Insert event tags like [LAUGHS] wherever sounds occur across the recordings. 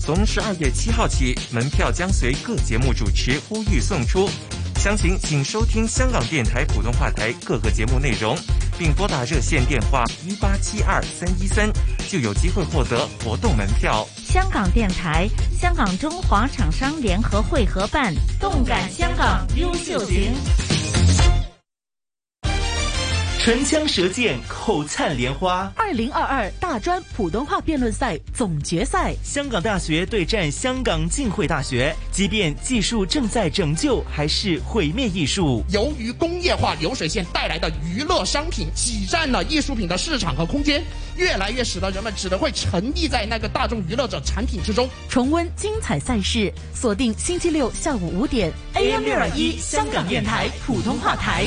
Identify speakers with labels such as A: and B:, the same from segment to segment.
A: 从十二月七号起，门票将随各节目主持呼吁送出。详情请收听香港电台普通话台各个节目内容，并拨打热线电话一八七二三一三，就有机会获得活动门票。
B: 香港电台、香港中华厂商联合会合办《动感香港优秀行》，
C: 唇枪舌剑，口灿莲花。
D: 二零二二大专普通话辩论赛总决赛，
C: 香港大学对战香港浸会大学。即便技术正在拯救，还是毁灭艺术。
E: 由于工业化流水线带来的娱乐商品挤占了艺术品的市场和空间，越来越使得人们只能会沉溺在那个大众娱乐者产品之中。
D: 重温精彩赛事，锁定星期六下午五点
C: AM 六二一香港电台普通话台。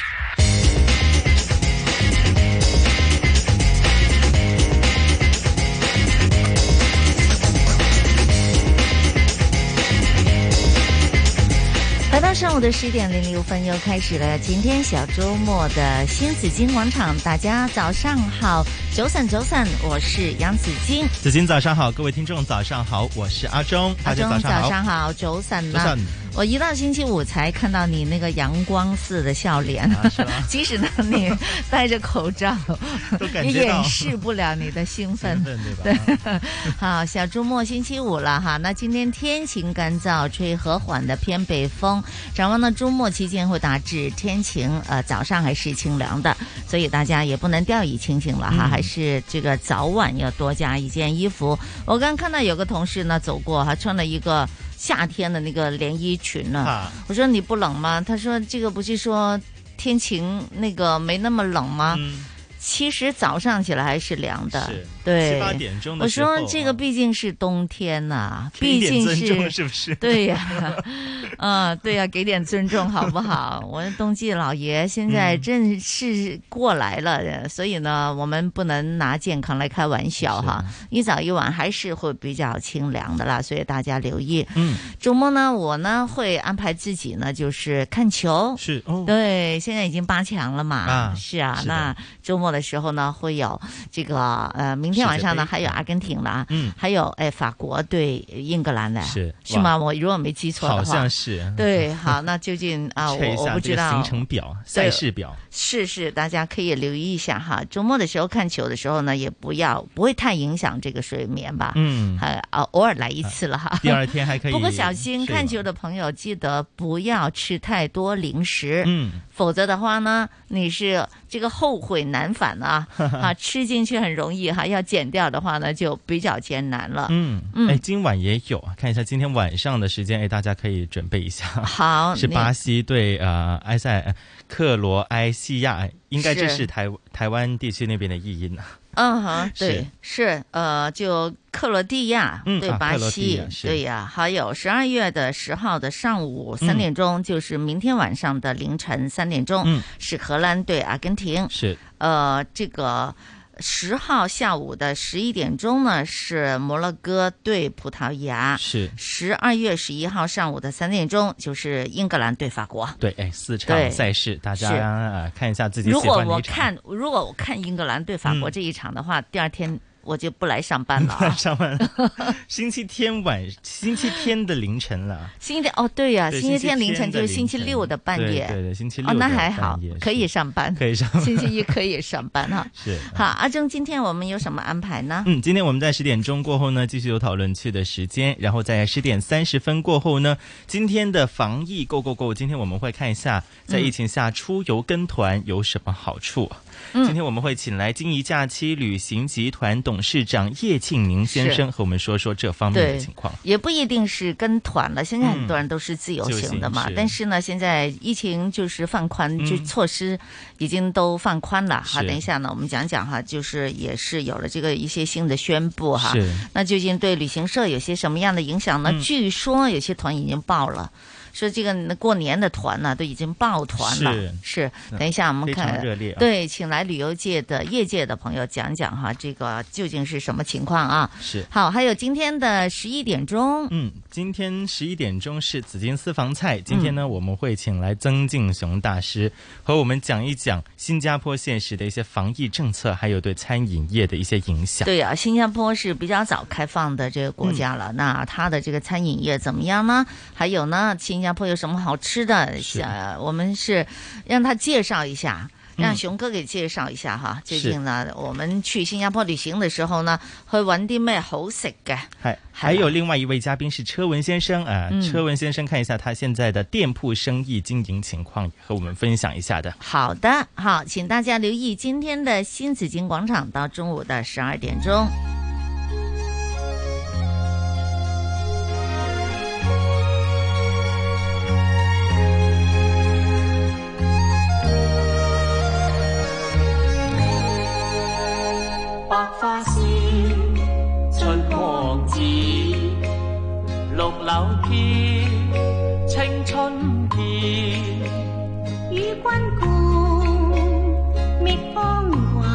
B: 来到上午的十点零六分，又开始了今天小周末的新紫金广场。大家早上好，早晨早晨，我是杨紫金。
C: 紫金早上好，各位听众早上好，我是阿忠。
B: 阿
C: 忠
B: 早上好，早晨
C: 早
B: 啦
C: 晨！
B: 我一到星期五才看到你那个阳光似的笑脸，
C: 啊
B: [LAUGHS] 即使呢你戴着口罩，
C: 都感
B: 也
C: 觉
B: 掩
C: 到
B: 饰不了你的兴奋
C: 兴奋，
B: 对吧？ [LAUGHS] 好，小周末星期五了哈，那今天天晴干燥，吹和缓的偏北风，展望呢周末期间会大致天晴，呃，早上还是清凉的，所以大家也不能掉以轻心了哈，
F: 嗯
B: 还是这个早晚要多加一件衣服。我刚看到有个同事呢走过哈，穿了一个。夏天的那个连衣裙呢、
G: 啊
B: 我说你不冷吗？他说这个不是说天晴那个没那么冷吗？其实早上起来还是凉的，
C: 是
B: 对，
C: 7-8点钟的
B: 我
C: 时候啊
B: 说这个毕竟是冬天呐、
C: [LAUGHS] 给一
B: 毕
C: 点
B: 竟
C: 尊重
B: 是
C: 是不是
B: 对呀、嗯，对呀、给点尊重好不好？我们冬季老爷现在
C: 嗯
B: 正是过来了，所以呢，我们不能拿健康来开玩笑哈，一早一晚还是会比较清凉的啦，所以大家留意。
C: 嗯，
B: 周末呢，我呢会安排自己呢就是看球，
C: 是
B: 哦，对，现在已经八强了嘛，
H: 啊
B: 是啊，
H: 是的
B: 那周末的时候呢会有这个呃，明天晚上呢
H: 世界杯
B: 还有阿根廷了，
H: 嗯
B: 还有哎法国对英格兰的，
C: 是
B: 是吗？我如果没记错的
C: 好
B: 话，
C: 像是
B: 对，好，那
C: [LAUGHS]
B: 究竟啊，
C: check 一
B: 我我
C: 下
B: 不
C: 这
B: 知
C: 个
B: 道
C: 行程表、赛
B: 对
C: 事表。
B: 是是，大家可以留意一下哈。周末的时候看球的时候呢，也不要不会太影响这个睡眠吧。
C: 嗯
B: 还啊，偶尔来一次了哈。
C: 第二天
B: [LAUGHS]
C: 还可以
B: 啊不过小心
C: 睡
B: 看球的朋友，记得不要吃太多零食。
C: 嗯，
B: 否则的话呢，你是这个后悔难返
C: [LAUGHS]
B: 啊！啊，吃进去很容易哈，要减掉的话呢，就比较艰难了。
C: 嗯
B: 嗯
C: 哎，今晚也有，看一下今天晚上的时间，哎，大家可以准备一下。[LAUGHS]
B: 好
C: 是
B: 你
C: 巴西对呃埃塞呃克罗埃西亚，应该这
B: 是
C: 是台台湾地区那边的译音啊。
B: 嗯哼，
C: 是
B: 对，是呃，就克罗地亚、
C: 嗯
B: 对
C: 啊
B: 巴
C: 克罗地
B: 西
C: 亚，是
B: 对呀、还有十二月的十号的上午
C: 嗯
B: 三点钟，就是明天晚上的凌晨三点钟，
C: 嗯
B: 是荷兰对阿根廷，
C: 是
B: 呃，这个十号下午的十一点钟呢是摩洛哥对葡萄牙，
C: 是
B: 十二月十一号上午的三点钟就是英格兰对法国，
C: 对，哎，四
B: 对
C: 场赛事，大家
B: 是
C: 呃看一下自己喜
B: 如果
C: 欢哪
B: 我
C: 一场。
B: 看，如果我看英格兰对法国
C: 嗯
B: 这一场的话，第二天我就不来上班
C: [LAUGHS]
B: 了、啊。
C: 上班，星期天晚，星期天的凌晨了。
B: 星期天哦，对呀、
C: 对
B: 星期天
C: 星期
B: 凌
C: 天
B: 晨就
C: 的
B: 是星期
C: 凌晨
B: 六的 [LAUGHS] 半
C: 对
B: 夜，
C: 对对星期
B: 哦，
C: 六
B: 那
C: 的
B: 还
C: 半
B: 好
C: 夜，
B: 可以上班，
C: 可以上
B: 星期一可以上班哈。
C: [LAUGHS] 是
B: 好，阿正，今天我们有什么安排呢？
C: 嗯，今天我们在十点钟过后呢，继续有讨论区的时间，然后在十点三十分过后呢，今天的防疫 Go Go Go，今天我们会看一下在疫情下出游跟团有什么好处。
I: 嗯
C: 今天我们会请来金怡假期旅行集团董事长叶庆宁先
B: 是
C: 生和我们说说这方面的
B: 对
C: 情况。，
B: 也不一定是跟团了。现在很多人都是自由
C: 自由
B: 行
C: 行
B: 的嘛，
C: 是
B: 但是呢，现在疫情就是放宽，就
C: 嗯
B: 措施已经都放宽了哈。
C: 是
B: 等一下呢，我们讲讲哈，就是也是有了这个一些新的宣布哈
C: 是。
B: 那究竟对旅行社有些什么样的影响呢？
C: 嗯
B: 据说有些团已经报了。说这个过年的团呢、都已经抱团了。
C: 是
B: 是，等一下我们
C: 非常
B: 看
C: 热烈啊
B: 对，请来旅游界的业界的朋友讲讲哈，这个究竟是什么情况啊？
C: 是
B: 好，还有今天的十一点钟，
C: 嗯，今天十一点钟是紫金私房菜。今天呢，我们会请来曾敬雄大师和我们讲一讲新加坡现实的一些防疫政策，还有对餐饮业的一些影响。
B: 对啊，新加坡是比较早开放的这个国家
F: 嗯
B: 了，那它的这个餐饮业怎么样呢？还有呢，新加坡有什么好吃的？呃，我们是让他介绍一下。
F: 嗯
B: 让熊哥给介绍一下哈，最
F: 是
B: 近呢，我们去新加坡旅行的时候呢，去揾啲咩好食嘅？
C: 还还有另外一位嘉宾是车文先生啊，
B: 嗯
C: 车文先生看一下他现在的店铺生意经营情况，也和我们分享一下的。
B: 好的，好，请大家留意今天的新紫金广场到中午的十二点钟。
G: 百花笑，春光照，绿柳飘，青春叫。
H: 與君共覓芳華，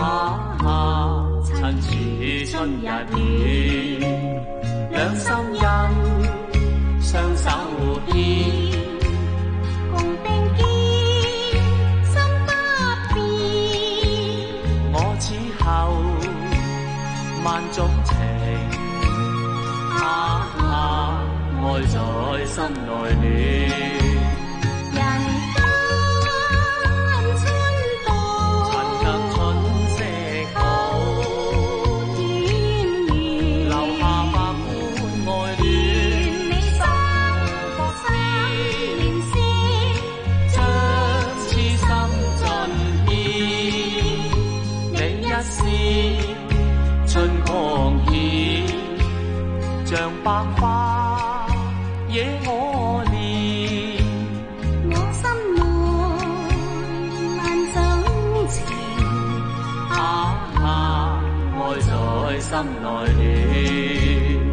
G: 啊啊，趁住春日暖，兩心印，雙手牽。
H: 共並肩，心不變。
G: 我此後萬種情，啊啊，愛在心內暖。
H: 人間春
G: 趁得
H: 到
G: 春色好，
H: 遠緣，
G: 留下百般愛
H: 願
G: 戀。
H: 你生活生年宵，
G: 將痴心盡獻，你一笑，春光顯，像百花惹我憐。
H: 我心內萬種情。
G: 啊啊，愛在心內暖。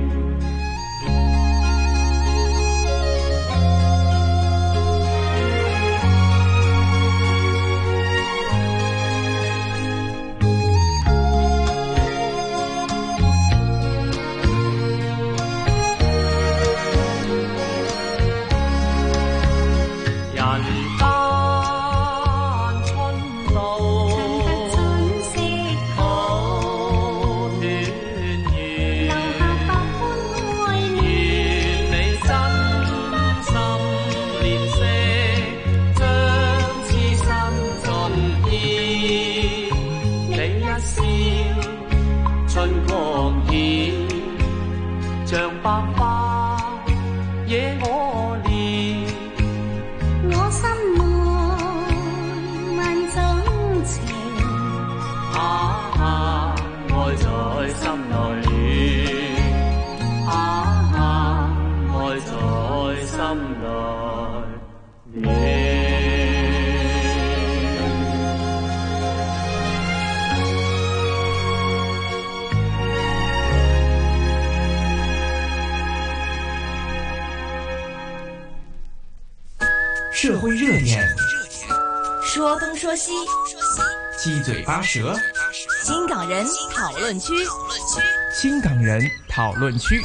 G: 人間春到，春色好團圓，留下百般愛戀。願你真心憐惜，將痴心盡意。你一笑，春光顯，像百花惹我憐。
H: 我心內萬種情，
G: 啊啊，愛在心內暖，啊啊，愛在心內暖。
J: 社会热点，
I: 说东说西，
J: 七嘴八舌，
I: 新港人讨论区。
J: 新港人讨论区。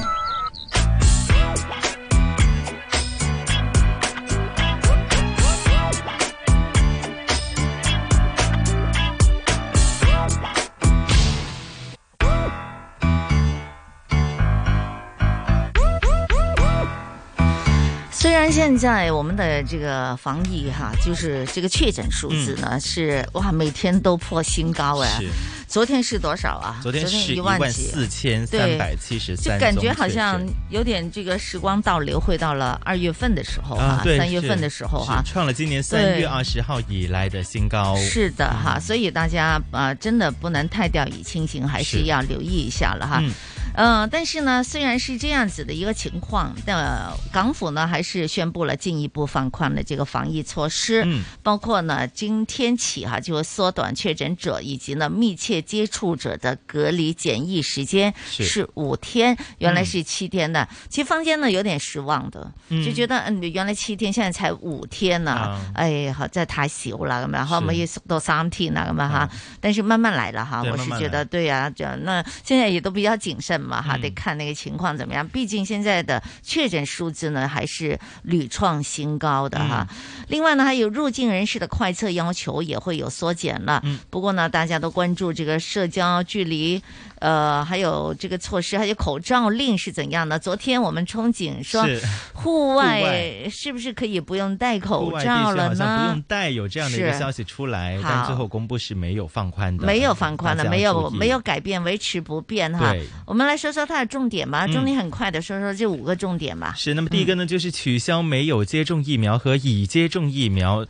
B: 虽然现在我们的这个防疫哈，就是这个确诊数字呢、是哇，每天都破新高哎
C: 是。
B: 昨天是多少啊？
C: 昨天是
B: 一
C: 一
B: 万
C: 万
B: 几
C: 四千三百七十
B: 就
C: 三，
B: 感觉好像有点这个时光倒流，回到了二月份的时候
C: 啊，对，
B: 三月
C: 是
B: 份的时候
C: 是
B: 哈。
C: 创了今年三
B: 对
C: 月二十号以来的新高。
B: 是的
F: 嗯
B: 哈，所以大家呃真的不能太掉以轻心，还是
C: 是
B: 要留意一下了哈。
C: 嗯
B: 呃，但是呢，虽然是这样子的一个情况，但、呃港府呢还是宣布了进一步放宽了这个防疫措施，
F: 嗯
B: 包括呢今天起哈、就缩短确诊者以及呢密切接触者的隔离检疫时间
F: 是
B: 是五天，原来
F: 嗯
B: 是七天的。其实坊间呢有点失望的，
F: 嗯
B: 就觉得嗯原來七天，現在才五天啦、
F: 啊
B: 哎，好真係太少啦咁樣，可唔可以縮到三天啊咁
C: 嗯
B: 樣哈
F: 啊？
B: 但是慢慢來了哈，
F: 對
B: 我是
F: 慢慢
B: 覺得
F: 來
B: 對啊，這那現在也都比較謹慎嘛哈，
F: 嗯
B: 得看那個情況怎麼樣。畢竟現在的確診數字呢還是屢創新高的哈。
C: 嗯
B: 另外呢，還有入境人士的快測要求也會有縮減了。
F: 嗯
B: 不過呢，大家都關注這個社交距離。呃，還有這個措施，還有口罩令是怎樣呢？昨天我們憧憬說
C: 是，
B: 户
C: 户
B: 外
C: 外
B: 是不是可以不用戴
C: 户
B: 口
C: 外地区
B: 罩了
C: 好像不用
B: 呢？
C: 戴，有这样的一个
B: 是
C: 消息出来，
B: 好
C: 但最后公布是没有放宽的，
B: 没有放
C: 嗯
B: 宽
C: 大
B: 了，
C: 家要
B: 没有
C: 注意
B: 没有改变，维持不变哈
C: 对。
B: 我们来说说它的重点吧，
C: 嗯
B: 重点很快的说说这五个重点吧。
C: 是，那么第一个呢，就是取消没有接种疫苗和已接种疫苗。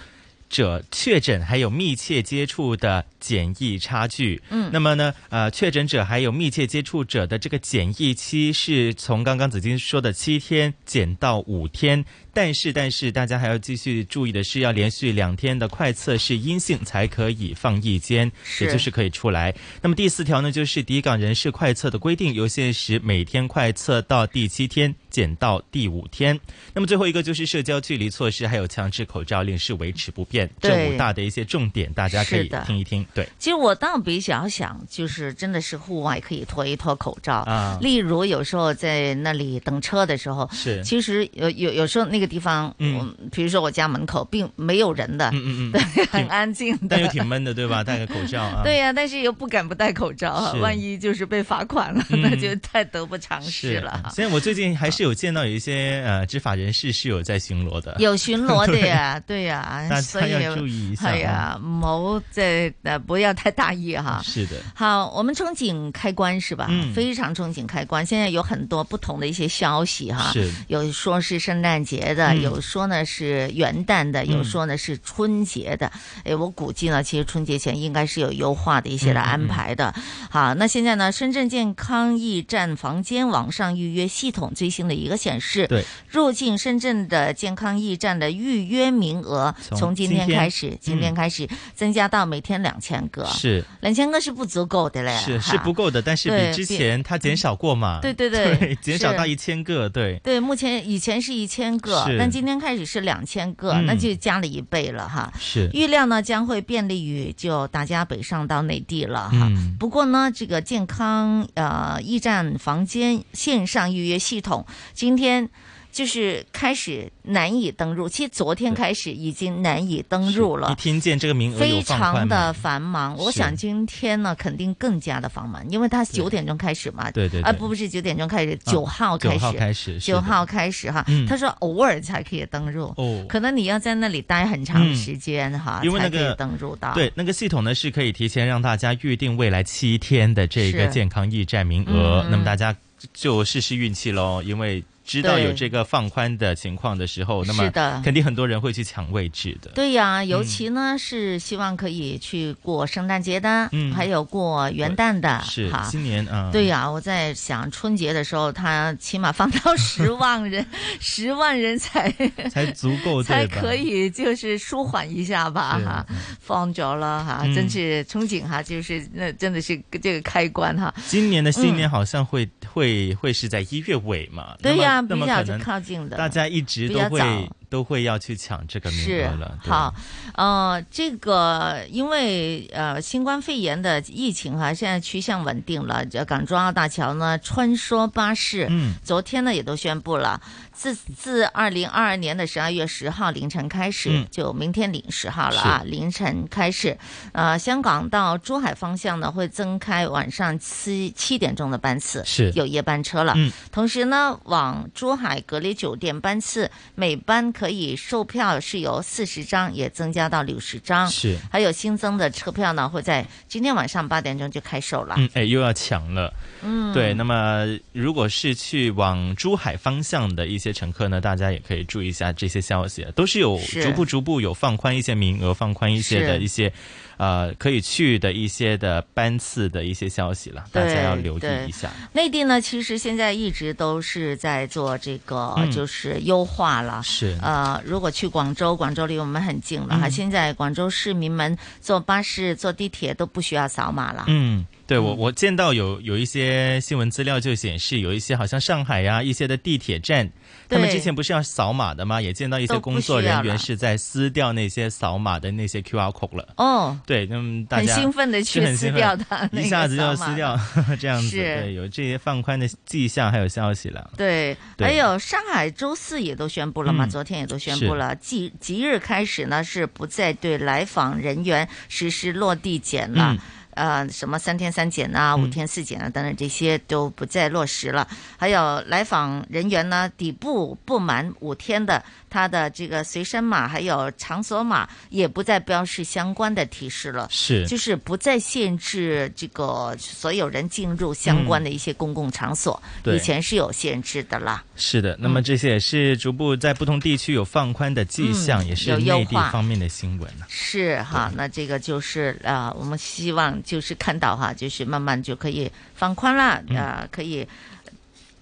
C: 者确诊还有密切接触的检疫差距，
K: 嗯
C: 那么呢，呃，确诊者还有密切接触者的这个检疫期是从刚刚紫金说的七天减到五天，但是但是大家还要继续注意的是，要连续两天的快测试阴性才可以放一间，
K: 是
C: 也就是可以出来。那么第四条呢，就是抵港人士快测的规定，由现时每天快测到第七天，减到第五天。那么最后一个就是社交距离措施，还有强制口罩令是维持不变。这
B: 对
C: 五大的一些重点，大家可
B: 是
C: 以
B: 的
C: 听一听。对，
B: 其实我倒比较想，就是真的是户外可以脱一脱口罩。
C: 啊
B: 例如有时候在那里等车的时候，
C: 是
B: 其实有有有时候那个地方，
C: 嗯
B: 嗯，比如说我家门口并没有人的，
C: 嗯嗯嗯
B: 对， [LAUGHS] 很安静的，
C: 但又挺闷的，对吧？戴个口罩啊。
B: [LAUGHS] 对呀、但是又不敢不戴口罩啊，
C: 是
B: 万一就是被罚款了，
C: 嗯
B: 那就太得不偿失
C: [LAUGHS] 是啊
B: 了哈。
C: 现在我最近还是有见到有一些呃执法人士是有在巡逻的， [LAUGHS]
B: 有巡逻的呀，
C: 对
B: 对呀
C: 大，家
B: 所以
C: 要注意一下啊
B: 哎呀，冇即系呃不要太大意哈。
C: 是的，
B: 好，我们憧憬开关是吧？
F: 嗯
B: 非常憧憬开关。现在有很多不同的一些消息哈，
F: 是
B: 有说是圣诞节的，
F: 嗯
B: 有说呢是元旦的，
F: 嗯
B: 有说呢是春节的。哎，我估计呢，其实春节前应该是有优化的一些的
F: 嗯嗯
B: 安排的。好，那现在呢，深圳健康驿站房间网上预约系统最新的一个显示，
F: 对
B: 入境深圳的健康驿站的预约名额
F: 从
B: 从今天
F: 今天
B: 开始，今天
C: 嗯
B: 开始增加到每天两千个，
C: 是
B: 两千个是不足够的嘞，
C: 是
B: 哎哈
C: 是不够的，但是
B: 对
C: 比
B: 嗯
C: 之前它减少过嘛？
B: 对对
C: [LAUGHS]
B: 对
C: 减少
B: 是
C: 到一千个，对。
B: 对，目前以前是一千个，
C: 是
B: 但今天开始是两千个，
C: 嗯
B: 那就加了一倍了哈。
C: 是
B: 预料呢将会便利于就大家北上到内地了啊哈。
F: 嗯
B: 不过呢，这个健康呃驿站房间线上预约系统今天。就是开始难以登入，其实昨天开始已经难以登入了
C: 一。听见这个名额有
B: 非
C: 放宽
B: 常的
C: 嘛
B: 繁忙。我
C: 是
B: 想今天呢，肯定更加的繁忙，因为它九点钟开始嘛。
C: 对对对
B: 啊，不不是九点钟开始，九号开
C: 9
B: 始，
C: 号开始是
B: 九
C: 的
B: 号开始哈。
C: 嗯
B: 他说偶尔才可以登入，
C: 哦嗯
B: 可能你要在那里待很长时间哈，
C: 因为那
B: 才可以
C: 个
B: 登入到。
C: 对，那个系统呢是可以提前让大家预定未来七天的这个
B: 是
C: 健康驿站名额，
B: 嗯
C: 那么大家就试试运气喽，因为知道
B: 对
C: 有这个放宽的情况的时候，那么
B: 是的
C: 肯定很多人会去抢位置的。
B: 对呀、尤其呢、是希望可以去过圣诞节的，
C: 嗯
B: 还有过元旦的，
C: 是
B: 哈。
C: 今年啊，
B: 对呀、我在想春节的时候，他起码放到 [LAUGHS] 十万人，十万人才
C: 才足
B: [LAUGHS]
C: 够
B: 才
C: 对吧
B: 可以就是舒缓一下吧
C: 是
B: 哈，放着了哈，
C: 嗯
B: 真是憧憬哈，就是那真的是这个开关哈。
C: 今年的新年
B: 嗯
C: 好像会、会会是在一月尾嘛？
B: 对呀、
C: 那
B: 比
C: 么那
B: 较
C: 么可
B: 就
C: 能
B: 靠近的，
C: 大家一直
B: 比
C: 都
B: 较
C: 会
B: 早
C: 都会要去抢这个名
B: 是
C: 额了。对
B: 好，呃，这个因为呃新冠肺炎的疫情哈、现在趋向稳定了。这港珠澳大桥呢，穿梭巴士，
F: 嗯
B: 昨天呢也都宣布了，自自二零二二年的十二月十号凌晨开始，
F: 嗯
B: 就明天零时号了啊，
F: 是
B: 凌晨开始，呃，香港到珠海方向呢会增开晚上七七点钟的班次，
F: 是
B: 有夜班车了。
F: 嗯
B: 同时呢，往珠海隔离酒店班次每班可以售票是由四十张也增加到六十张，
C: 是
B: 还有新增的车票呢会在今天晚上八点钟就开售了。
C: 嗯，哎，又要抢了。
B: 嗯
C: 对。那么，如果是去往珠海方向的一些乘客呢，大家也可以注意一下这些消息，啊都是有
K: 是
C: 逐步逐步有放宽一些名额，放宽一些的
K: 是
C: 一些，呃，可以去的一些的班次的一些消息了，大家要留意一下。
B: 内地呢，其实现在一直都是在做这个，
C: 嗯
B: 就是优化了，
C: 是
B: 呃，如果去广州，广州离我们很近了哈。
C: 嗯
B: 现在广州市民们坐巴士、坐地铁都不需要扫码了。
C: 嗯，对我我见到有有一些新闻资料就显示，有一些好像上海呀、一些的地铁站，他们
B: 对
C: 之前不是要扫码的吗？也见到一些
B: 都不
C: 工作
B: 需要
C: 人员
B: 了
C: 是在撕掉那些扫码的那些 QR code 了。
B: 哦，
C: 对，那么大
B: 很
C: 家
B: 兴奋的
C: 是
B: 去
C: 很
B: 撕
C: 兴奋
B: 掉它，
C: 一下子就撕掉。， [LAUGHS] 这样子
B: 是
C: 对，有这些放宽的迹象还有消息了。
B: 对，
C: 对
B: 还有上海周四也都宣布了嘛，
C: 嗯
B: 昨天也都宣布了，即即日开始呢是不再对来访人员实施落地检了。
F: 嗯
B: 呃，什么三天三检啊，五天四检啊，等等这些都不再落实了。还有来访人员呢，底部不满五天的，他的这个随身码还有场所码也不再标示相关的提示了，
K: 是
B: 就是不再限制这个所有人进入相关的一些公共场所，
C: 对
B: 以前是有限制的啦。
C: 是的，那么这些也是逐步在不同地区有放宽的迹象，
B: 嗯
C: 也是
B: 有优
C: 内地
B: 化
C: 方面的新闻呢。
B: 是哈，那这个就是呃，我们希望就是看到哈，就是慢慢就可以放宽啦，
C: 嗯
B: 呃，可以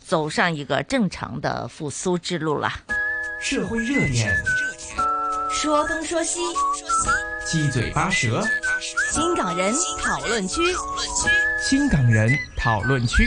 B: 走上一个正常的复苏之路啦。
J: 社会热点，
I: 说东说西，
J: 七嘴八舌，
I: 新港人讨论区。
J: 新港人讨论区。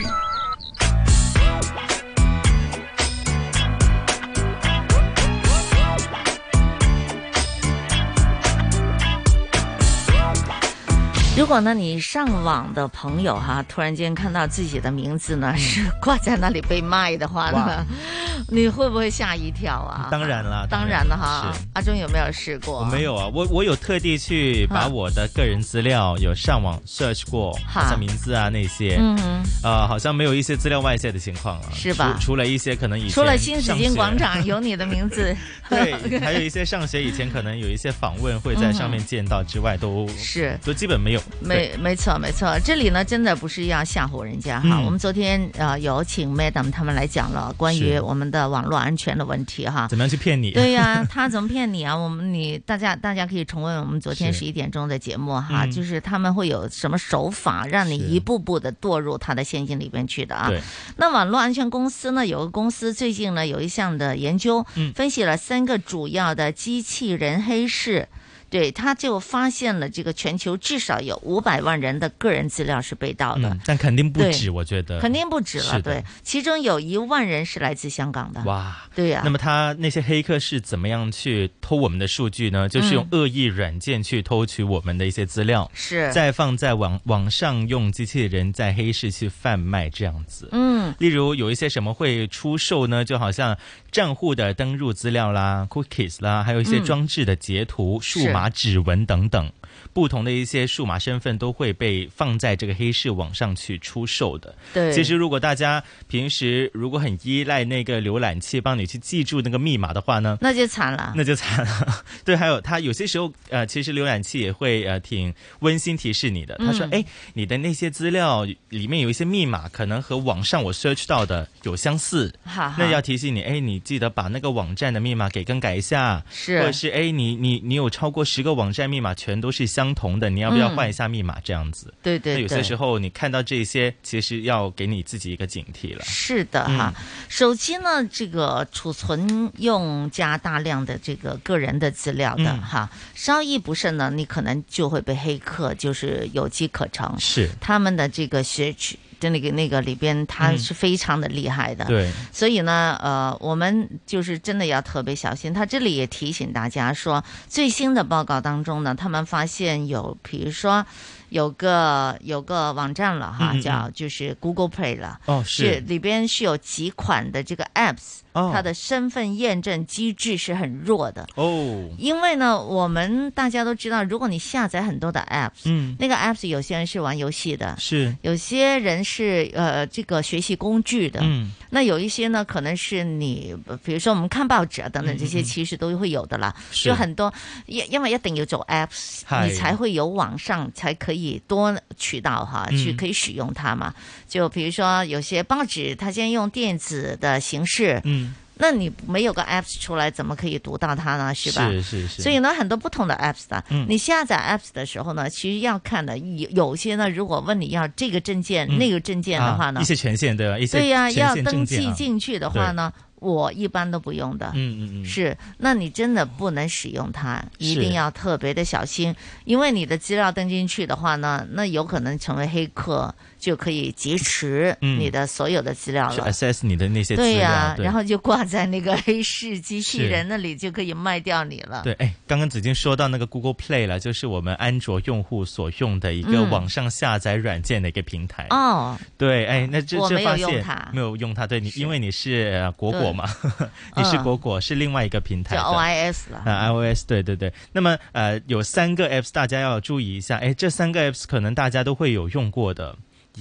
B: 如果呢，你上网的朋友哈，突然间看到自己的名字
C: 嗯
B: 呢是挂在那里被卖的话呢， [LAUGHS] 你会不会吓一跳啊？
C: 当然啦，
B: 当然了哈
C: 是，
B: 阿忠有没有试过？
C: 我没有啊，我我有特地去把
B: 啊
C: 我的个人资料有上网 search 过，
B: 嗯哈
C: 像名字啊那些，
B: 嗯哼
C: 呃，好像没有一些资料外泄的情况了，啊
B: 是吧
C: 除除了一些可能以前
B: 除了新紫
C: 上
B: 金
C: 学
B: 广，场有你的名字，
C: [LAUGHS]
B: [LAUGHS]
C: 对，还有一些上学以前可能有一些访问会在上面见到之外，都
B: 是
C: 都基本没有，对
B: 没没错没错，这里呢真的不是要吓唬人家哈。
C: 嗯
B: 我们昨天呃有请 Madam 他们来讲了关于
C: 是
B: 我们的网络安全的问题哈。
C: 怎么样去骗你？
B: 对呀、
C: [LAUGHS]
B: 他怎么骗你
C: 嗯
B: 啊？我们你大家大家可以重温我们昨天
C: 是
B: 十一点钟的节目哈，
C: 嗯
B: 就是他们会有什么手法让你
C: 是
B: 一步步的堕入他的陷阱里边去的啊。
C: 对，
B: 那网络安全公司呢，有个公司最近呢有一项的研究，
L: 嗯
B: 分析了三个主要的机器人黑市。对，他就发现了这个全球至少有五百万人的个人资料是被盗的，
C: 嗯，但肯定不
B: 对
C: 止，我觉得
B: 肯定不止
C: 是
B: 了。
C: 的
B: 对，其中有一万人是来自香港的。
C: 哇，
B: 对呀、
C: 那么他那些黑客是怎么样去偷我们的数据
B: 嗯
C: 呢？就是用恶意软件去偷取我们的一些资料，
B: 是
C: 再放在网网上用机器人在黑市去贩卖这样子。
B: 嗯，
C: 例如有一些什么会出售呢？就好像账户的登录资料啦、cookies 啦，还有一些
M: 嗯
C: 装置的截图、数码指纹等等，不同的一些数码身份都会被放在这个黑市网上去出售的。
M: 对
C: 其实如果大家平时如果很依赖那个浏览器帮你去记住那个密码的话呢，
B: 那就惨了。
C: 那就惨了。对，还有它有些时候，呃，其实浏览器也会呃挺温馨提示你的。他说
B: 嗯：“
C: 哎、你的那些资料里面有一些密码，可能和网上我 search 到的有相似。”
B: 哈哈
C: 那要提醒你，哎，你记得把那个网站的密码给更改一下，
B: 是
C: 或者是哎，你你你有超过十个网站密码全都是相同的，你要不要
B: 嗯
C: 换一下密码？这样子，
B: 对对
C: 那有
B: 对
C: 些时候你看到这些，其实要给你自己一个警惕了。
B: 是的
C: 嗯
B: 哈，手机呢，这个储存用加大量的这个个人的资料的、
C: 嗯
B: 哈，稍一不慎呢，你可能就会被黑客就是有机可乘。
C: 是
B: 他们的这个学区的那个那个里边，他
C: 嗯
B: 是非常的厉害的。
C: 对
B: 所以呢，呃，我们就是真的要特别小心。他这里也提醒大家说，最新的报告当中呢，他们发现有，比如说有个有个网站了哈，
L: 嗯嗯嗯
B: 叫就是 Google Play 了，
L: 哦是
B: 里边是有几款的这个 Apps，、
L: 哦
B: 它的身份验证机制是很弱的。
C: 哦，
B: 因为呢，我们大家都知道，如果你下载很多的 apps，
C: 嗯
B: 那个 apps 有些人是玩游戏的，
C: 是
B: 有些人是呃这个学习工具的，
C: 嗯，
B: 那有一些呢可能是你，呃比如说我们看报纸啊等等这些，其实都会有的啦，
L: 嗯是
B: 就很多，因因为一定要做 apps，
L: 係
B: 你才会有网上才可以多渠道哈、
L: 嗯
B: 去可以使用它嘛，就比如说有些报纸它现在用电子的形式，
C: 嗯。
B: 那你没有个 apps 出来，怎么可以读到它呢？是吧？
L: 是是是
B: 所以呢，很多不同的 apps 的，
L: 嗯
B: 你下载 apps 的时候呢，其实要看的有有些呢，如果问你要这个证件、
C: 嗯啊
B: 那个证件的话呢，
C: 啊一些权限对吧？一些
B: 对呀、
C: 权
B: 要
C: 限
B: 登
C: 证件
B: 记
C: 啊
B: 进去的话呢，我一般都不用的。
C: 嗯嗯嗯，
B: 是，那你真的不能使用它，一
C: 是
B: 定要特别的小心，因为你的资料登进去的话呢，那有可能成为黑客，就可以劫持
C: 嗯
B: 你的所有的资料
C: 去
B: 了。
C: assess 你的那些资
B: 对
C: 料，
B: 呀、
C: 对
B: 然后就挂在那个黑市机器
C: 是
B: 人那里，就可以卖掉你了。
C: 对，哎，刚刚子金说到那个 Google Play 了，就是我们安卓用户所用的一个
B: 嗯
C: 网上下载软件的一个平台。
B: 哦，
C: 对，哎，那这
B: 我
C: 这
B: 没有
C: 发
B: 用
C: 现
B: 它
C: 没有用它，对你，因为你是呃果果嘛， [LAUGHS] 你是
B: 嗯
C: 果果，是另外一个平台
B: 叫
C: 的。
B: OIS 了。
C: 啊、iOS 对对对，那么呃有三个 apps 大家要注意一下，哎，这三个 apps 可能大家都会有用过的。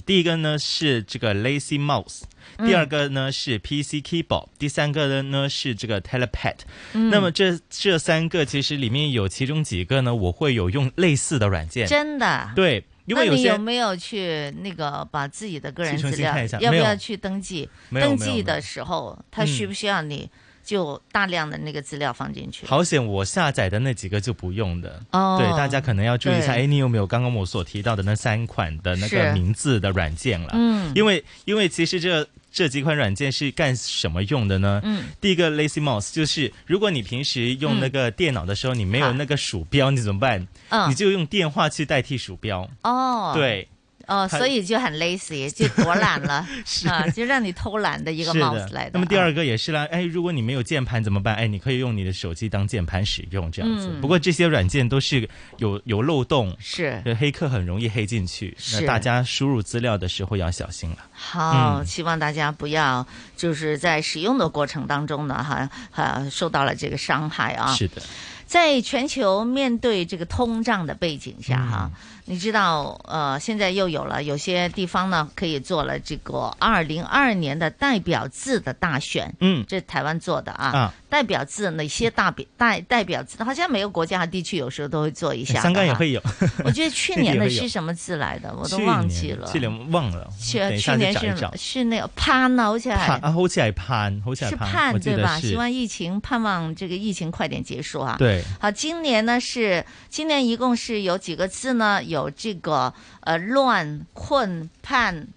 C: 第一个呢是这个 Lazy Mouse，
B: 嗯
C: 第二个呢是 PC Keyboard，、第三个呢呢是这个 Telepad、
B: 嗯
C: 那么这这三个其实里面有其中几个呢，我会有用类似的软件。
B: 真的。
C: 对，因为
B: 那
C: 有
B: 你
C: 些
B: 有没有去那个把自己的个人
C: 去
B: 资
C: 重新
B: 料
C: 看一下
B: 要不
C: 没有
B: 要去登记？
C: 没有
B: 登
C: 没有没嗯
B: 记
C: 有
B: 的时候，他需不需要你就大量的那个资料放进去？
C: 好险，我下载的那几个就不用的。
B: 哦
C: 对，大家可能要注意一下，
B: 对
C: 哎，你有没有刚刚我所提到的那三款的那
B: 是
C: 个名字的软件了？
B: 嗯
C: 因为因为其实这这几款软件是干什么用的呢？
B: 嗯，
C: 第一个 Lazy Mouse 就是，如果你平时用那个电脑的时候，你没有那个鼠标，你怎么办？
B: 嗯
C: 你就用电话去代替鼠标。
B: 哦，，
C: 对，
B: 哦，
C: 它
B: 所以就很 lazy，就躲懒
C: [LAUGHS]
B: 了啊，就让你偷懒的一个
C: 是
B: mouse 来的。啊
C: 那么第二
B: 个，
C: 个也是啦，哎，如果你没有键盘怎么办？哎，你可以用你的手机当键盘使用这样子。
B: 嗯
C: 不过这些软件都是有有漏洞，
B: 是
C: 黑客很容易黑进去。
B: 是
C: 那大家输入资料的时候要小心了。
B: 好，
C: 嗯
B: 希望大家不要就是在使用的过程当中呢，哈、哈、受到了这个伤害啊。
C: 是的，
B: 在全球面对这个通胀的背景下，
C: 嗯
B: 哈、你知道，呃，现在又有了有些地方呢，可以做了这个二零二年的代表字的大选，
C: 嗯
B: 这是台湾做的啊。
C: 啊
B: 代表字哪些大表代代表字，好像每个国家和地区有时候都会做一下。
C: 哎香港也。会有， [LAUGHS]
B: 我觉得去
C: 内地
B: 年
C: 也
B: 的
C: 会有
B: 是什么字来的， [LAUGHS] 我都
C: 去
B: 忘
C: 年
B: 记了。
C: 去年忘了，
B: 去
C: 等一
B: 去
C: 下去
B: 年
C: 找一
B: 是
C: 找。
B: 是那个盼啊，好像
C: 盼啊，好似系盼，好似
B: 是
C: 系
B: 盼
C: 我记
B: 对
C: 得
B: 吧？
C: 是
B: 希望疫情盼望这个疫情快点结束啊。。
C: 对，
B: 好，今年呢是今年一共是有几个字呢？有这个呃乱、困、盼、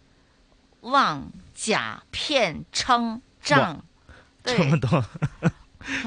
B: 望、假、骗、称、
C: 哇
B: 胀。对
C: 这，么多， [LAUGHS]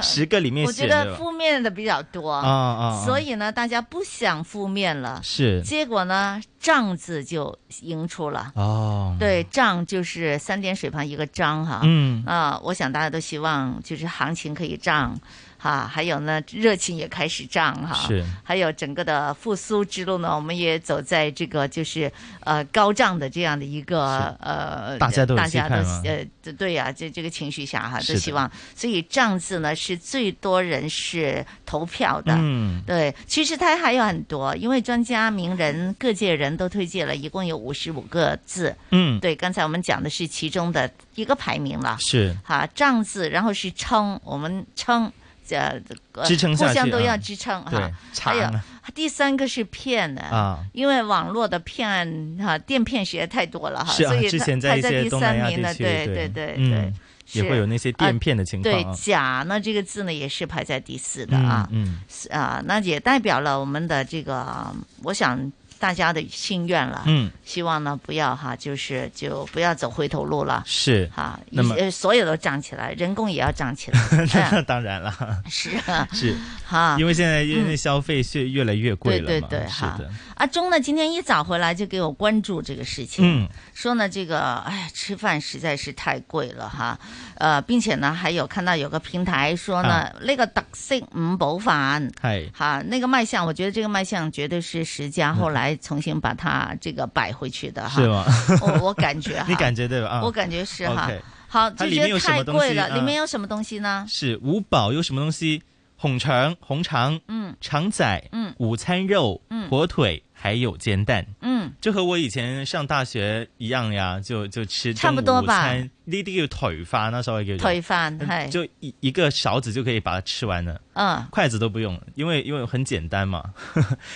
C: 十个里面
B: 我觉
C: 写
B: 得
C: 的
B: 负面的比较多，
C: 啊啊，啊
B: 所以呢大家不想负面了，
C: 是
B: 结果呢胀字就赢出了。
C: 哦，，
B: 对，胀就是三点水旁一个张哈。
C: 嗯，
B: 啊，我想大家都希望就是行情可以涨，哈、还有呢，热情也开始涨哈、
C: 是
B: 还有整个的复苏之路呢，我们也走在这个就是呃高涨的这样的一个呃，
C: 大家都有
B: 大
C: 期
B: 家都
C: 盼嘛
B: 呃对对呀、这这个情绪下哈，
C: 是
B: 都
C: 的
B: 希望，所以涨字呢是最多人是投票的，
C: 嗯，
B: 对，其实它还有很多，因为专家、名人、各界人都推荐了，一共有五十五个字。
C: 嗯，
B: 对，刚才我们讲的是其中的一个排名了。
C: 是
B: 哈，胀字，然后是撑，我们撑，呃，呃
C: 支撑下
B: 互相
C: 去
B: 都
C: 啊
B: 要支撑哈
C: 对。，
B: 还
C: 长
B: 有
C: 啊
B: 第三个是骗的。
C: 啊，
I: 呃
B: 因为网络的骗案哈、电骗实在太多了哈，
C: 是啊
B: 所以，
C: 之
B: 它
C: 前
B: 排
C: 一些
B: 第
C: 东南
B: 三
C: 亚
B: 名
C: 地
B: 的，
C: 区，对
B: 对对对对
C: 嗯，，也
B: 是
C: 会有那些
B: 啊
C: 电骗的情况
B: 对
C: 啊，
B: 假呢这个字呢也是排在第四的啊
C: 嗯，嗯，
B: 是啊，那也代表了我们的这个，我想大家的心愿了，
C: 嗯，
B: 希望呢不要哈，就是就不要走回头路了。
C: 是，
B: 哈，一
C: 那么
B: 呃所有都涨起来，人工也要涨起来，
C: [LAUGHS] 那
B: 嗯
C: 当然了，
B: 是 [LAUGHS] 啊，
C: [LAUGHS] 是
B: 哈嗯
C: 因为现在因为消费是越来越贵了
B: 对
C: 嘛，
B: 对对
C: 是
B: 哈
C: 的，
B: 阿忠啊呢，今天一早回来就给我关注这个事情，
C: 嗯，
B: 说呢这个哎呀吃饭实在是太贵了哈，呃，并且呢还有看到有个平台说呢
C: 啊
B: 那个特色五宝饭。
C: 系，
B: 好，那个卖相，我觉得这个卖相绝对是十家后来重新把它这个摆回去的哈
C: 嗯是。吗？
B: 我我感觉哈，
C: [LAUGHS] 你感觉对吧？啊，
B: 我感觉是哈
C: OK。
B: 好，
C: 它
B: 就
C: 里
B: 觉
C: 面
B: 得
C: 有什
B: 太
C: 么东
B: 贵
C: 西
B: 了，里
C: 嗯
B: 面有什么东西呢？
C: 是五宝有什么东西？红肠、红肠、
B: 嗯
C: 肠仔、
B: 嗯
C: 午餐肉、
B: 嗯
C: 火腿，还有煎蛋。
B: 嗯，
C: 这和我以前上大學一樣呀，就就吃
B: 差不
C: 中午
B: 多吧
C: 餐呢啲叫頹飯啦，稍微叫做
B: 腿饭系，
C: 嗯就一一个勺子就可以把它吃完了，
B: 哎嗯，
C: 筷子都不用了，因为因为很簡單嘛，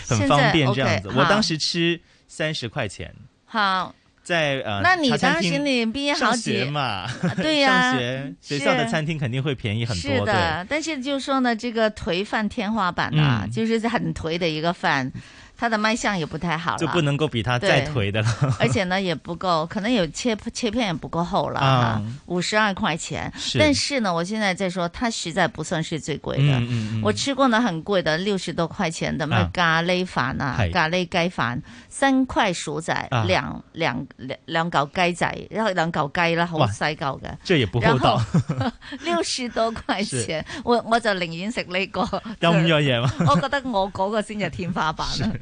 B: 现
C: 很方
B: 在
C: 便
B: OK，
C: 这樣子。
B: 好
C: 我當時吃三十塊錢，
B: 好。
C: 在呃，
B: 那你
C: 茶餐
B: 当时
C: 廳
B: 你毕业好
C: 上
B: 几啊
C: 學嘛， [LAUGHS]
B: 对呀
C: 上學學校的
B: 是
C: 餐廳肯定會便宜很多，
B: 是
C: 对，
B: 的，但是就说呢，这个颓饭天花板啊，
C: 嗯
B: 就是很颓的一个饭。他的卖相也不太好了，
C: 就不能够比他再颓的 [LAUGHS] 了。
B: 而且呢也不够，可能有切切片也不够厚了
C: 啊
B: 哈，五十二块钱。
C: 是
B: 但是呢，我现在在说，它实在不算是最贵的。
C: 嗯嗯嗯
B: 我吃过呢很贵的，六十多块钱的，咩
C: 啊
B: 咖喱饭啊
C: 係，
B: 咖喱雞飯，三塊薯仔，
C: 啊
B: 兩兩兩兩嚿雞仔，一兩嚿雞啦，好
C: 哇
B: 細嚿嘅。
C: 這也不厚
B: 然
C: 道
B: 後，
C: [LAUGHS]
B: 六十多塊
C: 是
B: 錢，我我就寧願食呢個。
C: 有咁樣嘢嘛？
B: [LAUGHS] 我覺得我嗰個先係天
C: [LAUGHS]
B: 花板啦，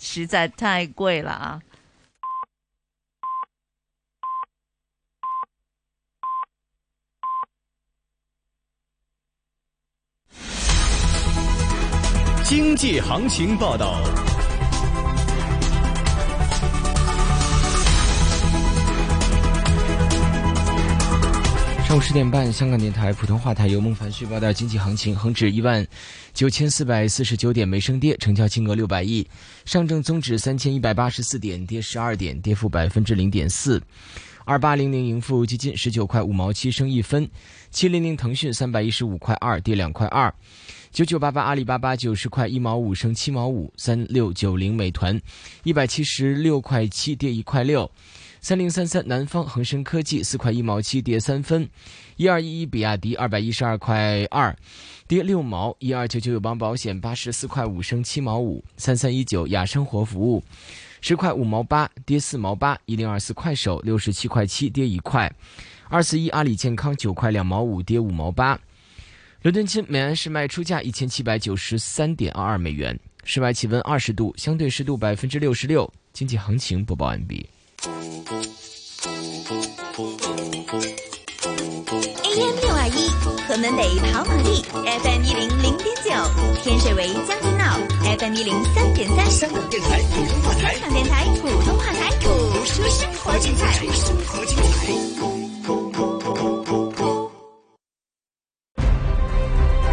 B: 實在太貴啦啊！
F: 经济行情报道。
I: 上午十点半，香港电台普通话台由孟凡旭报道经济行情。恒指一万九千四百四十九点，没升跌，成交金额六百亿。上证综指三千一百八十四点，跌十二点，跌幅百分之零点四。二八零零盈富基金十九块五毛七升一分，七零零腾讯三百一十五块二跌两块二，九九八八阿里巴巴九十块一毛五升七毛五，三六九零美团一百七十六块七跌一块六。三零三三南方恒生科技四块一毛七跌三分，一二一一比亚迪二百一十二块二跌六毛，一二九九友邦保险八十四块五升七毛五，三三一九雅生活服务十块五毛八跌四毛八，一零二四快手六十七块七跌一块，二四一阿里健康九块两毛五跌五毛八。伦敦金每安士卖出价一千七百九十三点二二美元，室外气温二十度，相对湿度百分之六十六。经济行情播报完毕。
N: AM 六二一，河门北跑马地；FM 一零零点九，天水围将军澳；FM 一零三点三，香港电台普通话台。香港电台普通话台，播出生活精彩。生活精彩。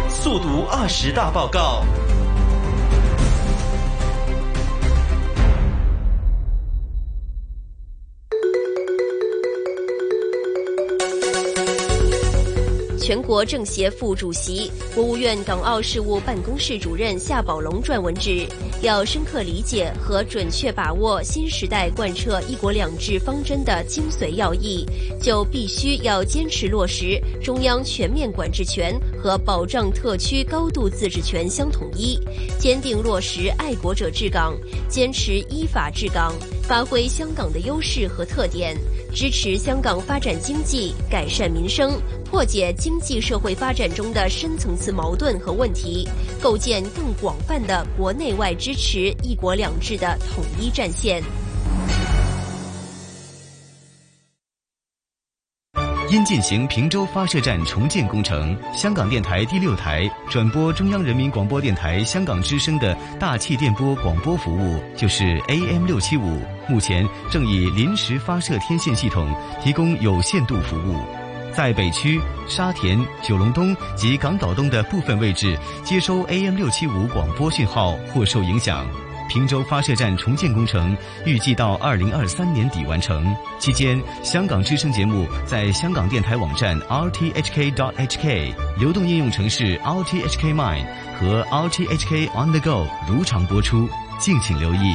C: 速读二十大报告。
L: 全国政协副主席、国务院港澳事务办公室主任夏宝龙撰文指，要深刻理解和准确把握新时代贯彻“一国两制”方针的精髓要义，就必须要坚持落实中央全面管制权和保障特区高度自治权相统一，坚定落实爱国者治港，坚持依法治港，发挥香港的优势和特点，支持香港发展经济、改善民生。破解经济社会发展中的深层次矛盾和问题，构建更广泛的国内外支持“一国两制”的统一战线。
O: 因进行平洲发射站重建工程，香港电台第六台转播中央人民广播电台香港之声的大气电波广播服务，就是 AM 六七五，目前正以临时发射天线系统提供有限度服务。在北区、沙田、九龙东及港岛东的部分位置接收 AM 六七五广播讯号或受影响。平洲发射站重建工程预计到二零二三年底完成。期间，香港之声节目在香港电台网站 rthk.hk、流动应用程式 rthk Mine 和 rthk On the Go 如常播出，敬请留意。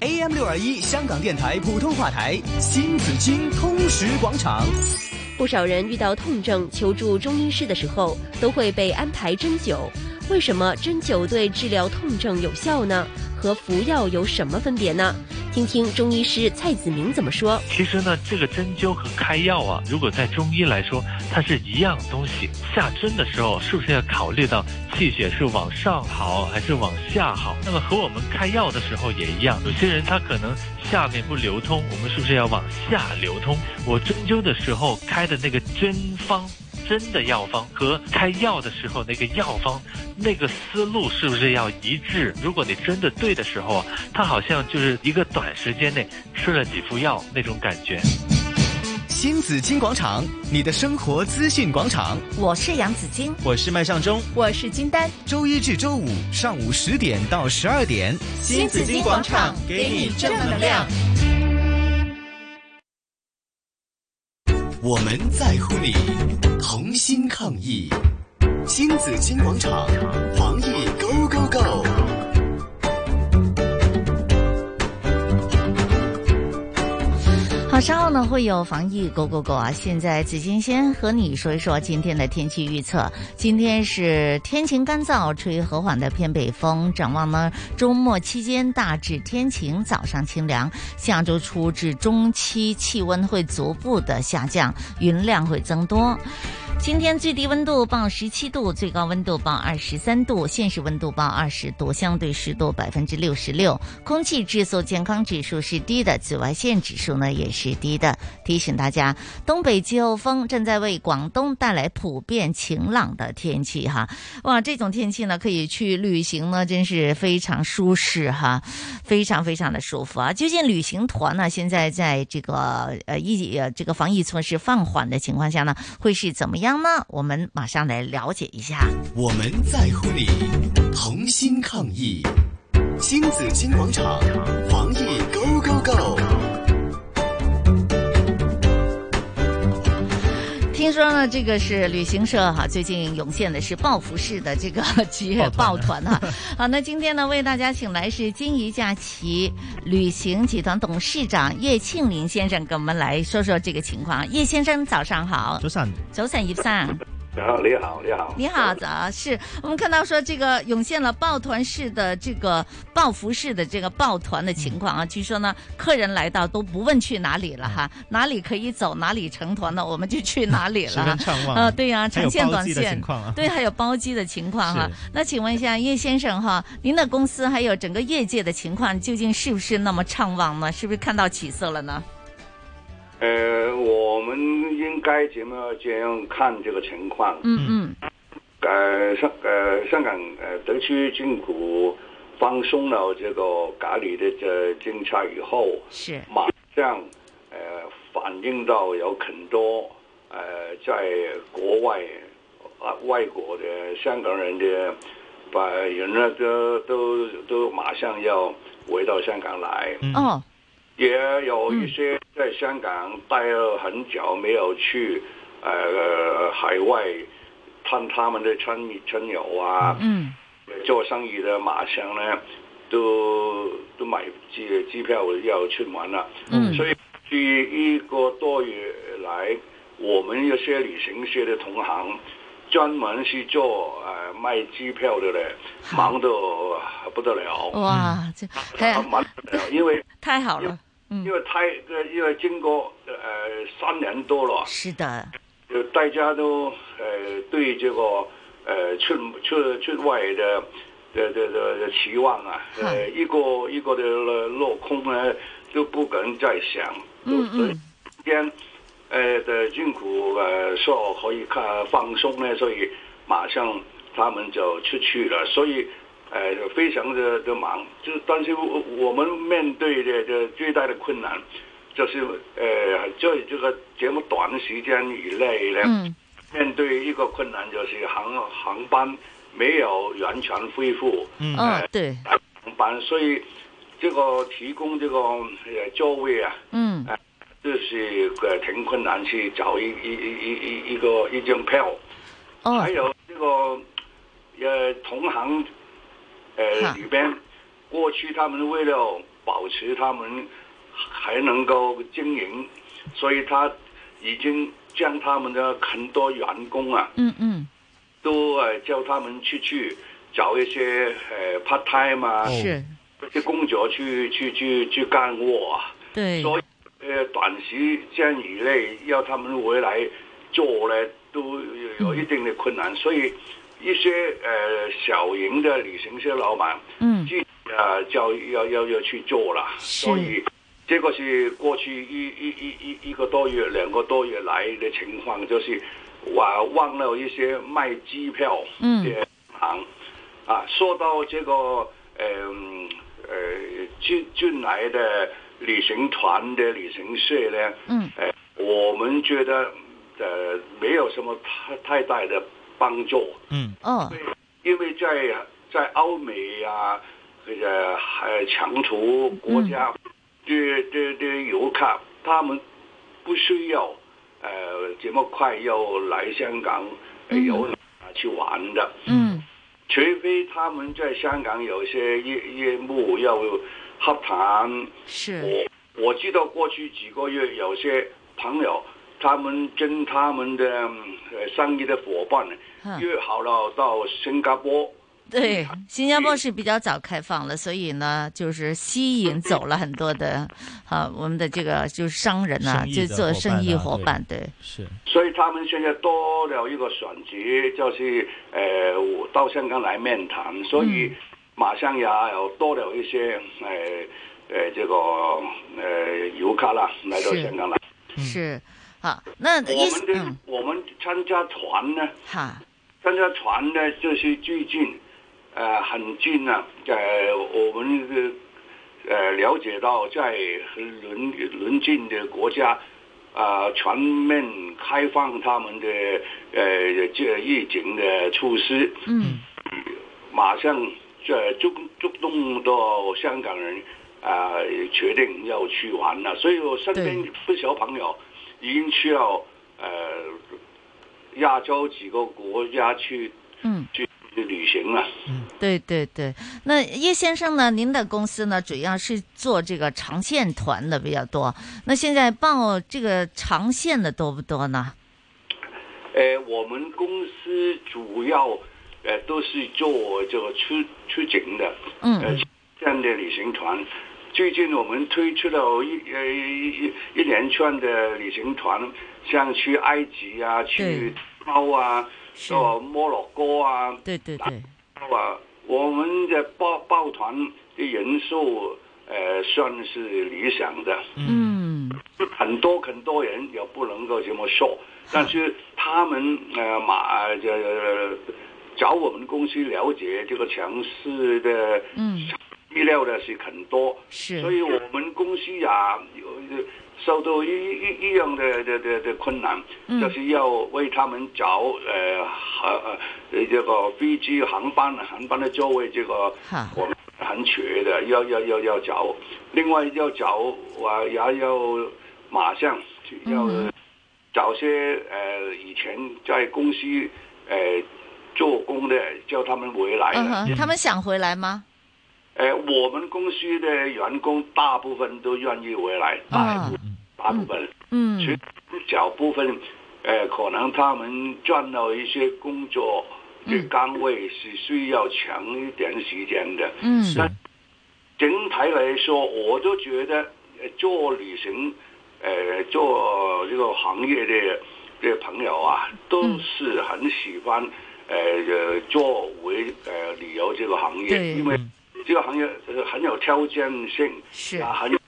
F: AM 六二一香港电台普通话台新紫金通识广场。
L: 不少人遇到痛症求助中医师的时候，都会被安排针灸。为什么针灸对治疗痛症有效呢？和服药有什么分别呢？听听中医师蔡子明怎么说。
P: 其实呢，这个针灸和开药啊，如果在中医来说，它是一样东西。下针的时候，是不是要考虑到气血是往上好还是往下好？那么和我们开药的时候也一样，有些人他可能下面不流通，我们是不是要往下流通？我针灸的时候开的那个针方。真的药方和开药的时候那个药方那个思路是不是要一致？如果你真的对的时候啊，他好像就是一个短时间内吃了几副药那种感觉。
F: 新紫金广场，你的生活资讯广场。
Q: 我是杨紫金，
C: 我是麦尚中，
Q: 我是金丹。
F: 周一至周五上午十点到十二点，
R: 新紫金广场给你正能量。
F: 我们在乎你，同心抗疫。新紫金广场，防疫 Go Go Go。
B: 好，稍后呢会有防疫 Go Go Go 啊！现在紫金先和你说一说今天的天气预测。今天是天晴干燥，吹和缓的偏北风。展望呢，周末期间大致天晴，早上清凉。下周初至中期气温会逐步的下降，云量会增多。今天最低温度报十七度，最高温度报二十三度，现实温度报二十度，相对湿度百分之六十六，空气质素健康指数是低的，紫外线指数呢也是低的。提醒大家，东北季候风正在为广东带来普遍晴朗的天气哈，哇，这种天气呢可以去旅行呢，真是非常舒适哈，非常非常的舒服啊。究竟旅行团呢现在在这个呃疫呃这个防疫措施放缓的情况下呢，会是怎么样？呢，我们马上来了解一下。
F: 我们在乎你，同心抗疫。新紫金广场，防疫 Go Go Go。
B: 听说呢，这个是旅行社哈、啊，最近涌现的是报复式的这个 [LAUGHS] 企业抱团 [LAUGHS] 哈、啊。好，那今天呢，为大家请来是金怡假期旅行集团董事长叶庆林先生，跟我们来说说这个情况。叶先生，早上好。
C: 早上。
B: 早上，叶生。
S: 好，你好，你好，
B: 你好，早是我们看到说这个涌现了抱团式的这个报复式的这个抱团的情况啊，嗯、据嗯说呢，客人来到都不问去哪里了哈，哪里可以走，哪里成团呢，我们就去哪里 [LAUGHS] 了。
C: 啊、
B: 呃，对呀、啊，长线、短
C: 线，
B: 啊、对，还有包机的情况哈。那请问一下叶先生哈，您的公司还有整个业界的情况究竟是不是那么畅旺呢？是不是看到起色了呢？
S: 呃，我们应该怎么这样看这个情况？
B: 嗯嗯。
S: 呃，香呃香港呃特区政府放松了这个隔离的这政策以后，
B: 是
S: 马上呃反映到有很多呃在国外啊、呃、外国的香港人的把人呢都都都马上要回到香港来。
B: 嗯、哦。
S: 也有一
B: 嗯
S: 些在香港待了很久没有去，呃，海外看他们的亲亲友啊，
B: 嗯，
S: 做生意的马上呢，都都买机机票要去玩了，
B: 嗯，
S: 所以这一个多月来，我们一些旅行社的同行，专门是做呃卖机票的嘞，忙得不得了，
B: 哇，这太、
S: 啊、忙不得了，因为
B: 太好了。
S: 因为太因为经过呃三年多了，
B: 是的，
S: 就大家都呃对这个呃出出出外的的的的期望啊，呃一个一个的落空呢就不敢再想，
B: 嗯嗯，
S: 间呃的政府呃说可以看放松呢，所以马上他们就出去了，所以。呃，非常的的忙，就但是我们面对的这最大的困难，就是呃，在这个节目短时间以内呢，
B: 嗯、
S: 面对一个困难就是航航班没有完全恢复，
B: 嗯、呃，对，
S: 航班，所以这个提供这个呃座位啊，
B: 嗯、
S: 呃，就是呃挺困难去找一一一一一个一张票，
B: 哦，
S: 还有这个呃同行。呃，里边过去他们为了保持他们还能够经营，所以他已经将他们的很多员工啊，
B: 嗯嗯，
S: 都呃叫他们去去找一些呃 part time
C: 哦
S: 啊，
B: 是，
S: 些工作去去去去干活啊，
B: 对，
S: 所以呃短时间以内要他们回来做呢，都有一定的困难，嗯、所以。一些呃小型的旅行社老板，
B: 嗯，
S: 自呃就要要要去做了，所以这个是过去一一一一一个多月、两个多月来的情况，就是我忘了一些卖机票
B: 嗯
S: 的行啊。说到这个呃呃进进来的旅行团的旅行社呢，
B: 嗯
S: 呃，我们觉得呃没有什么太太大的帮助。
C: 嗯
B: 哦，
S: 因为在在欧美啊，这个呃强途国家的的的游客，他们不需要呃这么快要来香港呃游览啊去玩的，
B: 嗯
S: 除非他们在香港有一些业业务要洽谈。
B: 是，
S: 我我知道过去几个月有些朋友，他们跟他们的呃生意的伙伴
B: 嗯
S: 约好了到新加坡。
B: 对，新加坡是比较早开放了，所以呢，就是吸引走了很多的， [LAUGHS] 啊，我们的这个就是商人啊，
S: 生意
B: 就
S: 的
B: 做生意伙伴，对，
C: 是，
S: 所以他们现在多了一个选择，就是呃我到香港来面谈，所以马上也有多了一些呃呃这个呃游客啦来到
B: 是
S: 香港来。
B: 是，好，那
S: 我
B: 意
S: 们
B: 思，
S: 的、
B: 嗯，
S: 我们参加团呢，
B: 哈，
S: 参加团呢就是最近呃很近啊，呃我们的呃了解到在邻邻近的国家。啊、全面开放他们的呃这疫情的措施，
B: 嗯，
S: 马上呃这触触动到香港人啊、决定要去玩了，所以我身边不少朋友已经去到呃亚洲几个国家去
B: 嗯。
S: 去旅行了。
B: 对对对，那叶先生呢？您的公司呢，主要是做这个长线团的比较多。那现在报这个长线的多不多呢？
S: 呃，我们公司主要呃都是做这个出出境的，
B: 嗯
S: 呃，这样的旅行团。最近我们推出了一呃一一一连串的旅行团，像去埃及啊，去欧啊，到摩洛哥啊，
B: 对对对，
S: 啊，我们的报报团的人数呃算是理想的，
B: 嗯，
S: 很多很多人也不能够这么说，但是他们呃马呃找我们公司了解这个城市的
B: 嗯，
S: 医疗的是很多，
B: 是
S: 所以我们公司呀、有受到一一一样的的的的困难，
B: 嗯
S: 就是要为他们找呃航呃这个飞机航班航班的座位，这个
B: 哈
S: 我们很缺的，要要要要找，另外要找啊也要马上去要
B: 嗯
S: 找些呃以前在公司呃做工的，叫他们回来
B: 嗯
S: 了。
B: 哼，他们想回来吗？
S: 呃，我们公司的员工大部分都愿意回来，
B: 啊，
S: 大部分，
B: 嗯
S: 其小部分，呃，可能他们转到一些工作的岗位是需要长一点时间的。
B: 嗯
S: 但整体来说，我都觉得呃做旅行，呃，做这个行业的的朋友啊，都
B: 嗯
S: 是很喜欢，呃，呃作为呃旅游这个行
B: 对
S: 业，因为这个行业呃很有挑战性，
B: 是
S: 啊，很有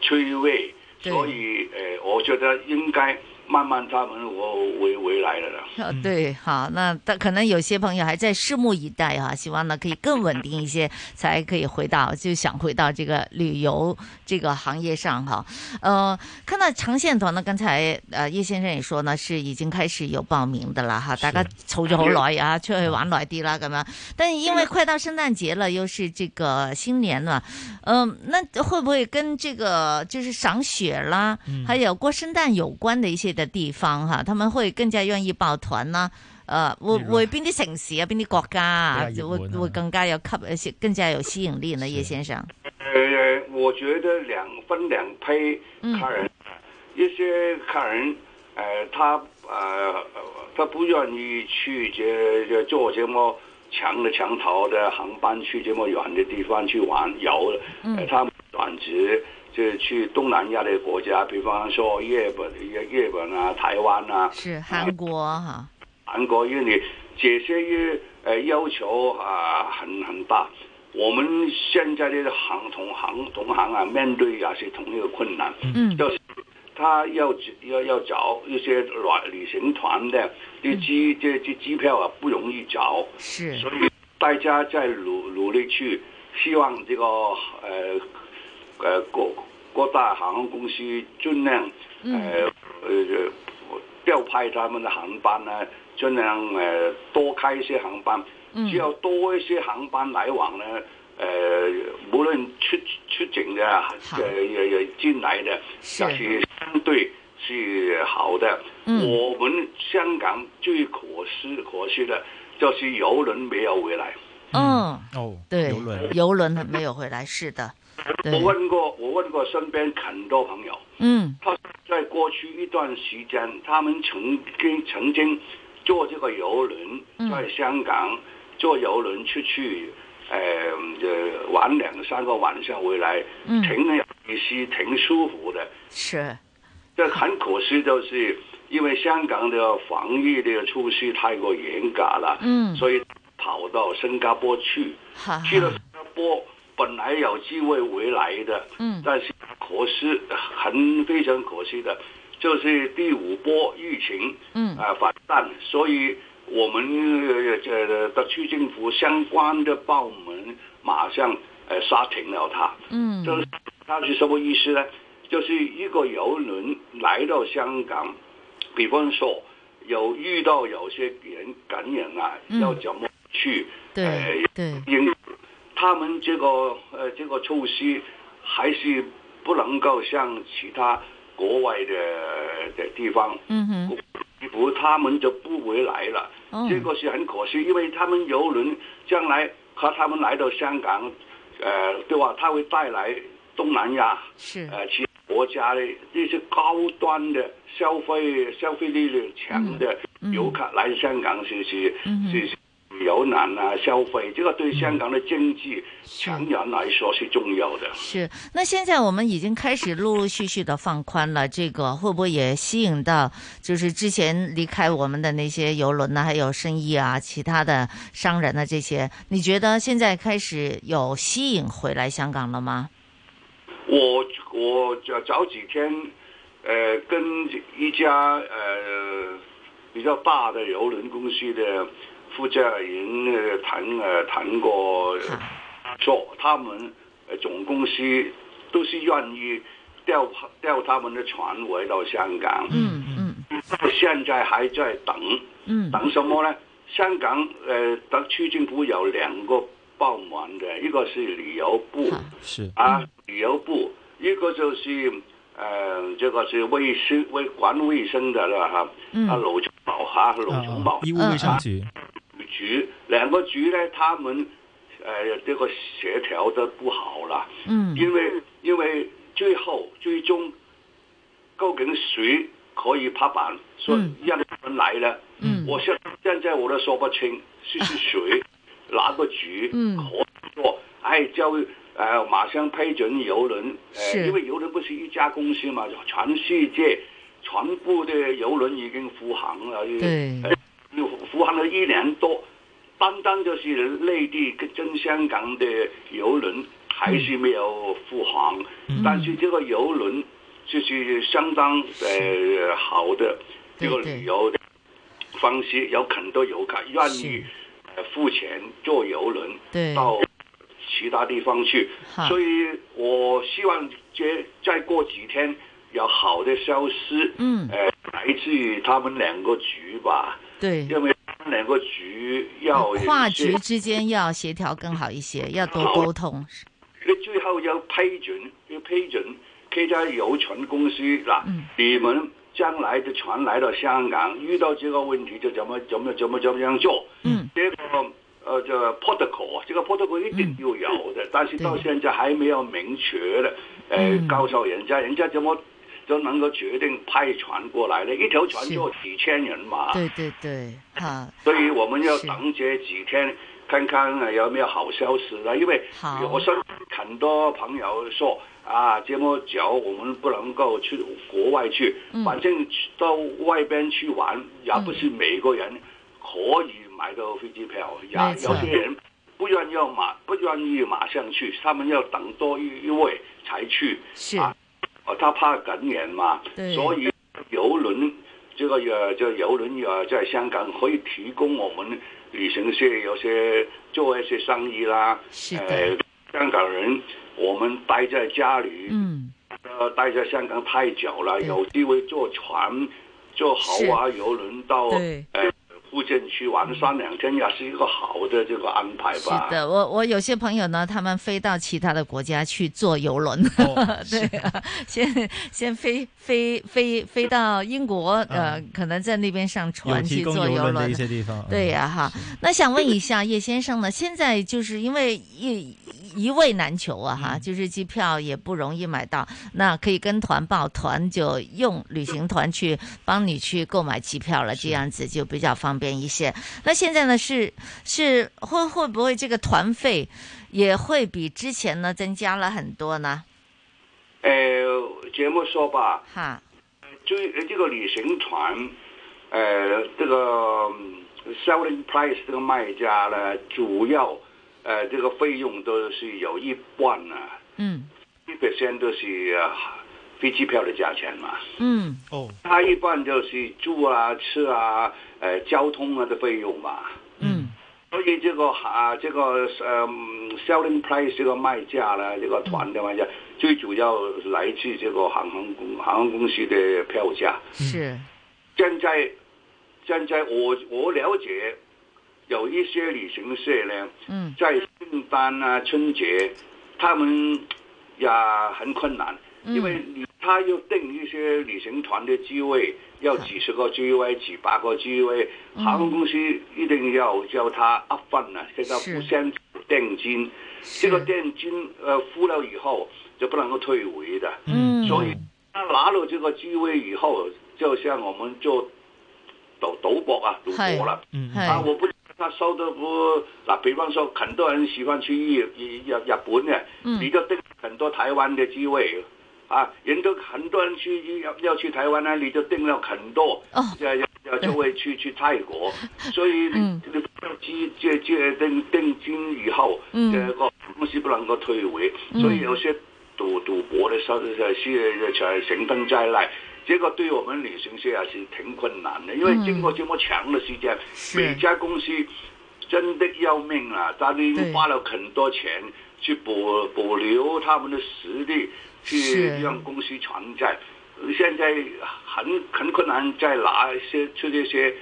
S: 趣味，
B: 对
S: 所以呃，我觉得应该慢慢他们我回回来了啦。
B: 啊，对，好，那但可能有些朋友还在拭目以待哈、希望呢可以更稳定一些，才可以回到就想回到这个旅游这个行业上哈、呃，看到长线团呢，刚才呃叶先生也说呢，是已经开始有报名的啦哈，大家儲咗好耐啊，出去玩耐啲啦咁樣。但因為快到聖誕節了，又是這個新年了，嗯、那會不會跟這個就是賞雪啦，還有過聖誕有關的一些的地方哈、他們會更加願意抱團啦。呃，會會邊啲城市啊，邊啲國家啊，
S: 比較熱
B: 會
S: 門啊
B: 會更加有吸，更加有吸引力呢？葉先生，
S: 呃，我觉得两分两批客人，
B: 嗯
S: 一些客人，呃，他呃，他不愿意去这这坐这么长的长途的航班去这么远的地方去玩游，呃
H: 嗯
S: 他们转职就去东南亚的国家，比方说日本、日日本啊、台湾啊，
B: 是韓國哈、
S: 韩国因为这些月呃要求啊很很大，我们啊现在的航同行同行啊面对也是同一个困难，
B: 嗯
S: 就是他要要要找一些旅旅行团
B: 嗯
S: 的，这机这这机票啊不容易找，
B: 是，
S: 所以大家在努努力去，希望这个呃呃各各大航空公司尽量
B: 嗯
S: 呃呃调派他们的航班呢，尽量呃多开一些航班，
B: 嗯
S: 只要多一些航班来往呢。呃，無論出出境嘅，呃，也也進來的，那是相對是好的。
B: 嗯
S: 我們香港最可惜可惜的，就是遊輪沒有回來。
B: 嗯，
C: 哦，
B: 对，
S: 邮轮
B: 游轮没有回来，是的，
S: 我
B: 对，
S: 問過，我問過身邊很多朋友，
B: 嗯
S: 他在過去一段時間，他們曾經曾經坐這個遊輪
B: 嗯
S: 在香港坐遊輪出去，呃呃玩兩三個晚上回來，
B: 嗯
S: 挺有意思，挺舒服的。
B: 是，
S: 但很可惜，就是因為香港的防疫的措施太過嚴格了，
B: 嗯
S: 所以跑到新加坡去，
B: 哈
S: 去了
B: 哈
S: 新，加坡本來有機會回來的，
B: 嗯
S: 但是可惜很非常可惜的，就是第五波疫情
B: 嗯
S: 啊、反弹，所以我們呃呃特區政府相關的部門馬上呃剎停了它。
B: 嗯
S: 就是它是什麼意思呢？就是一個郵輪來到香港，比方說有遇到有些人感染啊，
B: 嗯
S: 要怎麼去？
B: 对对，
S: 因他們這個呃這個措施還是不能夠像其他國外的的地方，
B: 嗯哼，
S: 政府他們就不回來了。
B: 哦
S: 這個是很可惜，因為他們郵輪將來和他們來到香港，呃，對吧？它會帶來東南亞
B: 是，
S: 呃其他國家的這些高端的消費消費力量強的
B: 嗯嗯
S: 遊客來香港是是
B: 嗯
S: 是是有難啊消費，這個對香港的經濟長遠來說是重要的。
B: 是，那现在我们已经开始陆陆续续的放宽了，这个会不会也吸引到就是之前离开我们的那些游轮呢、还有生意啊，其他的商人啊这些？你觉得现在开始有吸引回来香港了吗？
S: 我我早早幾天，呃，跟一家呃比較大的郵輪公司的負責人呃談呃談過，說他們呃總公司都是願意調調他們的船回到香港。
B: 嗯嗯。
S: 現在還在等。
B: 嗯
S: 等什麼呢？香港呃特區政府有兩個部門嘅，一個是旅遊部。
C: 是
S: 啊，旅游部一个就是呃，这个是卫生卫管卫生的了哈，
C: 嗯
S: 啊，卢总茂哈，卢总茂，啊
C: 医务啊卫
B: 嗯
C: 生局，
S: 局两个局呢，他们呃这个协调的不好了，
B: 嗯
S: 因为因为最后最终究竟谁可以拍板，所以一人来呢，
B: 嗯，
S: 我现现在我都说不清是是
B: [LAUGHS]
S: 谁哪个局，
B: 嗯
S: 可说哎就呃马上批准邮轮，呃
B: 是
S: 因为邮轮不是一家公司嘛，全世界全部的邮轮已經復航了，
B: 对
S: 呃復航了一年多，單單就是內地跟香港的郵輪還是沒有復航，但是這個郵輪就是相當呃好的一個旅遊的方式，有很多遊客願意呃付錢坐郵輪
B: 對
S: 到其他地方去
B: 好，
S: 所以我希望這再過幾天有好的消息，
B: 嗯
S: 呃，來自於他們兩個局吧，
B: 对，
S: 因為他們兩個局要有一些
B: 跨局之间要协调更好一些，要多沟通。
S: 你最後有批准，要批准其他有船公司嗱，
B: 嗯
S: 你們將來的船來到香港，遇到這個問題就怎麼怎麼怎麼怎麼樣做？
B: 嗯，
S: 這個呃就 protocol，這個 protocol 一定要有的，但是到現在還沒有明確的，呃，
B: 嗯
S: 告訴人家，人家怎麼就能夠決定派船過來呢？一條船
B: 是
S: 就幾千人嘛。
B: 对对对，哈，
S: 所以我们要等这几天，看看呃有没有好消息了。因为
B: 好
S: 我身边很多朋友说啊，这么久我们不能够去国外去，
B: 嗯
S: 反正到外边去玩，也不是每个人可以买到飞机票，
B: 嗯没
S: 也
B: 错
S: 有些人。不愿意要马，不愿意马上去，他们要等多一一位才去。
B: 是
S: 啊，呃，他怕感染嘛，
B: 对
S: 所以游轮这个呃，这个游轮呃，在香港可以提供我们旅行社有些做一些生意啦。
B: 是的
S: 呃，香港人我们待在家里，
B: 嗯，
S: 呃，待在香港太久了，有机会坐船、坐豪华游轮到
B: 对
S: 呃附近去玩三两天，也是一个好的这个安排
B: 是
S: 吧。
B: 的，我我有些朋友呢，他们飞到其他的国家去坐游轮，
C: 哦
B: [LAUGHS] 对、啊，先先飞飞飞飞到英国，呃，可能在那边
C: 嗯
B: 上
C: 有
B: 船
C: 提
B: 去
C: 供
B: 坐
C: 游
B: 游
C: 轮的一些地方，嗯
B: 对呀、哈，那想问一
C: [LAUGHS]
B: 下叶先生呢？现在就是因为一一位难求啊
C: 嗯
B: 哈，就是机票也不容易买到，那可以跟团报团就用旅行团去帮你去购买机票了，这样子就比较方便一些。那现在呢是是会会不会这个团费也会比之前呢增加了很多呢？
S: 呃，这么说吧，
B: 哈，
S: 就呃这个旅行团，呃，这个嗯 selling price 这个卖家呢，主要呃这个费用都是有一半呢、啊，
B: 嗯
S: 一 percent 都是、呃飞机票的价钱嘛。
B: 嗯
C: 哦，
S: 他一般就是住啊、吃啊、呃交通啊的费用嘛。
B: 嗯。
S: 所以这个啊，这个呃、selling price 这个卖价呢，这个团的卖价，最主要来自这个航空公航空公司的票价。
B: 是
S: 现在现在我我了解，有一些旅行社呢，
B: 嗯
S: 在圣诞啊、春节，他们也很困难，
B: 嗯
S: 因为你他要订一些旅行团的机位，要几十个机位、几百个机位，
B: 嗯
S: 航空公司一定要叫他 up 分啊，叫他付先定金，这个定金呃付了以后就不能够退回的，
B: 嗯，
S: 所以他拿了这个机位以后，就像我们做赌赌博啊，赌博了。
C: 嗯
S: 啊，我不知道他收得不嗱，比方說很多人喜歡去日日日日本嘅，
B: 嗯
S: 你就訂很多台灣嘅機位啊，人都很多人去要要去台灣呢，你就訂了很多，就就就會去去泰國，所以你、你知即即訂訂金以後，
B: 嗯
S: 嘅個公司不能夠退回，
B: 嗯
S: 所以有些賭賭博的收是才成本在內。這個對我們旅行社也是挺困難的，因為
B: 嗯
S: 經過這麼長的時間，
B: 是
S: 每家公司真的要命啊！他们
B: 对
S: 花了很多钱去保保留他们的实力，
B: 是
S: 去让公司存在。呃现在很很困难，再拿一些出这些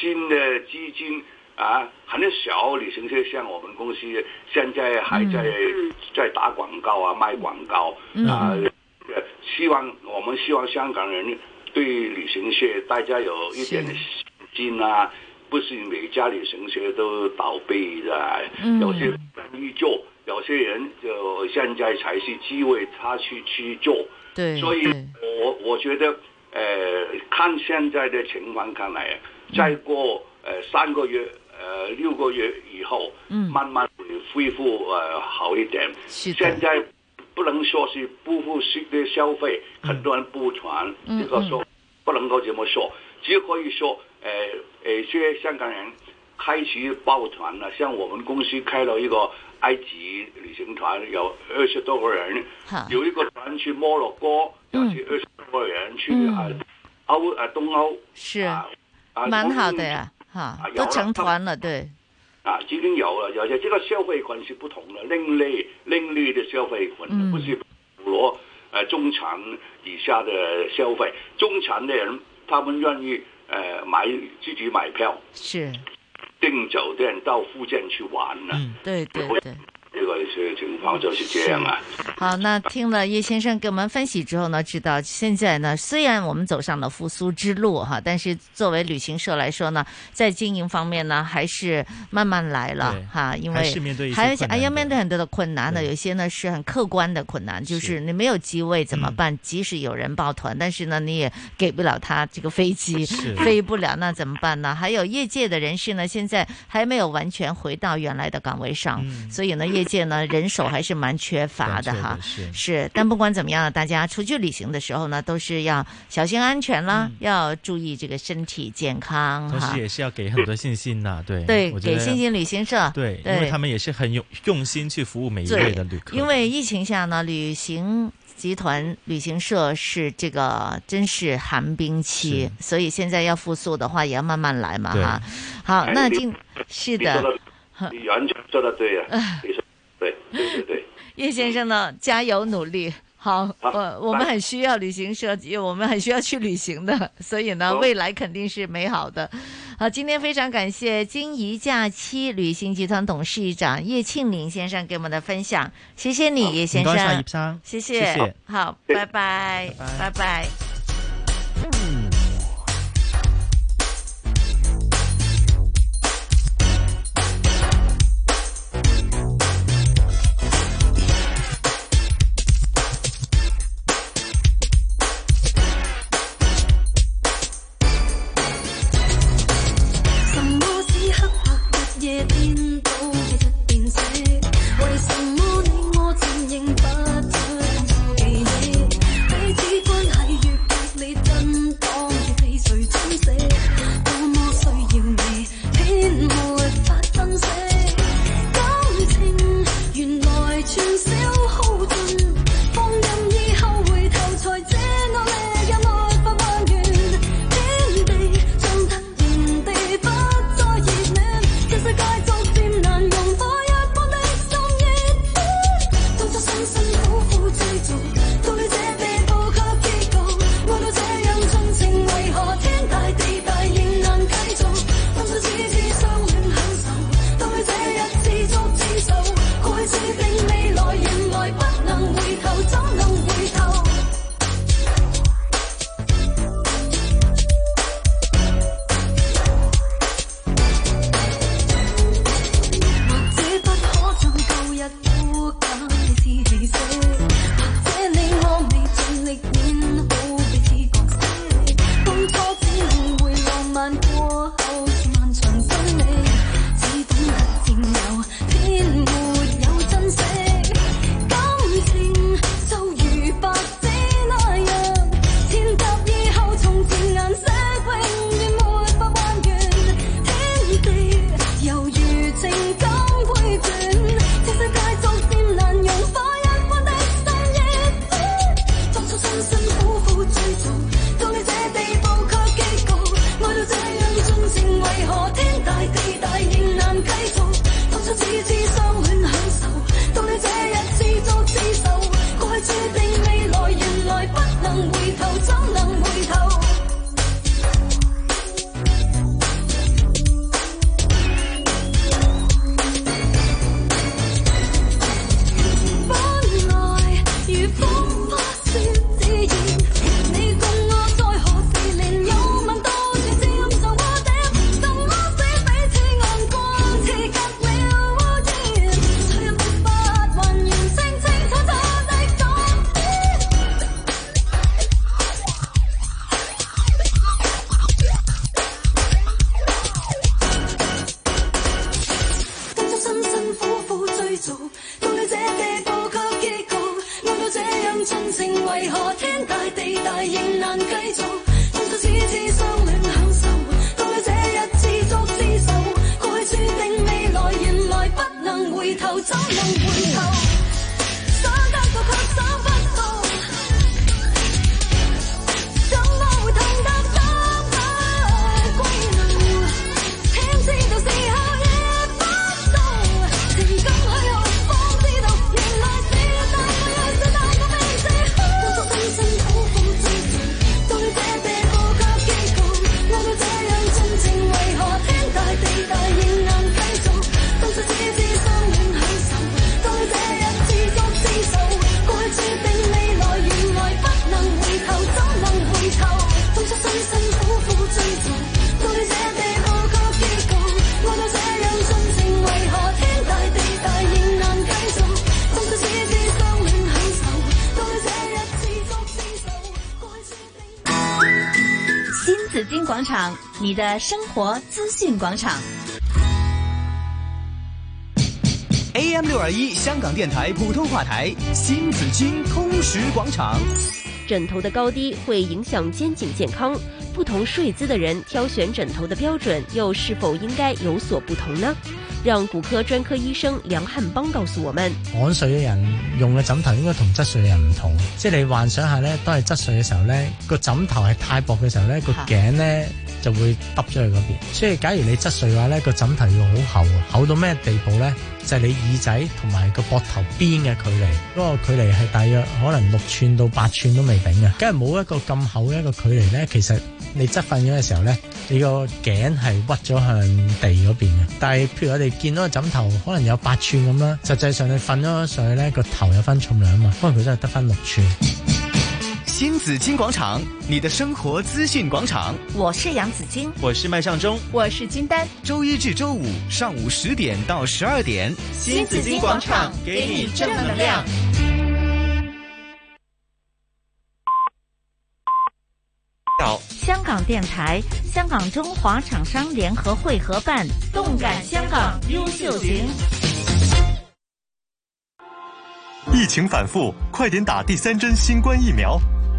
S: 新的基金啊，很小旅行社像我们公司现在还在、在打广告啊，卖广告、
B: 嗯
S: 啊。呃希望我们希望香港人对旅行社大家有一点信心啊，不是每家旅行社都倒闭的，
B: 嗯
S: 有些愿意做，有些人就现在才是机会，他去去做。
B: 对，
S: 所以
B: 对
S: 我我觉得，呃，看现在的情况看来，啊再过呃三个月、呃六个月以后，
B: 嗯
S: 慢慢会恢复呃好一点。
B: 是的
S: 现在不能说是不付息的消费，很多人不传，
B: 嗯
S: 这个说不能够这么说，只可以说，呃呃，这些香港人开始抱团了，像我们公司开了一个埃及旅行团，有二十多个人。
B: 哈，
S: 有一個人去摩洛哥，有去二十個人去
B: 嗯
S: 啊歐啊東歐
B: 是
S: 啊，
B: 蛮好
S: 東
B: 的
S: 歐
B: 呀，哈
S: 啊，有
B: 都
S: 了
B: 成团了，对。
S: 啊，已經有了，而且這個消費群是不同的，另類另類的消費群，
B: 嗯
S: 不是普羅呃中產以下的消費，中產的人他們願意呃買自己買票，
B: 是
S: 訂酒店到附近去玩啊呢、
B: 嗯对对对。
S: 這個是情況就是這樣啊。
B: 好，那听了叶先生给我们分析之后呢，知道现在呢，虽然我们走上了复苏之路哈，但是作为旅行社来说呢，在经营方面呢，还是慢慢来了
C: 对
B: 哈，因为
C: 还是面对一些
B: 还有
C: 困难
B: 哎要
C: 的
B: 面对很多的困难的，有些呢是很客观的困难，就是你没有机位怎
C: 嗯
B: 么办？即使有人抱团，但是呢你也给不了他这个飞机
C: 是，
B: 飞不了，那怎么办呢？还有业界的人士呢，现在还
C: 嗯
B: 没有完全回到原来的岗位上，所以呢，业界呢人手还是蛮缺乏的
C: 蛮缺
B: 哈。
C: 是
B: 是，但不管怎么样，大家出去旅行的时候呢，都是要小心安全啦，要注意这个身体健康
C: 同
B: 嗯哈
C: 时。也嗯是要给很多信心
B: [LAUGHS]
C: 呐、对
B: 对，
C: 我觉
B: 给
C: 得
B: 星星旅行社，
C: 对，因为
B: 对
C: 他们也是很用用心去服务每一
B: 对
C: 位的旅客，
B: 因为疫情下呢，旅行集团、旅行社是这个真是寒冰期，所以现在要复苏的话，也要慢慢来嘛
S: 对
B: 哈。好，
S: 哎
B: 那
S: 你
B: 今是
S: 你
B: 的啊
S: 说，的，你完全说的对呀、你说对对对对，
B: 叶先生呢，加油努力。好，我我们很需要旅行社，我们很需要去旅行的，所以呢，
Q: 好
B: 未来肯定是美好的。好，今天非常感谢金怡假期旅行集团董事长叶庆林先生给我们的分享，谢谢你，啊叶先
C: 唔该晒
B: 生
C: 叶，生
B: 谢
C: 谢谢
B: 好，拜拜，拜拜。
Q: 什麼使黑白日夜顛倒，其實變色？為什麼你我漸認不出記憶？彼此關係越熱烈震盪，越被誰珍惜？多麼需要你，偏沒法珍惜。感情原來全消耗盡，放任以後回頭才知我力也無法還原。天地像突然地不再熱戀，這世界逐漸難容火一般的心熱。當初辛辛苦苦製造，到了這地步卻結局，愛到這樣盡情，為何天大地大仍難繼續？當初只知相戀享受，到了這日自作自受，過去注定未來，原來不能回頭，怎能回頭？或者不可像舊日孤假你是氣息，或者你我未盡力演好彼此角色。當初只誤會浪漫過後是漫長生命，只懂得佔有，偏沒有珍惜。感情就如白紙那樣，天塌以後從前顏色永遠沒法還原。天地猶如情感回轉，這世界逐漸難融化一般的心意。當初辛辛苦苦製造，到了這地步卻結局，愛到這樣盡情，為何天大地大仍難繼續？當初只知相戀享受，到了這日自作自受，過去注定未來，原來不能回頭，怎能回頭？本來如風花雪自然，你共我在何時連擁吻都要沾上污點？怎麼使彼此眼光似隔了污染？誰人沒法還原清清楚楚的講點？當初辛辛苦苦追逐，到了這地步卻結局，愛到這樣盡情，為何天大地大仍難繼續？當初只知相戀享受，到了這日自作自受，過去注定未來，原來不能回頭，怎能回頭？想得到卻想不到，怎麼會痛得不不歸路？天知道時候已不到，情感虛耗方知道，原來是大愛有是大我未知。當初辛辛苦苦製造，到了這地步卻結局，愛到這樣盡情，為何天大地大仍難繼續？當初只知相戀享受，到了這日自作自受，過去注定未來，原來不能回頭，怎能回頭？當初辛辛苦苦製造，到了這地步卻結局，愛到這樣盡情，為何天大地大仍難繼續？當初只知相戀享受，到了這日自作自受，過去注定。
N: 新紫金广场，你的生活资讯广场。
F: AM 六二一香港电台普通话台新紫金通识广场。
L: 枕头的高低会影响肩颈健康，不同睡姿的人挑选枕头的标准又是否应该有所不同呢？让骨科专科医生梁汉邦告诉我们。
T: 安睡嘅人用嘅枕頭應該同質睡嘅人唔同，即係你幻想下咧，當係質睡嘅時候咧，個枕頭係太薄嘅時候咧，個頸咧就會耷咗去嗰邊。所以假如你質睡嘅話咧，個枕頭要好厚啊，厚到咩地步咧？就係、你耳仔同埋個膊頭邊嘅距離，嗰、個距離係大約可能六寸到八寸都未頂嘅，梗係冇一個咁厚嘅一個距離咧，其實。你側瞓咗嘅時候咧，你個頸係屈咗向地嗰邊嘅。但係譬如我哋見到個枕頭可能有八寸咁啦，實際上你瞓咗上去咧，個頭有分重量啊嘛，可能佢真係得翻六寸。
F: 新紫金广场，你的生活资讯广场。
U: 我是杨子晶，
C: 我是麦尚中，
U: 我是金丹。
F: 周一至周五上午十点到十二点，
R: 新紫金广场给你正能量。
U: 香港电台、香港中华厂商联合会合办《动感香港优秀行》。
V: 疫情反复，快点打第三针新冠疫苗。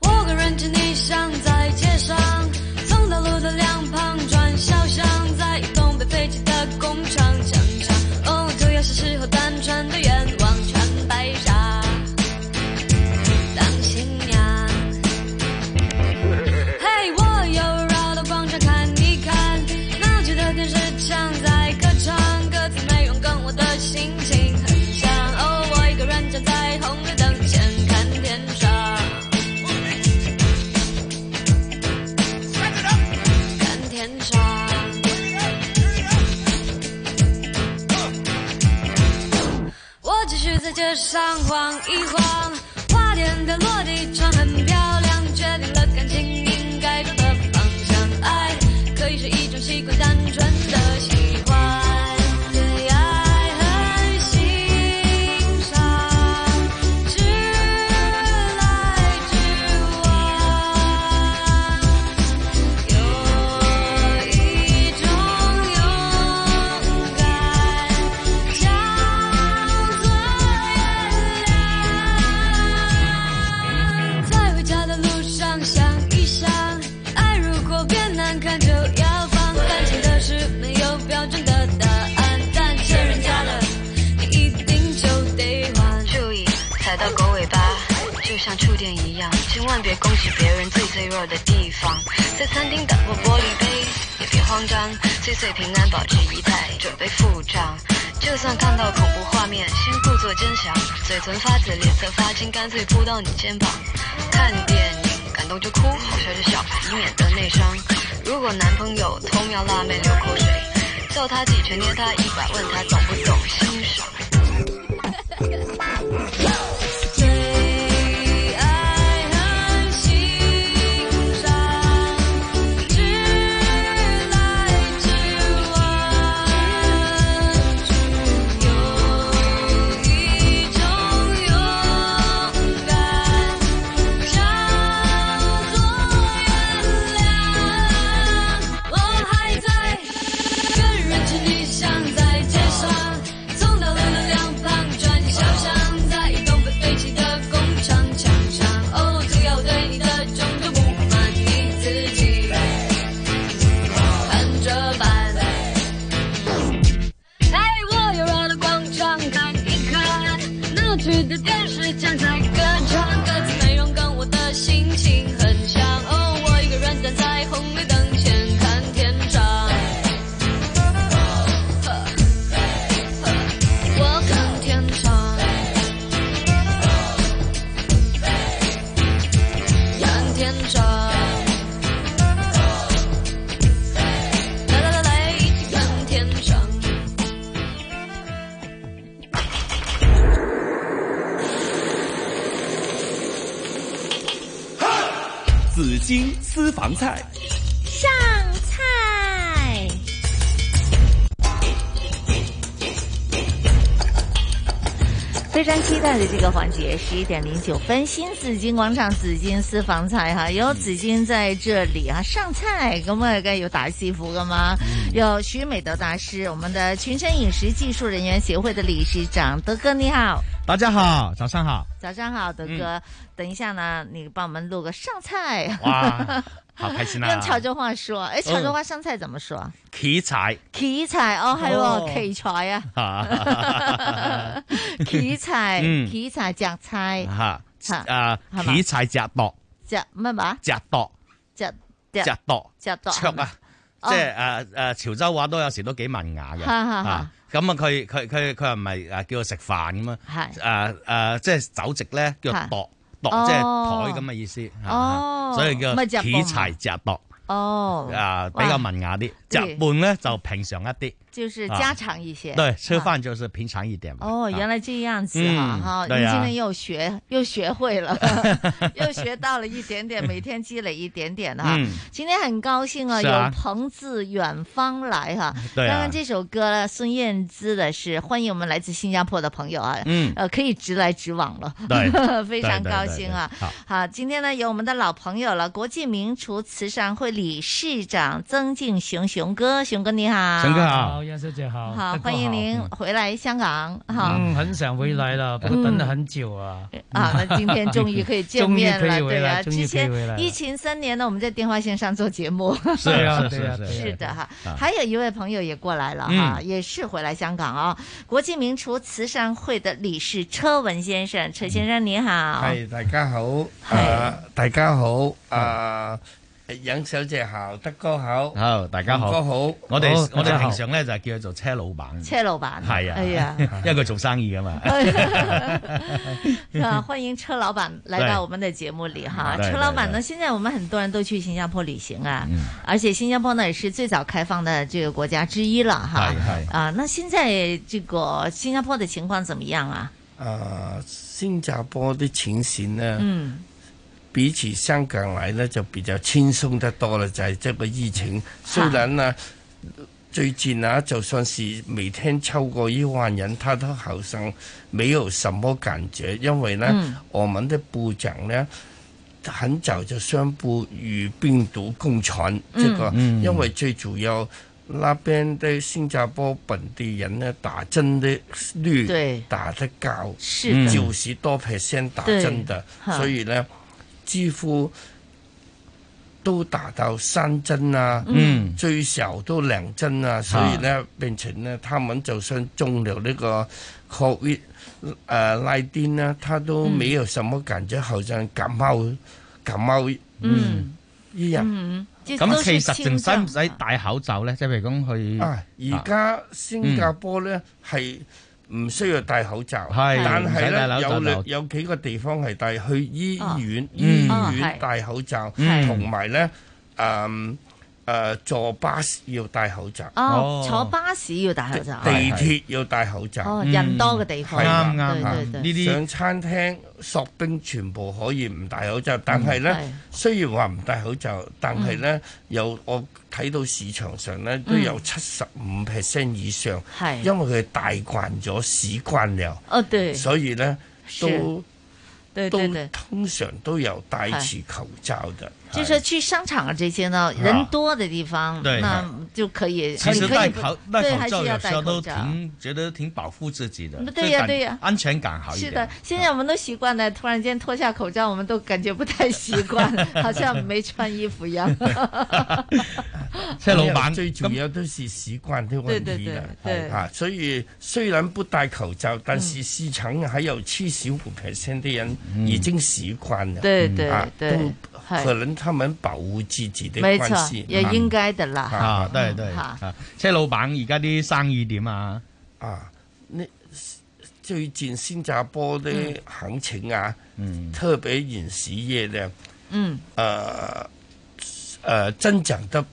W: 我跟人群逆向在街上，从大路的两旁转小巷，在东北废弃的工厂墙上，哦，涂鸦是时候单纯的愿望穿白纱，当新娘。嘿，我又绕到广场看一看，闹剧的电视墙在歌唱，歌词内容跟我的心情很像，哦，我一个人站在红绿灯前看天上。看天上。我继续在街上晃一晃，花店的落地窗很漂亮，决定了感情应该走的方向。爱可以是一种习惯，单纯的喜欢。对爱很欣赏，直来直往。有一种勇敢，叫做原谅。在回家的路上想一想，爱如果变难看就要放。感情的事没有标准的答案，但欠人家的你一定就得还。注意，踩到狗尾巴，就像触电一样，千万别攻击别人最脆弱的地方。在餐厅打破玻璃杯，也别慌张，岁岁平安，保持仪态，准备付账。就算看到恐怖画面，先故作坚强，嘴唇发紫，脸色发青，干脆扑到你肩膀。看电影感动就哭，好笑就笑，以免得内伤。如果男朋友偷瞄辣妹流口水，揍他几拳，捏他一把，问他懂不懂欣赏。对爱很欣赏，直来直往，有一种勇敢，叫做原谅。我还在跟人群逆向在街上，从道路的两旁转小巷，在东北。哎哦
F: 紫荆私房菜。
A: 上菜。
B: 非常期待的这个环节，十一点零九分，新紫金广场紫金私房菜
D: 嗯
B: 哈，有紫金在这里啊，上菜咁啊，该有打西服噶嘛，
D: 嗯
B: 有徐美德大师，我们的群身饮食技术人员协会的理事长德哥你好，
D: 大家好，早上好，
B: 早上好，德哥，
D: 嗯
B: 等一下呢，你帮我们录个上菜， [LAUGHS]
D: 哇，好开心啊！
B: 用潮州话说，哎，潮州话上菜怎么说？
D: 奇才，
B: 奇才哦，系
D: 哦
B: 喎，奇才啊！企柴
D: 嗯，
B: 企柴摘菜，
D: 吓
B: 吓
D: 啊，
B: 係嘛
D: 奇才隻度，
B: 摘乜话？
D: 隻度，
B: 摘
D: 隻
B: 摘
D: 度，
B: 摘度
D: 桌啊，
B: 哦
D: 即係誒誒潮州話都有時都幾文雅嘅
B: 嚇嚇嚇
D: 啊咁啊，佢佢佢佢又唔係啊誒叫佢食飯咁
B: 係
D: 啊，誒誒，即係酒席咧叫
B: 係
D: 度度，
B: 哦
D: 即係台咁嘅意思，嚇
B: 哦
D: 所以叫
B: 咪隻
D: 企
B: 步
D: 柴隻度。
B: 哦，
D: 啊，比較文雅啲，
B: 哇
D: 日半咧就平常一啲，
B: 就是
D: 啊
B: 家常一些。
D: 對，吃
B: 啊。
D: 飯就是平常一點嘛。啊
B: 哦，原来这样子哈
D: 嗯
B: 哈！你
D: 对
B: 今
D: 啊
B: 天又学又学
D: [LAUGHS]
B: 会了， [LAUGHS] 又学到了一点点，每天积累一点点哈
D: 嗯。
B: 今天很高兴啊，
D: 是啊
B: 有朋自远方来哈。
D: 对
B: 刚
D: 啊
B: 刚这首歌呢孙燕姿的是欢迎我们来自新加坡的朋友啊，
D: 嗯
B: 呃，可以直来直往了，
D: 对
B: [LAUGHS] 非常
D: 对对
B: 高
D: 对
B: 兴
D: 对
B: 啊。
D: 好
B: 好，今天呢有我们的老朋友了，国际名厨慈善会理事长曾敬雄雄哥，雄哥你啊好，
E: 陳哥好，杨小姐好，
B: 好，
E: 德哥
B: 欢迎您
D: 嗯
B: 回来香港哈。
E: 嗯，很想回来了，不
B: 嗯
E: 等了很久啊。
B: 啊，那
E: [LAUGHS]
B: 今天终于可以见面
E: 终于可
B: 了，
E: 以回
B: 对
E: 来
B: 啊，
E: 终于可
B: 之
E: 以
B: 前
E: 回来了
B: 疫情三年呢，我们在电话线上做节目，
E: [LAUGHS] 是对
B: [LAUGHS]
E: 啊是对啊是对啊是
B: 是的哈
E: 啊。
B: 还有一位朋友也过来了哈，
E: 嗯
B: 也是回来香港啊，国际名厨慈善会的理事车文先生，车先生你好，
H: 系哎大家好，啊大家好，啊尹小姐好，德哥好，
D: 好，大家好，
H: 洪哥好，
D: 我哋
B: 哦
D: 我哋平常咧就叫佢做車老闆，
B: 車老闆
D: 係啊，
B: 哎
E: [LAUGHS]
B: 呀
D: [LAUGHS]
B: 哎
D: 因為佢做生意噶嘛，
B: 啊，欢迎车老板来到我们的节目里哈。
D: 对对
B: 车老板呢，现在我们很多人都去新加坡旅行啊
D: 嗯，
B: 而且新加坡呢也是最早开放的这个国家之一了哈
H: 是是。
B: 啊，那现在这个新加坡的情况怎么样啊？
H: 啊新加坡啲前線呢，
B: 嗯，
H: 比起香港嚟呢，就比較輕鬆得多啦，就係、這個疫情，雖然呢。最近啊，就算是每天超过一万人，他都好像没有什么感觉，因为呢，
X: 嗯
H: 我们的部长呢，很早就宣布与病毒共存，
X: 嗯
H: 这个，
X: 嗯
H: 因为最主要那边的新加坡本地人呢，打针的率
X: 对
H: 打得高，
X: 是的嗯
H: 九十多 percent 打针的
X: 对，哈
H: 所以呢，几乎。都打到三針啊，
X: 嗯
H: 最少都兩針啊，所以呢，變成呢，他們就算中了呢個 COVID 呃賴丁呢，他都
X: 嗯
H: 沒有什麼感覺，好像感冒感冒
B: 嗯
H: 一樣。
B: 嗯，这都
D: 咁其
B: 是
D: 實仲
B: 轻
D: 使
B: 症
D: 唔使戴口罩咧？即係譬如講去
H: 啊，而家新加坡呢係唔需要戴口罩，
D: 係
H: 但
D: 唔
H: 係
D: 使戴口
H: 呢，
D: 罩留
H: 有兩有幾個地方係戴去醫院，
D: 嗯
H: 醫
D: 哦
H: 院戴口罩，
D: 嗯
H: 同埋呢，誒誒坐巴士要戴口罩，
B: 哦，坐巴士要戴口罩，
H: 地鐵要戴口罩，
B: 哦，人多嘅地方，
H: 係啊啦
B: 对对对，
H: 上餐廳、索冰全部可以唔戴口罩，但係呢，雖然話唔戴口罩，但係呢，
B: 嗯
H: 有我睇到市場上呢都有七十五 percent 以上
B: 係，
H: 因為佢戴慣咗、使慣了，
B: 哦對
H: 所以呢都
B: 对
H: 都
B: 对对。
H: 通常都有戴住口罩的。
B: 就是说去商场啊这些呢，
H: 啊
B: 人多的地方，
H: 对
B: 那就可
D: 啊
B: 以，
D: 其
B: 你
D: 實
B: 可以
D: 戴
B: 不
D: 口
B: 对，
D: 戴
B: 還
D: 口罩
B: 是要
D: 有時
B: 戴
D: 候
B: 口
D: 都
B: 罩。
D: 挺覺得挺保護自己的，
B: 對
D: 就
B: 呀
D: 感
B: 對呀
D: 安全感好一
B: 是
D: 點。
B: 的，现在我们都习惯了，突然间脱下口罩，我们都感觉不太习惯，
D: [LAUGHS]
B: 好像没穿衣服一样。
H: 即係
D: 老闆
H: 最主要都是習慣的
B: 對
H: 問
B: 對
H: 題
B: 對
H: 啦，
B: 對嗯
H: 啊，所以雖然不戴口罩，但是市場還有七十五 percent 的人
D: 嗯
H: 已經習慣了，
B: [LAUGHS] 對對
H: 啊
B: 對
H: 都
B: 係
H: 可能他們保護自己的
B: 没
H: 關
B: 错
H: 係，，嗯
B: 也應該的啦。
D: 嗯啊，對對，
B: 嗯好
D: 啊車老闆而家啲生意點啊？
H: 啊，呢最近新加坡的
D: 嗯
H: 行情啊，
D: 嗯
H: 特別飲食業呢，
B: 嗯，
H: 呃呃增長得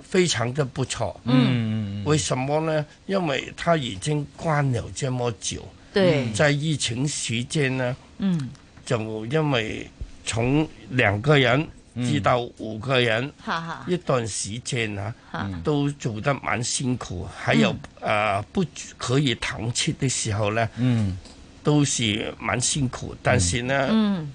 H: 非常的不錯。
D: 嗯，
H: 為什麼呢？因為它已經關了這麼久。
X: 對嗯
H: 在疫情期間呢，
X: 嗯
H: 就因為從兩個人至到五個人
B: 哈
Q: 啊
B: 哈，
H: 一段時間啊
B: 哈，
H: 都做得蠻辛苦。還有呃不可以堂吃的時候呢，都是蠻辛苦，但是呢，
B: 嗯，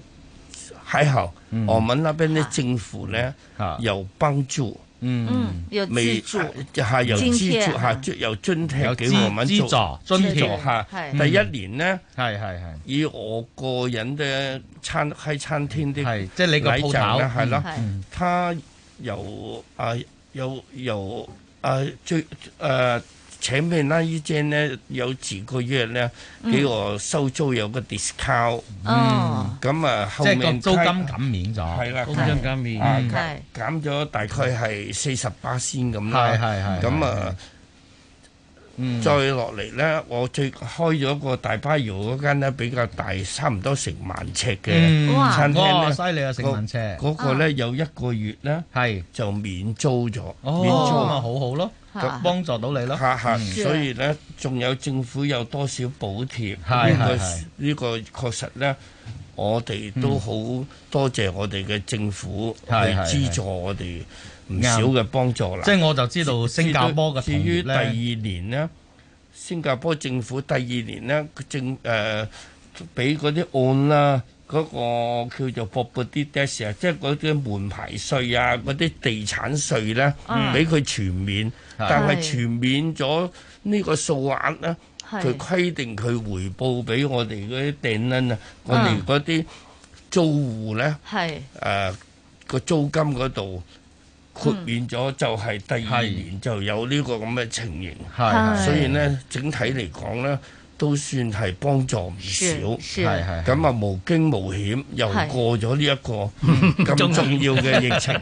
H: 還好
J: 嗯
H: 我們那邊的政府呢
J: 啊
H: 有幫助。
B: 嗯有
H: 未
B: 資助
H: 嚇有
B: 津
H: 資
B: 貼
H: 助嚇，
B: 啊
H: 有津貼
J: 有
H: 俾
J: 資
H: 我們
J: 資
H: 做
J: 助津嗯貼
H: 嚇
J: 係。
H: 第一年呢，
J: 係係係。
H: 以我個人嘅餐喺餐廳的禮
J: 即係你個鋪頭
H: 咧，係咯
J: 嗯，
H: 他由啊有由啊最誒請面那一間呢，有幾個月呢，
J: 嗯
H: 俾我收租有個 discount，
J: 哦
H: 咁啊後
J: 即係個
H: 面
J: 租金減免咗
H: 係啦，
J: 租金減免
H: 啊
J: 嗯
H: 減減咗大概係四十八先咁啦，
J: 係係係
H: 咁啊。
B: 嗯
J: 嗯
H: 再落嚟呢，我最開咗個大巴窑嗰間呢，比較大，差唔多成萬尺嘅
J: 嗯哇
H: 餐廳
J: 哇
H: 呢，
J: 犀利啊成萬尺
H: 嗰嗰個
J: 啊
H: 呢，有一個月呢，係就免租咗，
J: 哦
H: 免租
J: 咁咪好好咯
H: 咁
J: 幫助到你咯
H: 嚇嚇，
J: 嗯
H: 所以呢，仲有政府有多少補貼？
J: 係
H: 呢個
J: 係係嗯
H: 呢個確實呢，我哋都好多謝我哋嘅政府去
J: 係係
H: 資助我哋唔少嘅幫助啦。
J: 即係我就知道新加坡嘅
H: 至
J: 同業
H: 於第
J: 咧
H: 二年呢，新加坡政府第二年呢，佢政誒俾嗰啲案啦，嗰、個叫做 property tax 啊，即係嗰啲門牌税啊，嗰啲地產税呢，
J: 嗯
H: 俾佢全免，但係
J: 係
H: 全免咗呢個數額呢，
J: 係
H: 佢規定佢回報俾我哋嗰啲訂單啊，
J: 嗯
H: 我哋嗰啲租戶呢。
B: 係
H: 誒個呃租金嗰度豁
B: 嗯
H: 免咗，就係第二年就有呢個咁嘅情形，
J: 係係
H: 所以呢，整體嚟講呢，都算係幫助唔少，
J: 是是係係
H: 咁啊無驚無險又
B: 係
H: 過咗呢
J: 嗯
H: 一個咁重要嘅疫
J: [LAUGHS]
H: 情，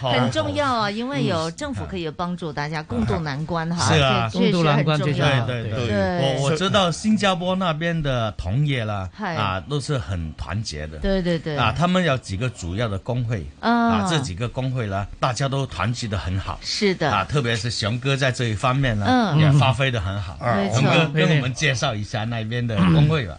B: 很重要啊，因为有政府可以帮助大家共度难关哈，
J: 是啊，
B: 这确实很重要。
J: 对对
B: 对
J: 我我知道新加坡那边的同业啦，
B: 嗨
J: 啊，都是很团结的。
B: 对对对
J: 啊，他们有几个主要的工会
B: 啊
J: 啊，这几个工会啦，大家都团结的很好。
B: 是的
J: 啊，特别是熊哥在这一方面呢，
E: 嗯
J: 也发挥的很好。
E: 没错
J: 熊哥跟我们介绍一下那边的工会吧。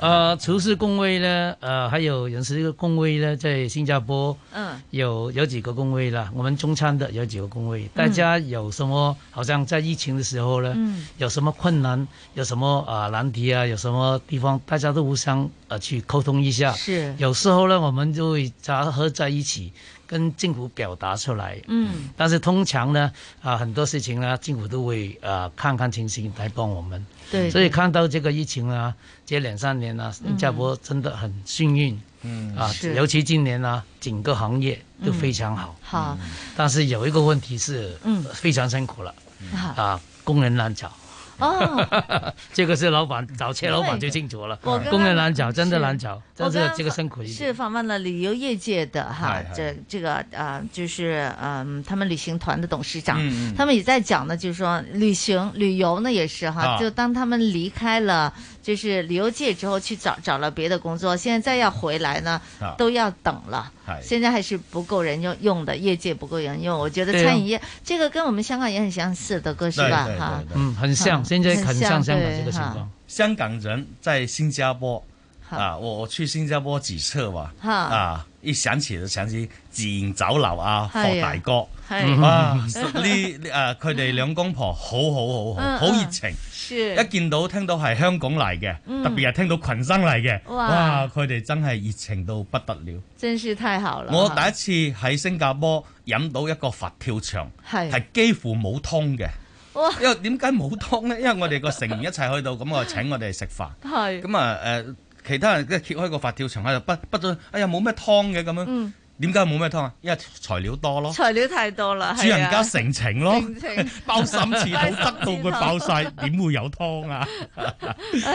E: 呃，厨师工会呢，呃，还有人事工会呢，在新加坡，
B: 嗯，
E: 有有几个工会啦。我们中餐的有几个工会，大家有什么？好像在疫情的时候呢，
B: 嗯
E: 有什么困难，有什么啊、呃难题啊，有什么地方，大家都互相呃去沟通一下。
B: 是
E: 有时候呢，我们就会杂合在一起，跟政府表达出来。
B: [LAUGHS] 嗯
E: 但是通常呢，啊、很多事情呢，政府都会呃看看情形来帮我们。
B: 对
E: 所以
B: 对嗯
E: 看到这个疫情啊，这两三年啊，新加坡真的很幸运。
J: 嗯
E: 啊
B: 是，
E: 尤其今年呢、啊整个行业都非常好。
B: 好，
E: 但是有一个问题是，
B: 嗯
E: 非常辛苦了，
B: 啊
E: 啊，工人难找。
B: 哦，
E: [LAUGHS] 这个是老板早前老板最清楚了，
B: 我刚刚
E: 工人难找，真的难找，
B: 我
E: 真
B: 刚
E: 是
B: 刚
E: 这个辛苦一点。
B: 是访问了旅游业界的哈
E: 嗨，
B: 这这个啊，就是嗯，他们旅行团的董事长
Q: 嗯嗯，
B: 他们也在讲呢，就是说旅行旅游呢也是哈，
Q: 啊
B: 就当他们离开了就是旅游界之后，去找找了别的工作，现在再要回来呢
Q: 啊，
B: 都要等了
J: 哎
Q: 嗨。
B: 现在还是不够人用用的，业界不够人
J: 嗯
B: 用。我觉得
E: 对啊
B: 餐饮业这个跟我们香港也很相似，德哥是吧？哈，
E: 嗯，很像，
B: 嗯
E: 现在很像
B: 很像
E: 香港
B: 对
E: 这个情况
B: 哈。
J: 香港人在新加坡
B: 好
J: 啊，我我去新加坡几次吧，
B: 哈
J: 啊，一想起就想起自然酒樓啊，霍
B: 係啊
J: 大哥，
B: 係
J: 啊，呢呢誒佢哋兩公婆好好好
B: 嗯
J: 好，好
B: 嗯
J: 熱情。
B: 是
J: 一見到聽到係香港嚟嘅，
B: 嗯
J: 特別係聽到群生嚟嘅，
B: 哇
J: 哇！佢哋真係熱情到不得了。
B: 真是太好了哈。
J: 我第一次喺新加坡飲到一個佛跳牆，
B: 係
J: 係幾乎冇湯嘅。
B: 哇
J: 因為點解冇湯呢？因為我哋個成員一齊去到，咁我請我哋食飯。
B: 係
J: 咁啊誒，其他人即係揭開個佛跳牆喺度，不不咗，哎呀冇咩湯嘅咁樣
B: 嗯。
J: 點解冇咩湯啊？因為材料多咯。
B: 材料太多啦，
J: 主人家
B: 係啊
J: 成情咯
B: 成情，
J: [LAUGHS] 包三次肚
B: [LAUGHS]
J: 得到佢爆晒，點會有湯啊？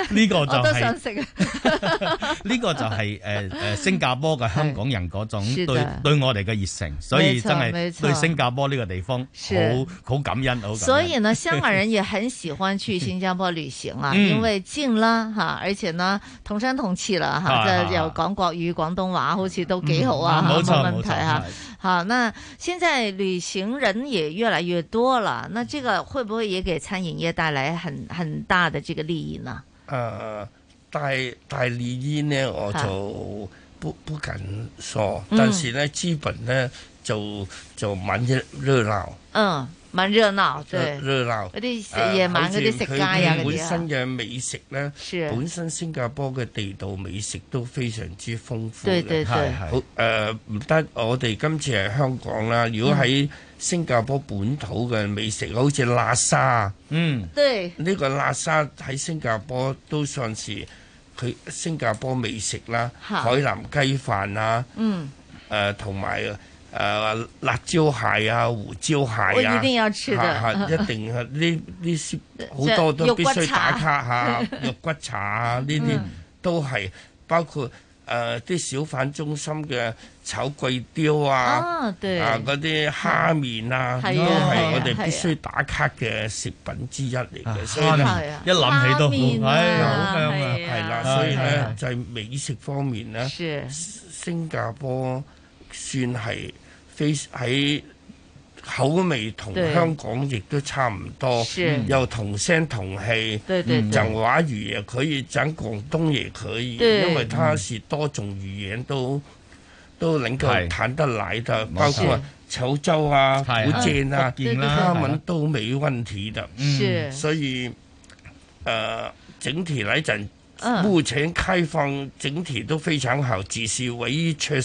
J: 呢個就
B: 我都
J: 係
B: 想食啊，
J: 呢個就
B: [LAUGHS]
J: 係誒誒新加坡嘅香港人嗰種
B: 是
J: 對
B: 的
J: 對我哋嘅熱誠，所以真
B: 沒
J: 係
B: 錯
J: 對新加坡呢個地方
B: 是
J: 好好感恩，好感恩。
B: 所以
J: [LAUGHS]
B: 呢，香港人也很喜欢去新加坡旅行啊，
J: 嗯
B: 因为近啦哈，而且呢同聲同氣啦哈，
J: [LAUGHS] 啊啊
B: 这又講國語、廣東話，好似都幾好
J: 嗯
B: 啊，哈
J: 冇錯
B: 冇問題
J: 冇錯
B: 哈
J: 係。
B: 好，那現在旅行人也越來越多了，那這個會不會也給餐飲業帶來很很大
H: 呃
B: 的這個利益呢？
H: 誒大大利益呢，我
B: 嚇嗯
H: 就不不敢说，但是呢，基本呢就就蛮熱熱鬧。
B: 嗯，蠻熱鬧，對，
H: 熱
J: 呃
H: 鬧
B: 嗰
H: 呃
B: 啲夜晚嗰啲食街啊嗰
H: 本
B: 啲啊
H: 身，嘅美食咧，本身新加坡嘅地道美食都非常之豐富
B: 對
H: 嘅。
B: 對對係係
H: 好誒，唔得，我哋今次係香港啦。如
B: 嗯
H: 果喺新加坡本土嘅美食，好似喇沙，
D: 嗯，
B: 對，
H: 呢個喇沙喺新加坡都算是佢新加坡美食啦，
B: 嚇
H: 海南雞飯啊，
B: 嗯，
H: 誒同埋誒辣椒蟹啊、胡椒
B: 我
H: 蟹啊，
B: 一定要吃的
H: 嚇嚇一定係
B: [LAUGHS]
H: 呢呢啲好多都必須打卡
B: [LAUGHS]
H: 下，肉骨茶啊呢啲
B: 嗯
H: 都係包括。誒啲、小販中心嘅炒貴雕啊，
B: 啊對
H: 啊嗰啲蝦面啊，都
B: 係啊係啊
H: 係我
B: 係
H: 哋
B: 啊
H: 必須打卡嘅食品之一嚟嘅，所以
D: 啊蝦
H: 呢
D: 面一諗起都好，
H: 哎
D: 唉，好香啊，
H: 係啦，所以咧就係美食方面咧，新加坡算係非喺口味同
D: 對
H: 香港亦都差唔多
D: 是，
H: 又同聲同氣。
D: 對對對
H: 講華語也可以，講廣東也可以，
D: 對
H: 因為它是多種語言都都能夠談得來的，
D: 冇錯
H: 包括潮州啊、
D: 係
H: 福建啊、
D: 嗯福建啦
H: 他
D: 係啦
H: 們都沒問題的。
D: 嗯是
H: 所以。呃，整體來講，
D: 嗯
H: 目前開放整體都非常好，只是唯一缺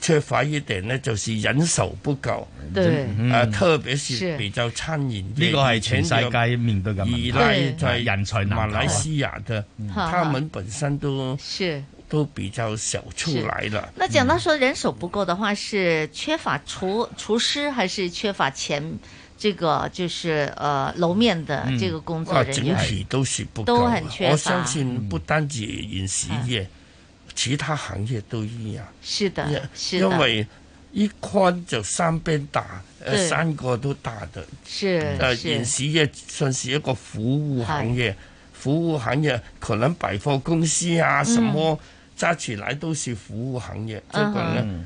H: 缺乏一點呢，就是人手不夠。
D: 對嗯
H: 呃，特別是
D: 是
H: 比較餐飲業
D: 呢個係全世界面對嘅問題
H: 依賴就
D: 對
H: 係
D: 人才
H: 馬
D: 難求啊
H: 來西亞的，
B: 哈
H: 他們本身都
B: 是
H: 都比較少出來了。
B: 那讲
D: 嗯
B: 到说人手不够的话，是缺乏厨厨师，还是缺乏前这个就是呃楼面的这个工作
H: 啊
B: 人
H: 整
B: 员？
H: 體都是不夠啊
B: 都很缺乏嗯啊
H: 我相信不單止飲食業，其他行業都一樣。
B: 是的，是的，
H: 因為一筐就三邊大，
B: 對
H: 誒三個都呃大的。
B: 是
H: 誒
B: 是
H: 現時嘅算是一個服務行業，服務行業可能百貨公司啊，
D: 嗯
H: 什麼揸起來都是服務行業，這
B: 嗯
H: 個呢，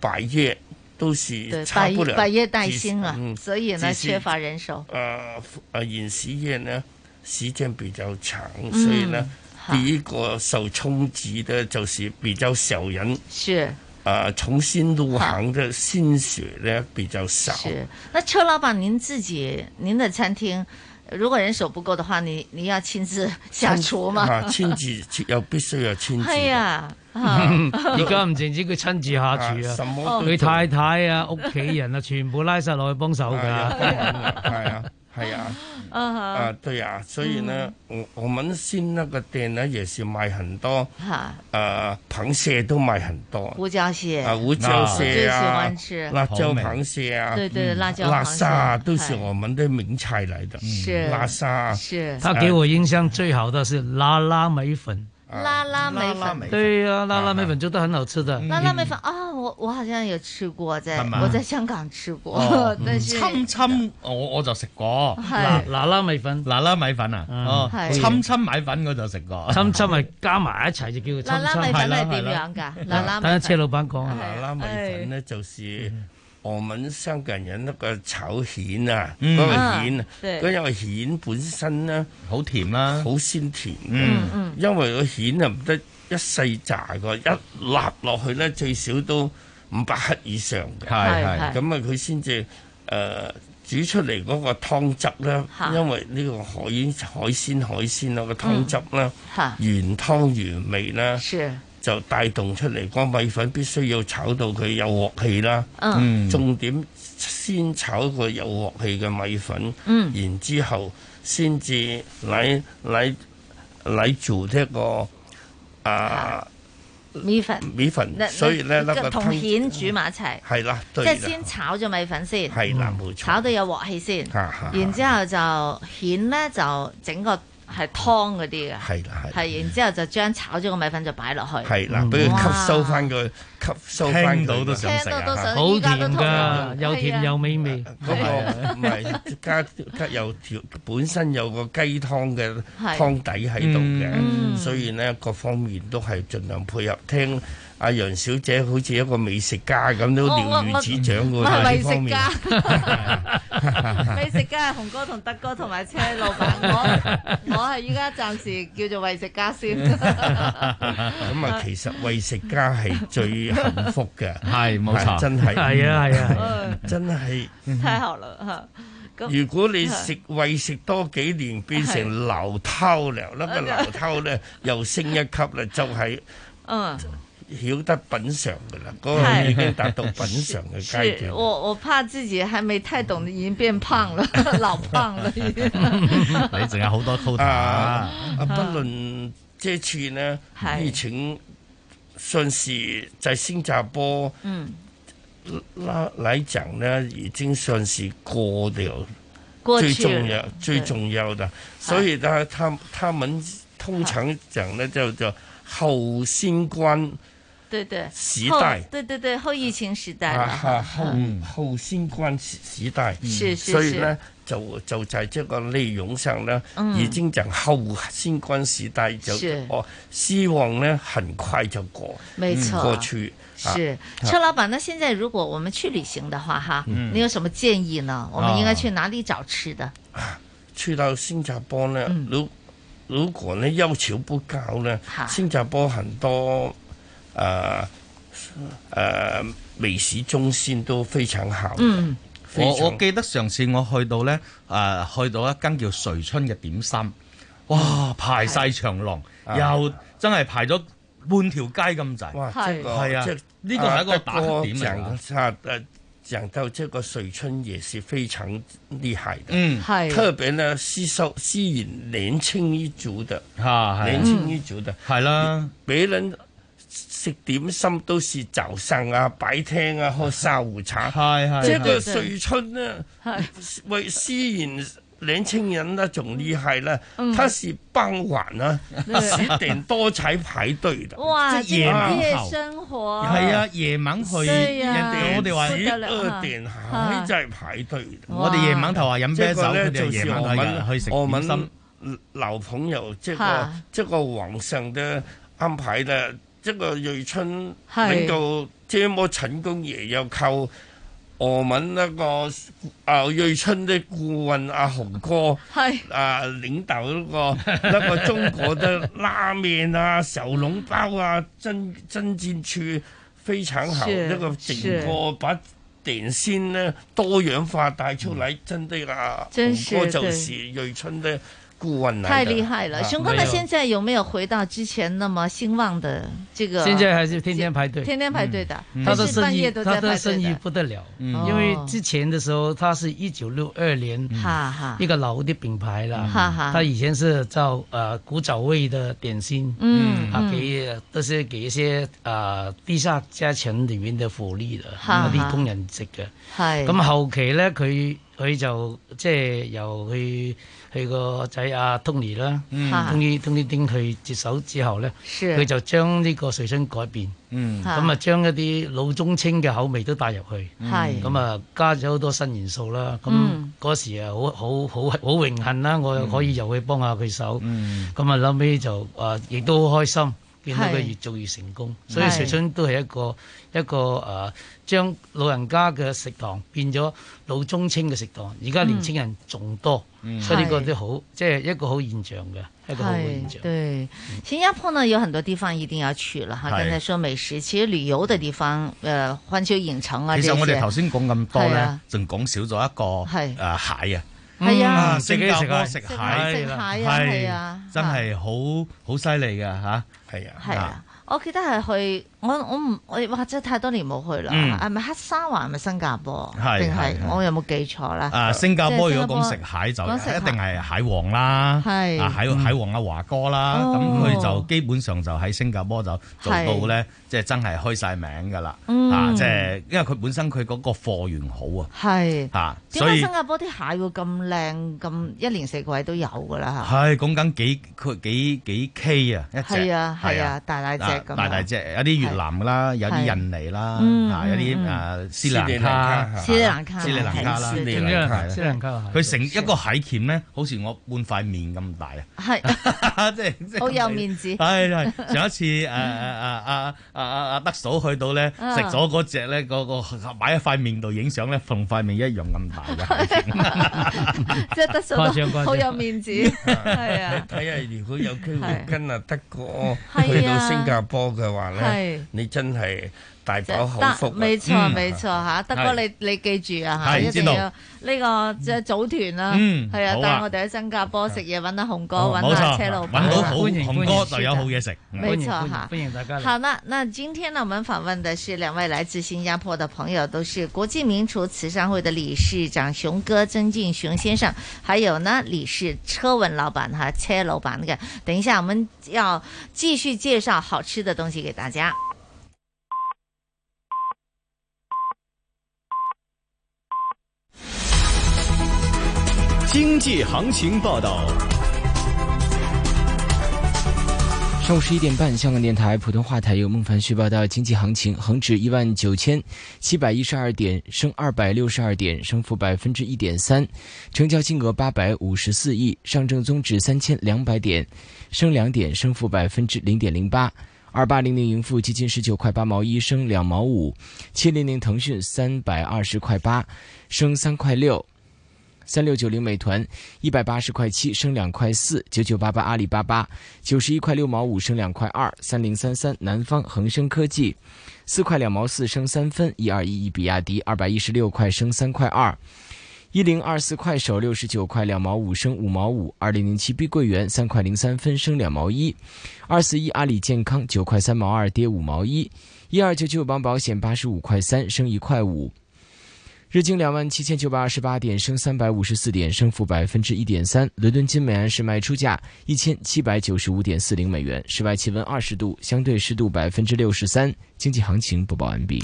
H: 百業都是
B: 对
H: 差
B: 百
H: 不
B: 业
H: 了嗯
B: 百业
H: 帶
B: 带薪啊，所以呢缺乏人手。
H: 呃呃，饮食业呢时间比较长，
B: 嗯
H: 所以呢，
B: 好
H: 第一个受冲击的就是比较少人，
B: 是
H: 呃，重新入行的薪水呢比较少，
B: 是，那车老板您自己您的餐厅，如果人手不够的话，你你要亲自下厨吗？
H: 啊，
B: [LAUGHS]
H: 亲自嗯又必须要亲自 [LAUGHS]
B: 系
H: 的，
B: 啊， [LAUGHS]
E: 而家唔淨止佢親自下廚
H: 啊什麼
E: 啊，
B: 哦
H: 都做
E: 佢太太啊、屋企人啊，全部拉晒落去幫手
H: 哎
E: 㗎。
H: 系啊，系啊。
B: 嗯
H: 啊，对啊，所以呢，我我们新那个店呢，也是卖很多，
B: 哈，
H: 呃，螃蟹都卖很多，
B: 胡椒蟹
H: 啊，胡椒
B: 我最
H: 蟹
B: 喜
H: 啊
B: 欢吃，
H: 辣椒螃蟹啊，
B: 对对，
H: 嗯
B: 辣椒螃蟹、
H: 辣沙啊都是我们的名菜来的，
B: 是
H: 辣沙啊，
B: 是
E: 他給我印象最好的是拉拉米粉，
B: 啊拉拉梅粉。
E: 對啊，拉拉米粉做得很好吃的。
B: 拉拉梅粉啊，我我好像有吃过，在
E: 係嘛
B: 我在香港吃过
E: 哦，
B: [LAUGHS] 但是
H: 嗯
D: 侵侵，我我就食過
B: 係
E: 嗱啦米粉，嗯
D: 嗱啦米粉啊，哦，
B: 係
D: 侵侵米粉我就食過，
E: 侵侵咪加埋一齊就叫做
B: 嗱嗱米粉係點樣㗎？嗱嗱
E: 等下
B: 米
E: 車
B: 粉
E: 老闆講啊。
H: 嗱啦米粉呢，就是
D: 嗯
H: 我們香港人那個炒蜆啊，
D: 嗯
H: 嗰個蜆啊
D: 啊，對
H: 嗰因為蜆本身呢，
D: 好甜啦，
H: 好鮮甜嘅
D: 嗯嗯，
H: 因為個蜆啊唔得一細扎個，一立落去呢，最少都五百克以上嘅，
D: 係係係
H: 咁啊佢先至誒。煮出嚟嗰個湯汁咧
D: 嚇，嗯
H: 因為呢個海海鮮海鮮啊個湯汁咧，
B: 嚇
H: 原湯原味啦，
B: 是
H: 就帶動出嚟。個米粉必須要炒到佢有鑊氣啦。
B: 嗯
H: 重點先炒個有鑊氣嘅米粉，
B: 嗯
H: 然之後先至嚟嚟嚟做呢個啊
B: 米粉，
H: 米粉
B: 那。
H: 所以咧，呢
B: 那
H: 個
B: 同
H: 湯
B: 蜆煮埋一齊。
H: 係嗯啦，
B: 即
H: 對
B: 係
H: 啦，
B: 先炒咗米粉先，
H: 係啦冇錯
B: 炒到有鑊氣先，
H: 嚇嚇
B: 然之後就蜆咧就整個係湯嗰啲嘅，
H: 係啦係啦
B: 係，然之後就將炒咗個米粉就擺落去，
H: 係啦，俾佢吸收翻佢吸吸收翻
D: 聽到都想食啊聽到都想
E: 好甜㗎，又甜又美味。
H: 嗰個唔係加加有條本身有個雞湯嘅
E: 係
H: 湯底喺度
E: 嗯
H: 嘅，所以呢各方面都係盡量配合。聽阿楊小姐好似一個美食家咁，都
B: 我我
H: 了如
B: 我
H: 指掌喎。
B: 我係
H: 喺呢
B: 美
H: 方
B: 哦
E: [LAUGHS]
B: 食
H: 面
B: 家，
H: [LAUGHS]
B: 美食家係紅哥同德哥同埋車老闆，
H: [LAUGHS]
B: 我我係依家暫時叫做餵食家先。
H: 咁啊，其實為食家係最幸福嘅，
D: 係冇錯
H: 真係
D: 係啊係啊係
B: 啊
H: 真係。
B: 太好啦嚇！咁
H: 如果你食
B: 嗯
H: 為食多幾年變成流偷咧，呢 [LAUGHS] 個
B: 哎
H: 流偷咧又升一級啦，就係
B: 嗯。
H: 曉得品嚐噶
B: [LAUGHS]
H: 啦，嗰個已經達到品嚐嘅階
B: 是
H: 段。
B: 我我怕自己還沒太懂，已經變胖了，老胖了已經。
H: [LAUGHS] [LAUGHS] 你仲有好多 quota 啊！
B: 嗯
H: 啊，不論這次呢，疫情算是在新加坡
B: 嗯，
H: 拉來講呢，已經算是過了
B: 過去
H: 最
B: 了啊
H: 重要
B: 對
H: 最重要的。所以呢，他他們通常講
B: 啊
H: 呢，叫做後新冠
B: 對對，
H: 時
B: 後
H: 代
B: 對對對，後疫情時代了
H: 啊，
B: 哈
H: 後後新冠時時代，
B: 嗯是是
H: 所以
B: 是
H: 呢，就就在這個內容上呢，
B: 嗯
H: 已經講後新冠時代就是哦，希望呢很快就過，
B: 沒錯
H: 過去啊
B: 是
H: 啊
B: 車老闆，那現在如果我們去旅行的話，哈，
H: 嗯
B: 你有什麼建議
J: 啊
B: 呢？我們應該去哪裡找吃的？
H: 去到新加坡呢，如如果呢要求不高呢，新加坡很多呃呃美食中心都非常好。
B: 嗯
H: 非
J: 我
H: 常
J: 我記得上次我去到呢，誒、啊去到一間叫瑞春嘅點心，哇排晒長龍，
H: 係
J: 又真係排咗半條街咁滯。
H: 哇！
J: 係
H: 這個
J: 啊
H: 這，
J: 呢個係一個打卡點嚟㗎。
H: 講啊，呃講到這個水春也是非常厲害的，
J: 嗯
B: 係
H: 特別呢吸收吸引年輕一族的，
J: 啊係
H: 年輕一族的，
J: 係啦，
H: 俾人食點心都是早上啊、擺廳
J: [LAUGHS]
H: 啊、喝下午茶，
J: 係係
H: 這個
J: 係
H: 水春呢， [LAUGHS] 為吸引年輕人呢，仲厲害呢，
B: 嗯
H: 它是傍晚啊，
B: [LAUGHS] 對
H: 十點多才排隊的，
B: 哇，這
H: 夜晚
B: 夜
H: 後
B: 生活
J: 係啊，夜晚去，
B: 對
J: 人
B: 啊
J: 哋我哋話
B: 不得了啊啊
H: 真係排隊。
J: 我哋夜晚頭話飲啤酒
H: 這個呢
J: 佢哋
H: 就
J: 夜
H: 是
J: 晚
H: 我
J: 黑
H: 們
J: 日去食
H: 我
J: 點心
H: 們老朋友，這個
J: 哈
H: 這個皇上的安排的，這個瑞春
J: 係
H: 能夠這麼成功，也要靠。我們那個啊瑞春的顧問阿洪哥，
B: 係
H: 啊領導嗰 [LAUGHS] 個那個中國的拉麵啊、小籠包啊、真真煎處非常好，
J: 是
H: 那個
J: 是
H: 整個把點心呢多元化帶出
J: 嗯
H: 來，真的啦，
B: 真是
H: 洪哥就是瑞春的顧問嚟嘅
B: 太厲害了！
H: 啊
B: 熊哥，
H: [LAUGHS]
B: 那現在有沒有回到之前那麼興旺的這個？
E: 现在还是天天排队，
B: 天天排队的，
E: 嗯
B: 还
E: 他的
B: 是半
E: 生意
B: 夜都
E: 他
B: 在排
E: 的
B: 队
E: 生意
B: 的。
E: 不得了，
B: 嗯
E: 因为之前的时候，他是一九六二年
B: 哈哈
E: 一个老的品牌了，
B: 哈哈
E: 他以前是造呃古早味的点心，
B: 嗯
E: 啊
B: 嗯
E: 给都是给一些呃地下阶层里面的福利的，
B: 哈哈
E: 嗰啲工人食嘅。
B: 係
E: 咁後期咧，佢佢就即係由佢佢個仔阿 Tony 啦
J: 嗯
E: ，Tony Tony 丁佢接手之後咧，
J: 是
E: 佢就將呢個瑞春改變，
J: 嗯
E: 咁啊將一啲老中青嘅口味都帶入去，
J: 係
E: 咁啊加咗好多新元素啦。咁
J: 嗯
E: 嗰時啊，好好好好榮幸啦，我可以又去幫下佢手。咁啊，後尾就啊，亦都好開心，見到佢
J: 嗯係
E: 越做越成功。所以
J: 係
E: 瑞春都係一個一個誒，將、老人家嘅食堂變咗老中青嘅食堂。而家年青人仲多，
B: 嗯
E: 所以呢個
B: 係
E: 都好，即係一個好現象嘅一個好嘅現象。
B: 对，新加坡呢有很多地方一定要去了哈。
E: 是
B: 刚才说美食，其实旅游的地方，呃，环球影城啊
J: 其
B: 这
J: 實我哋
B: 些
J: 頭，先講咁多
B: 係
J: 咧
B: 啊，
J: 仲講少咗一個
B: 係
J: 誒蟹啊！
B: 係啊
J: 嗯
B: 自己
J: 新
B: 食
J: 加坡食
B: 蟹食蟹食蟹啊係啊
J: 係真係好好犀利嘅嚇，
H: 係啊，
B: 係啊。我記得係去我我唔我哇！真係太多年冇去啦，
J: 嗯
B: 啊係咪黑沙環係咪新加坡？
J: 係
B: 定係
J: 係係
B: 我有冇記錯 [LAUGHS] 咧？
J: 啊，新加坡
B: 即係
J: 如
B: 新
J: 果講食蟹就
B: 講食蟹
J: 一定係蟹王啦，
B: 係嗯
J: 啊蟹蟹王阿華哥啦，
B: 哦
J: 咁佢就基本上就喺新加坡就做到咧，即係真係開晒名㗎啦，
B: 嗯
J: 啊即係因為佢本身佢嗰個貨源好
B: 係
J: 啊，嚇，
B: 點
J: 所
B: 解
J: 以
B: 新加坡啲蟹會咁靚，咁一年四季
J: [LAUGHS]
B: 都有㗎啦嚇？
J: 係講緊幾佢幾幾 K 啊一隻，
B: 係啊係啊大大隻隻咁
J: 大大隻，有啲越南噶啦，有啲印尼啦，
B: 嗯
J: 嚇有
B: 嗯
J: 啲
B: 嗯
J: 誒斯里蘭卡、
B: 斯里蘭卡
J: 斯里蘭卡啦，
B: 斯里
E: 蘭卡
J: 係啦
E: 斯里蘭卡係
J: 佢成一個蟹鉗咧，好似我半塊面咁
B: [LAUGHS]
J: 大啊！
B: 係，
J: [LAUGHS] 即係
B: 好有面子，
J: 係
B: [LAUGHS]
J: 係，上一次誒誒誒阿阿阿德嫂去到咧，
B: 啊
J: 食咗嗰只咧，個個擺喺塊面度影相咧，同塊面一樣咁大嘅。[LAUGHS]
B: [LAUGHS] 即係得手
J: 誇張誇
B: 都
J: 張
B: 好有面子，係啊。
H: 嗯睇下如果有機會
B: 係
H: 跟啊德哥
B: 係啊
H: 去到新加坡嘅話
B: 係
H: 咧，你真係大飽口福
B: 得，
H: 啊。
B: 冇錯
H: 嗯
B: 冇錯吓，德哥
H: 係
B: 你你記住啊吓，
H: 係
B: 一定
H: 知道
B: 要呢個即係組團啦，
J: 嗯
B: 係啊
J: 好，啊
B: 帶我哋喺新加坡食嘢，揾阿紅哥，
J: 哦
B: 揾
J: 冇
B: 阿
J: 錯
B: 車老闆，
J: 揾到好
B: 歡迎
J: 紅
B: 歡迎
J: 哥就有好嘢食嗯
B: 沒錯
E: 歡迎
B: 哈。
E: 歡迎大家嚟。
B: 好，那那今天呢，我们访问的是两位来自新加坡的朋友，都是国际名厨慈善会的理事长熊哥曾敬雄先生，还有呢李氏车文老板哈车老板那个。等一下，我们要继续介绍好吃的东西给大家。
G: 经济行情报道。
I: 上午十一点半，香港电台普通话台由孟凡旭报道经济行情：恒指一万九千七百一十二点，升二百六十二点，升幅百分之一点三，成交金额八百五十四亿；上证综指三千两百点，升两点，升幅百分之零点零八。二八零零盈富基金十九块八毛一升两毛五，七零零腾讯三百二十块八升三块六，三六九零美团一百八十块七升两块四，九九八八阿里巴巴九十一块六毛五升两块二，三零三三南方恒生科技四块两毛四升三分，一二一一比亚迪二百一十六块升三块二。一零二四快手六十九块两毛五升五毛五，二零零七碧桂园三块零三分升两毛一，二四一阿里健康九块三毛二跌五毛一，一二九九邦保险八十五块三升一块五，日经两万七千九百二十八点，升三百五十四点，升幅百分之一点三。伦敦金美安市卖出价一千七百九十五点四零美元，室外气温二十度，相对湿度百分之六十三。经济行情播报完毕。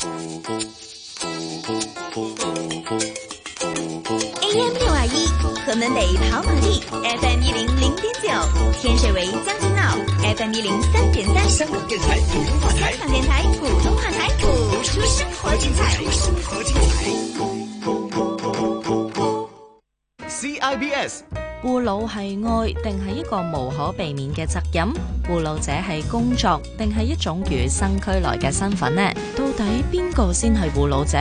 Y: AM 六二一，河门北跑马地；FM 一零零点九，天水围将军澳；FM 一零三点三，香港电台普通话台。香港电台普通话台，谱出生活精彩。生活精彩。
K: CIBS 顧老係愛定係一個無可避免嘅責任？顧老者係工作定係一種與生俱來嘅身份呢？到底邊個先係護老者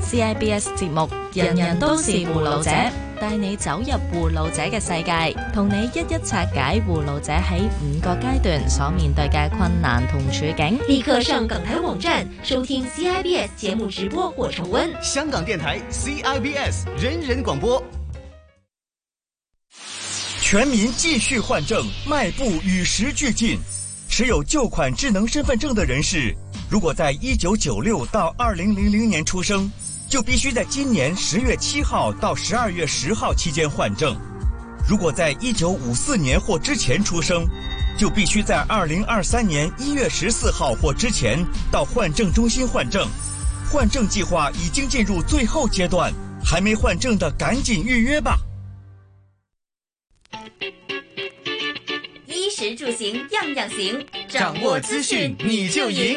K: ？CIBS 節目人人都是護老者，帶你走入護老者嘅世界，同你一一拆解護老者喺五個階段所面對嘅困難同處境。
A: 立刻上港台网站收听 CIBS 节目直播或重温。
K: 香港电台 CIBS 人人广播。
V: 全民继续换证，迈步与时俱进。持有旧款智能身份证的人士，如果在一九九六到二零零零年出生，就必须在今年十月七号到十二月十号期间换证；如果在一九五四年或之前出生，就必须在二零二三年一月十四号或之前到换证中心换证。换证计划已经进入最后阶段，还没换证的赶紧预约吧。
N: 衣食住行样样行，
K: 掌握资讯你就赢。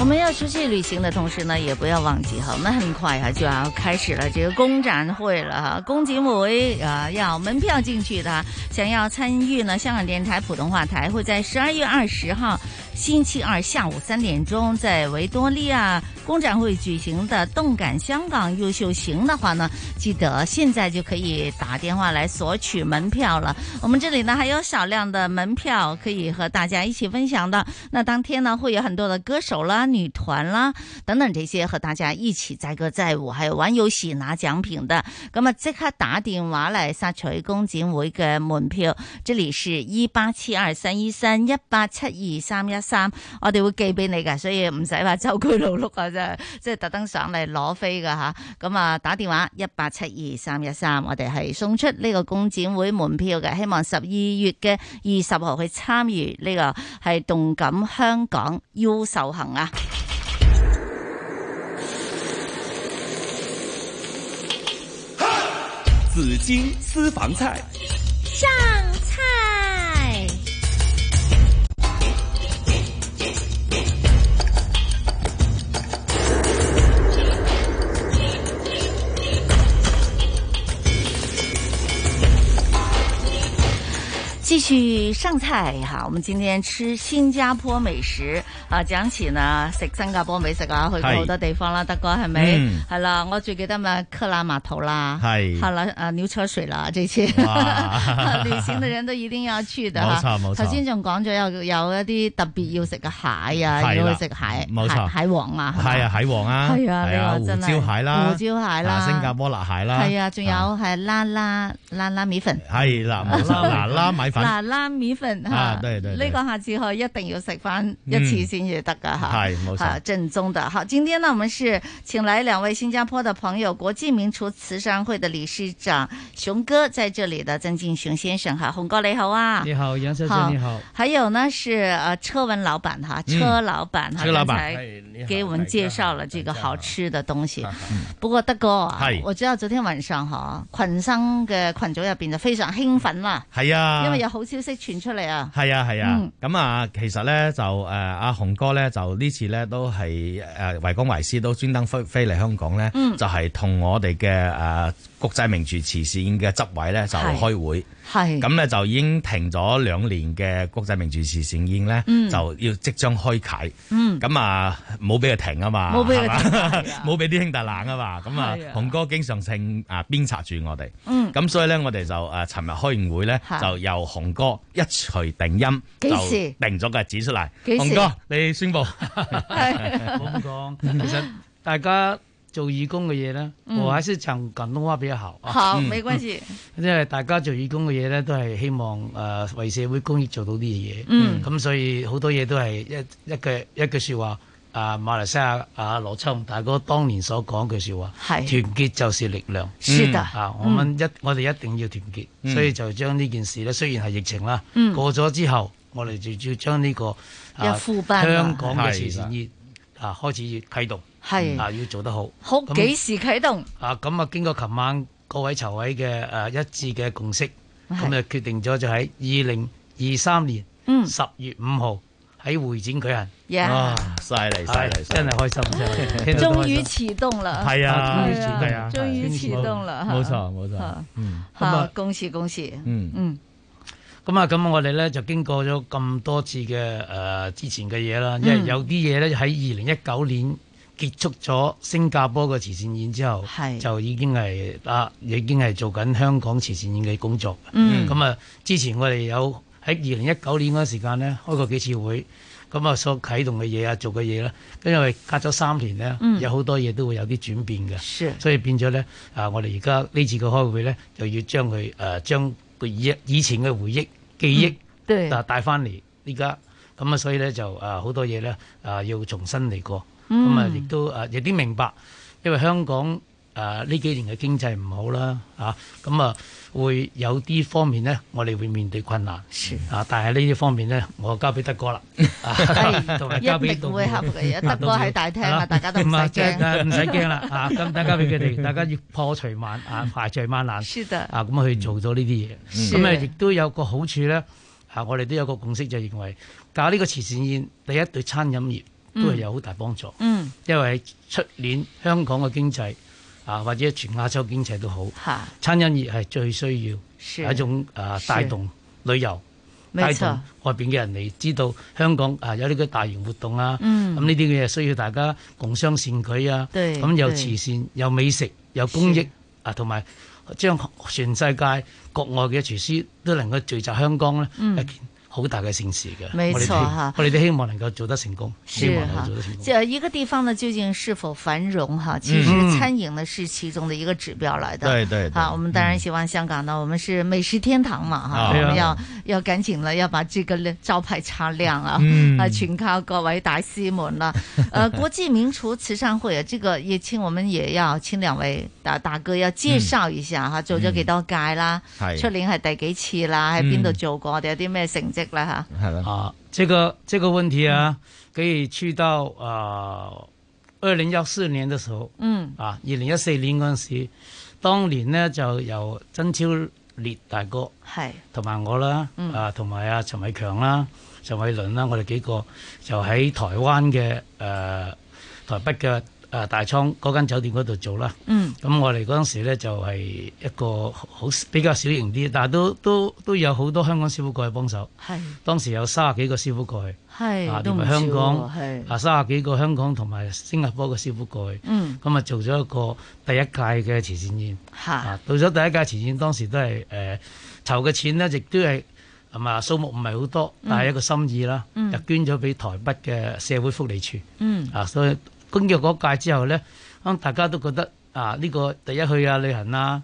B: 我们要出去旅行的同时呢，也不要忘记哈，我们很快啊就要开始了这个工展会了哈，工展会啊要门票进去的啊，想要参与呢，香港电台普通话台会在十二月二十号星期二下午三点钟，在维多利亚工展会举行的“动感香港优秀行”的话呢，记得现在就可以打电话来索取门票了。我们这里呢还有少量的门票可以和大家一起分享的。那当天呢会有很多的歌手啦、女团啦等等这些和大家一起载歌载舞，还有玩游戏拿奖品的。咁啊即刻打电话嚟索取工展会嘅门票，这里是一八七二三一三一八七二三一。三，我哋會寄俾你嘅，所以唔使話周居勞碌啊，真係即係特登上嚟攞飛㗎吓。咁啊，打電話一八七二三一三，我哋係送出呢個工展會門票嘅，希望十二月嘅二十號去參與呢個係動感香港 U 壽行啊！
G: 紫金私房菜，
Y: 上菜。
B: 继续上菜哈，我们今天吃新加坡美食啊！講起呢食新加坡美食啊，去過好多地方啦，德國係咪？
C: 嗯
B: 係啦、我最記得咪克拉碼頭啦，
C: 係
B: 好啦，啊牛車水啦，這些
C: 哇
B: [LAUGHS]
C: [LAUGHS]
B: 旅行的人都一定要去的
C: 冇
B: 哈
C: 錯冇錯
B: 頭先仲講咗有有一啲特別要食嘅蟹啊，
C: 係啦
B: 要去食蟹，
C: 冇錯
B: 蟹蟹王啊，係嘛
C: 係啊，蟹王啊，
B: 係啊，
C: 係啊，
B: 呢
C: 胡
B: 個
C: 椒
B: 真係
C: 蟹啦，
B: 胡椒蟹啦，
C: 啊新加坡辣蟹啦，
B: 係啊，仲有係啦啦啦啦米粉。
C: 係啦，冇錯，
B: [LAUGHS]
C: 嗱啦米粉，
B: 嗱拉米粉嚇，
C: 啊對對對
B: 呢個下次去一定要食翻一次先至得噶嚇，
C: 係嗯冇錯
B: 嚇正宗的。好，今天呢，我們是請來兩位新加坡的朋友，國際名廚慈善會的理事長熊哥在這裡的曾敬雄先生哈，洪哥你好
E: [LAUGHS]
B: 啊，
E: 你好，杨小姐
B: 好
E: 你
B: [LAUGHS]
E: 好。
B: 还有呢是呃车文老板哈，
E: 嗯
B: 车老板哈，
E: 车老
B: 刚
E: 板
B: 才
E: 哎你好
B: 给我们介绍了这个好吃的东西。
C: 嗯
B: 不过德哥啊
C: 是，
B: 我知道昨天晚上哈群生嘅群組入邊就非常興奮啦，
C: 係啊，
B: 因為有好消息傳出嚟啊。
J: 係啊係啊
B: 嗯，
J: 咁啊、其實咧就誒阿、雄哥咧就呢次咧都係誒維港維斯都專登飛飛嚟香港咧，
B: 嗯
J: 就係同我哋嘅誒國際名廚慈善嘅執委咧就
B: 係
J: 開會。
B: 係
J: 咁咧就已經停咗兩年嘅國際名廚慈善宴咧，
B: 嗯
J: 就要即將開啓。
B: 嗯
J: 咁啊，冇俾佢停啊嘛，
B: 冇俾佢停
J: 係嘛， [LAUGHS] 冇俾啲兄弟冷啊嘛。咁啊
B: 係啊，
J: 雄哥經常性啊鞭策住我哋。
B: 嗯
J: 咁所以咧，我哋就誒尋日開完會咧，
B: 嚇
J: 就由雄哥一錘定音，
E: 幾
J: 就
E: 時
J: 定咗個日子出嚟。
E: 幾時
J: 雄哥，你宣
E: [LAUGHS]
J: 布。
E: 冇咁講，其實大家做義工嘅嘢咧，
B: 嗯
E: 我還是講廣東話比較好。
B: 好，
J: 嗯
B: 沒關。係。
E: 因為大家做義工嘅嘢咧，都係希望誒、呃、為社會公益做到啲嘢。
B: 嗯
E: 咁所以好多嘢都係一一句一句説話。啊，馬來西亞啊，羅秋紅大哥當年所講句説話，
B: 係
E: 團結就是力量。
B: 是的
E: 啊，我
B: 嗯
E: 們一我哋一定要團結，
B: 嗯
E: 所以就將呢件事咧，雖然係疫情啦，
B: 嗯
E: 過咗之後，我哋就要將呢、個啊
B: 一呼百應
E: 香港嘅慈善業啊開始要啟動，
B: 係
E: 啊要做得好。
B: 好，
E: 咁
B: 幾時啟動？
E: 啊，咁啊，經過琴晚各位籌委嘅誒一致嘅共識，
B: 係
E: 咁就決定咗就喺二零二三年
B: 嗯
E: 十月五號喺會展舉行。
B: Yeah 哇
J: 啊犀利
E: 係
J: 犀利
E: 真係開心，真
B: [LAUGHS]
E: 係聽到都
B: 終
E: 開
B: 於
E: 心
B: 啟動了，
E: 啊係啊
B: 係啊
E: 係啊
B: 終於啟動了，
E: 冇
B: 哈
E: 錯冇錯
B: 哈
E: 嗯咁
B: 好
E: 啊，
B: 恭喜恭喜，
E: 嗯
B: 嗯
E: 咁啊，咁我哋咧就經過咗咁多次嘅誒、呃之前嘅嘢啦，因為
B: 嗯
E: 有啲嘢咧喺二零一九年結束咗新加坡嘅慈善宴之後，就已經係啊已經係做緊香港慈善宴嘅工作。
B: 嗯
E: 咁啊，之前我哋有喺二零一九年嗰時間咧開過幾次會。咁啊，所啟動嘅嘢啊，做嘅嘢咧，因為隔咗三年咧，
B: 嗯
E: 有好多嘢都會有啲轉變嘅，
B: 是
E: 所以變咗咧，啊，我哋而家呢次嘅開會咧，就要將佢誒將佢以以前嘅回憶記憶，
B: 對
E: 啊帶翻嚟依家，咁啊，所以咧就啊好多嘢咧啊要重新嚟過，
B: 嗯
E: 咁啊亦都啊亦都明白，因為香港啊呢幾年嘅經濟唔好啦，啊咁啊會有啲方面咧，我哋會面對困難，啊，但係呢啲方面咧，我交俾德
B: [LAUGHS]
E: 哥啦，啊
B: 哎
E: [LAUGHS] 同埋交俾
B: 一定會克服嘅
E: 杜
B: 德哥喺大廳啊大家都唔使
E: 係啦
B: 驚
E: 唔係唔使驚啦，啊咁大家俾佢哋，大家要破除萬啊排除萬難，
B: 是的
E: 啊咁去做咗呢啲嘢，
B: 是
E: 咁啊亦都有個好處咧，啊我哋都有個共識就認為搞呢個慈善宴，第一對餐飲業都係有好大幫助，
B: 嗯
E: 因為出年香港嘅經濟啊或者全亞洲經濟都好，
B: 嚇
E: 餐飲業係最需要
B: 是
E: 係一種啊
B: 是
E: 帶動旅遊。
B: 沒
E: 帶
B: 錯
E: 動外邊嘅人嚟知道香港啊有呢個大型活動啊，咁
B: 嗯
E: 呢啲嘅嘢需要大家共襄善舉啊，
B: 對
E: 咁有
B: 對
E: 慈善有美食有公益啊，同埋將全世界國外嘅廚師都能夠聚集香港咧，
B: 嗯
E: 一件好大嘅盛事嘅。
B: 沒
E: 我哋
B: 錯
E: 都希
B: 哈
E: 我哋都希望能夠做得成功，希
B: 是
E: 望能夠
B: 哈
E: 做得成，功。
B: 这一个地方呢，究竟是否繁荣哈，其实
E: 嗯
B: 餐饮呢是其中的一个指标来的。
E: 对对对
B: 好，我们当然希望香港呢，我们是美食天堂嘛哈，
E: 啊
B: 我们
E: 对
B: 要
E: 啊
B: 要赶紧了，要把这个招牌擦亮啊！
M: 嗯
B: [LAUGHS] 啊，全靠各位大师们了。呃，国际名厨慈善会啊，这个也请我们也要请两位大大哥要介绍一下哈，做咗幾多屆啦
E: 嗯，係
B: 出年係第幾次啦，喺邊度
E: 嗯
B: 做過，我哋有啲咩成績啦吓？
E: 啊，这个这个问题啊，可以去到啊二零一四年的时候，
B: 嗯
E: 啊二零一四年嗰陣時，當年呢就由曾超烈大哥
B: 係
E: 同埋我啦，
B: 嗯
E: 啊同埋啊陳偉強啦、陳偉倫啦，我哋幾個就喺台灣嘅誒、呃台北嘅誒、呃大倉嗰間酒店嗰度做啦。
B: 嗯
E: 咁我哋嗰陣時咧就係、一個好比較小型啲，但係都都都有好多香港師傅過去幫手。
B: 係
E: 當時有三十幾個師傅過去，
B: 係
E: 啊，
B: 都
E: 連
B: 唔
E: 埋香港
B: 少喎係
E: 啊三十幾個香港同埋新加坡嘅師傅過去，
B: 嗯
E: 咁啊做咗一個第一屆嘅慈善宴，
B: 嚇
E: 啊到咗第一屆慈善宴，當時都係誒籌嘅錢咧，亦都係係嘛數目唔係好多，
B: 嗯
E: 但係一個心意啦，
B: 嗯
E: 就捐咗俾台北嘅社會福利處，
B: 嗯
E: 啊，所以經過嗰屆之後咧，咁大家都覺得啊呢、個第一去啊旅行啦、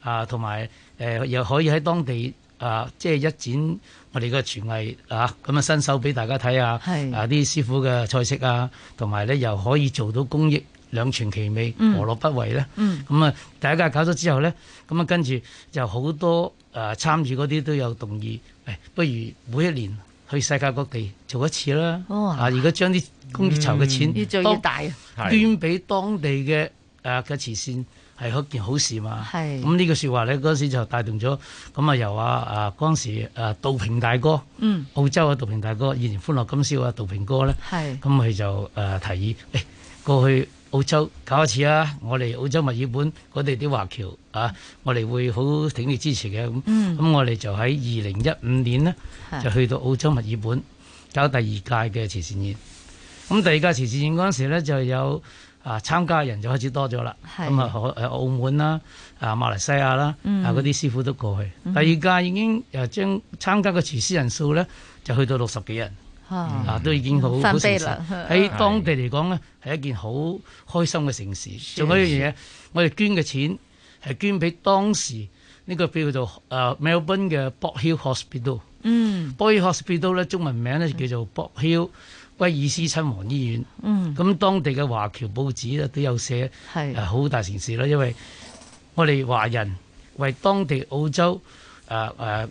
E: 啊同埋誒又可以喺當地啊，即係一展我哋嘅廚藝啊，咁啊新手俾大家睇下，
B: 係
E: 啊啲師傅嘅菜式啊，同埋咧又可以做到公益兩全其美，
B: 嗯
E: 何樂不為咧？
B: 嗯
E: 咁啊，第一屆搞咗之後咧，咁啊跟住就好多誒、呃、參與嗰啲都有動議，誒、不如每一年去世界各地做一次啦。
B: 哇
E: 啊，如果將啲公益籌嘅錢、
B: 嗯越做越
E: 當
B: 大啊
E: 捐俾當地嘅誒嘅慈善係一件好事嘛。
B: 係
E: 咁呢個説話咧，嗰陣時就帶動咗咁啊，由啊啊嗰陣時啊杜平大哥，
B: 嗯
E: 澳洲啊杜平大哥，以前歡樂今宵啊杜平哥咧，
B: 係
E: 咁佢就誒、呃提議，誒、過去澳洲搞一次啊，我哋澳洲墨爾本嗰地啲華僑啊，我哋會好鼎力支持嘅咁，咁、
B: 嗯
E: 我哋就喺二零一五年呢，
B: 係
E: 就去到澳洲墨爾本搞第二屆嘅慈善宴。咁第二屆慈善宴嗰陣時咧，就有啊參加人就開始多咗啦。
B: 係
E: 咁啊，可誒澳門啦、啊馬來西亞啦，
B: 嗯
E: 啊嗰啲師傅都過去。
B: 嗯
E: 第二屆已經誒將參加嘅廚師人數咧，就去到六十幾人。
B: 啊
E: 啊，都已經好
B: 翻
E: 好成
B: 倍
E: 事
B: 啦嗯
E: 喺當地嚟講咧，係一件好開心嘅城市。仲有一樣嘢，我哋捐嘅錢係捐俾當時呢個叫做誒 Melbourne 嘅 Box Hill Hospital。
B: 嗯
E: Boy Hospital 咧，中文名咧就叫做博曉威爾斯親王醫院。
B: 嗯
E: 咁當地嘅華僑報紙咧都有寫，
B: 係
E: 誒好大城市啦，因為我哋華人為當地澳洲誒誒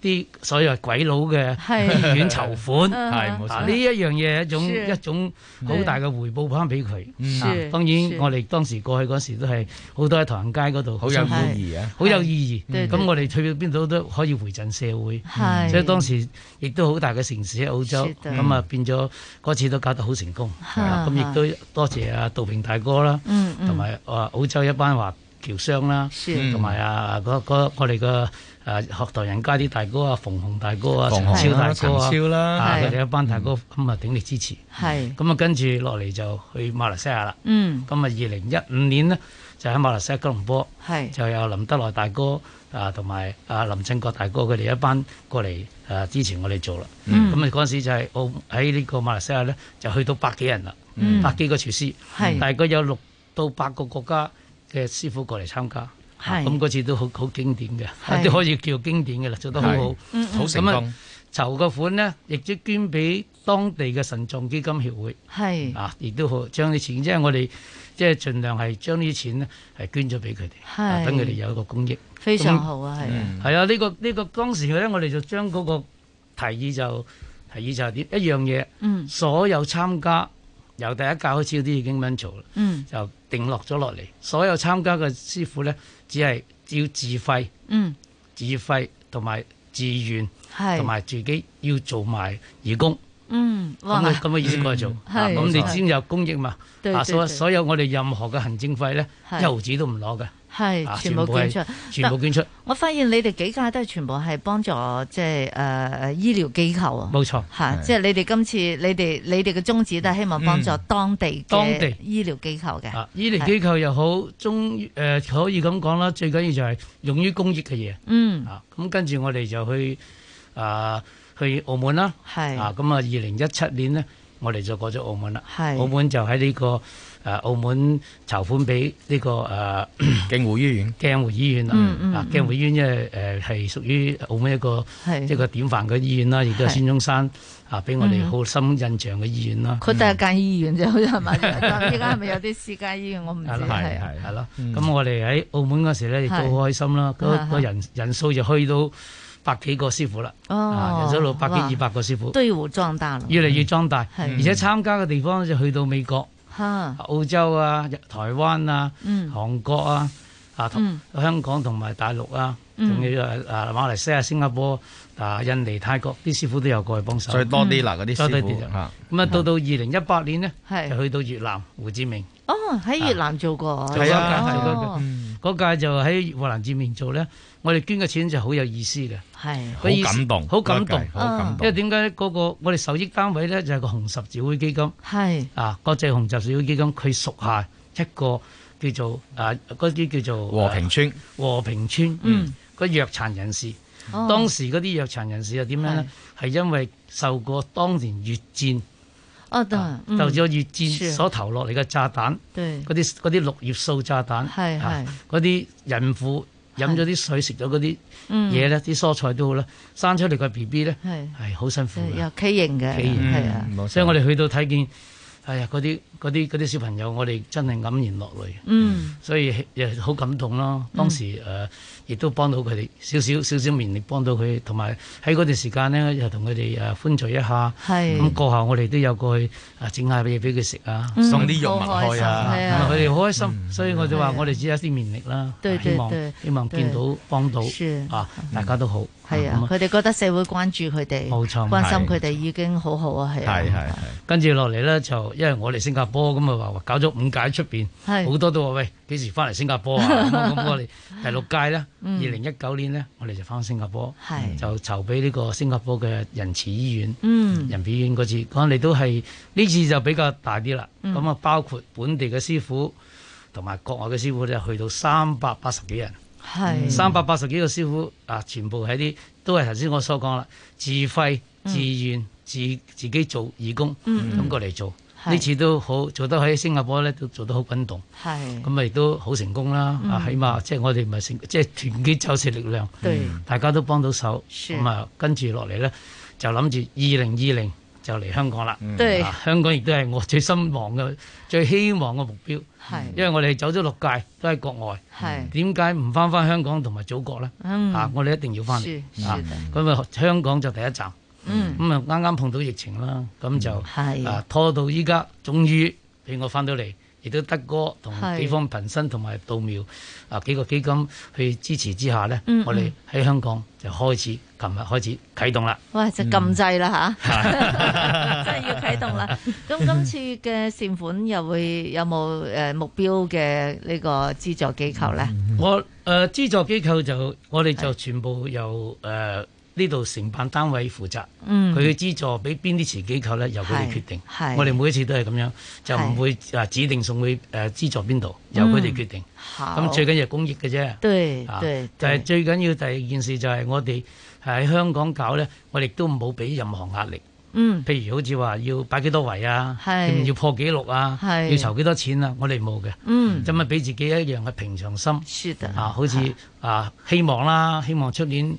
E: 啲所謂鬼佬嘅
B: 係
E: 醫院籌
B: [LAUGHS]
E: 款，
B: 係冇錯
E: 啊呢一樣嘢係一種
B: 是
E: 一種好大嘅回報翻俾佢。
B: 嗯
E: 啊
B: 是
E: 當
B: 是
E: 然我哋當時過去嗰時都係好多喺唐人街嗰度，
J: 好有意義啊
E: 好有意
J: 係對
E: 義。咁我哋去到邊度都可以回贈社會，
B: 係
E: 所以當時亦都好大嘅城市喺澳洲
B: 是，的
E: 咁啊變咗嗰次都搞得好成功。
B: 嚇
E: 啊咁
B: 嚇
E: 亦都多謝啊杜平大哥啦，
B: 嗯嗯
E: 同埋啊澳洲一班華僑商啦，
J: 嗯
B: 是
E: 同埋啊嗰嗰我哋嘅誒學堂人家啲大哥啊，馮洪大哥啊，
J: 馮
E: 陳
J: 洪
E: 超
J: 啦
E: 大哥啊，
J: 陳超啦
E: 啊
J: 係嗯
E: 佢哋一班大哥咁啊鼎力支持。
B: 係
E: 咁啊，跟住落嚟就去馬來西亞啦。
B: 嗯
E: 咁啊，二零一五年呢，就喺馬來西亞吉隆坡，
B: 係
E: 就有林德來大哥啊，同埋啊林振國大哥佢哋一班過嚟啊支持我哋做啦。
B: 嗯
E: 咁啊嗰陣時就係澳喺呢個馬來西亞呢，就去到百幾人啦，
B: 嗯
E: 百幾個廚師，
B: 係
E: 大概有六到八個國家嘅師傅過嚟參加。啊
B: 係
E: 咁嗰次都好好經典嘅，
B: 係
E: 都可以叫經典嘅啦，做得好
B: 係
E: 好
B: 嗯，嗯好成
E: 咁啊
B: 功
E: 籌嘅款呢，亦都捐俾當地嘅腎臟基金協會。
B: 係
E: 啊，亦都好將啲錢，即係我哋即係盡量係將呢啲錢呢係捐咗俾佢哋，啊
B: 係
E: 等佢哋有一個公益。
B: 非常
E: 咁
B: 好啊，係啊，
E: 係啊，呢個呢個當時咧，我哋就將嗰個提議就提議就係點一樣嘢，
B: 嗯
E: 所有參加由第一屆開始嗰啲已經咁樣做啦，
B: 嗯
E: 就定落咗落嚟，所有參加嘅師傅咧，只係要自費。
B: 嗯
E: 自費同埋自願，
B: 係
E: 同埋自己要做埋義工。
B: 嗯，哇
E: 咁，嘅咁嘅意思過去做，
B: 嗯
E: 啊
B: 係
E: 咁
B: 冇
E: 你
B: 錯
E: 先有公益嘛
B: 對？
E: 啊，
B: 對
E: 所
B: 對
E: 所有我哋任何嘅行政費咧，
B: 係
E: 一毫子都唔攞嘅，啊
B: 係全部
E: 係
B: 捐出，
E: 全部
B: 但
E: 捐出，
B: 我發現你哋幾屆都係全部係幫助即係誒醫療機構啊，
E: 冇錯。
B: 嚇，即係你哋今次你哋你哋嘅宗旨都係希望幫助
E: 嗯
B: 當地
E: 當
B: 嘅
E: 地
B: 醫療機構嘅
E: 啊，醫療機構又好，中誒、呃可以咁講啦，最緊要就係用於公益嘅嘢。
B: 嗯
E: 啊，咁跟住我哋就去啊去澳門啦。
B: 係
E: 啊，咁啊，二零一七年呢，我哋就過咗澳門啦。
B: 係
E: 澳門就喺呢、個。誒澳門籌款俾呢、個誒 [COUGHS] 鏡湖醫院，鏡湖醫院啦
B: 嗯，嗯
E: 啊
B: 嗯
E: 鏡湖醫院因呃為誒係屬於澳門一個
B: 係
E: 一個典範嘅醫院啦，亦都係
B: 係
E: 孫中山啊俾我哋
B: 嗯
E: 好深印象嘅醫院啦。
B: 佢都系間醫院啫，好似係咪？而家係咪有啲私家醫院？我唔知
E: 係啦，
B: 係啊。
E: 係啦。咁我哋喺澳門嗰時咧，亦都好開心啦。
B: 係
E: 嗰個人人數就去到百幾個師傅啦，啊
B: 哦，
E: 人數到百幾
B: 哇
E: 二百個師傅，
B: 隊伍壯大了，
E: 越嚟越壯大，
B: 係嗯
E: 而且參加嘅地方就去到美國、
B: 嚇
E: 澳洲啊、日台灣啊、
B: 嗯
E: 韓國啊、啊同香港同埋大陸啊，
B: 嗯
E: 仲有誒誒馬來西亞、新加坡、啊印尼、泰國啲師傅都有過去幫手，嗯
J: 所以多啲啦嗰啲師
E: 多
J: 傅
E: 啲就
J: 嚇
E: 咁啊，到到二零一八年呢，
B: 係
E: 就去到越南胡志明。
B: 哦，喺越南做過，
E: 啊係啊，
B: 哦
E: 係嗰個嗰屆就喺華南志面做咧，我哋捐嘅錢就好有意思嘅，
B: 係嗯
E: 個意思
J: 好感動
E: 好感
J: 嗰
E: 動
J: 一，屆好感動
E: 因為點解嗰個我哋受益單位咧就係個紅十字會基金，
B: 係
E: 啊國際紅十字會基金，佢屬下一個叫做啊嗰啲叫做啊
J: 和平村，
E: 和平村，
B: 嗯，
E: 個弱殘人士。
B: 哦
E: 當時嗰啲弱殘人士又點樣咧？係因為受過當年越戰，
B: 哦，對，嗯
E: 受咗越
B: 是
E: 戰所投落嚟嘅炸彈，
B: 對
E: 嗰啲嗰啲綠葉素炸彈，
B: 係
E: 啊
B: 係
E: 嗰啲孕婦飲咗啲水，食咗嗰啲
B: 嗯
E: 嘢咧，啲蔬菜都好啦，生出嚟個 B B 咧
B: 係
E: 係好辛苦
B: 有
E: 嘅，
B: 畸形嘅，
E: 企業
B: 係啊，
E: 所以我哋去到睇見，哎呀嗰啲嗰啲嗰啲小朋友，我哋真係黯然落淚，
B: 嗯，
E: 所以又好感動咯。當時誒、呃亦都幫到佢哋少少少少綿力幫到佢，同埋喺嗰段時間咧，又同佢哋誒歡聚一下。
B: 係
E: 咁過後，我哋都有過去啊整下嘢俾佢食啊，
B: 嗯送啲藥物好開心去啊係啊
E: 咁佢哋好開心。所以我就話我哋只有一啲綿力啦，
B: 對
E: 啊
B: 對
E: 希望
B: 對
E: 希望見
B: 對
E: 到幫到啊，大家都好
B: 係啊
E: 咁，
B: 佢哋覺得社會關注佢哋，
E: 冇錯
B: 關心佢哋已經好好啊，係啊，
E: 係。跟住落嚟咧，就因為我嚟新加坡咁啊，話搞咗五屆出邊，
B: 係
E: 好多都話喂幾時翻嚟新加
B: [LAUGHS]
E: 坡啊？咁啊咁我哋第六屆咧，
B: 嗯
E: 二零一九年咧，我哋就翻新加坡
B: 係，
E: 就籌備呢個新加坡嘅仁慈醫院。
B: 嗯
E: 人表演嗰次，講嚟都係呢次就比較大啲啦。
B: 嗯
E: 咁啊，包括本地嘅師傅同埋國外嘅師傅咧，去到三百八十幾人。
B: 係
E: 三百八十幾個師傅啊，全部喺啲都係頭先我所講啦，自費、
B: 嗯
E: 自願、自自己做義工，咁、
B: 嗯嗯
E: 過嚟做。
B: 係
E: 呢次都好做得喺新加坡咧，都做得好滾動，
B: 係
E: 咁啊亦都好成功啦。啊，
B: 嗯
E: 起碼即係我哋唔係成，即係團結就是力量，
B: 對
E: 大家都幫到手。
B: 是
E: 咁啊，跟住落嚟咧，就諗住二零二零就嚟香港啦。
B: 對
E: 啊香港亦都係我最心望嘅、最希望嘅目標。
B: 係
E: 因為我哋走咗六屆都喺國外。
B: 係
E: 點嗯解唔翻翻香港同埋祖國咧？
B: 嗯
E: 啊，我哋一定要翻
B: 是
E: 嚟
B: 是
E: 啊
B: 的！
E: 咁啊，香港就第一站。
B: 嗯
E: 咁啊，啱啱碰到疫情啦，咁就
B: 係
E: 啊拖到依家，終於俾我翻到嚟，亦都德哥同
B: 係
E: 幾方貧身同埋稻苗啊幾個基金去支持之下咧
B: 嗯嗯，
E: 我哋喺香港就開始，琴日開始啟動啦。嗯
B: 喂，就撳掣
E: [LAUGHS]
B: 啦吓， [LAUGHS] 真係要啟動啦。咁今次嘅善款又會有冇誒目標嘅呢個資助機構咧？
E: 我誒、呃、資助機構就我哋就全部由誒呢度承辦單位負責，
B: 嗯
E: 佢嘅資助俾邊啲持機構咧，由佢哋決定
B: 係係。
E: 我哋每一次都係咁樣，就
B: 係
E: 唔會啊指定送去誒資助邊度，由佢哋決定。
B: 嗯好
E: 咁最緊要係公益嘅啫。
B: 對
E: 啊
B: 對
E: 但係最緊要第二件事就係我哋喺香港搞咧，我哋都唔好俾任何壓力。
B: 嗯
E: 譬如好似話要擺幾多圍啊，
B: 係
E: 要要破紀錄啊，
B: 係
E: 要籌幾多錢啊，我哋冇嘅。
B: 嗯
E: 咁咪啊俾自己一樣嘅平常心。啊，好
B: 係
E: 似啊希望啦，希望出年。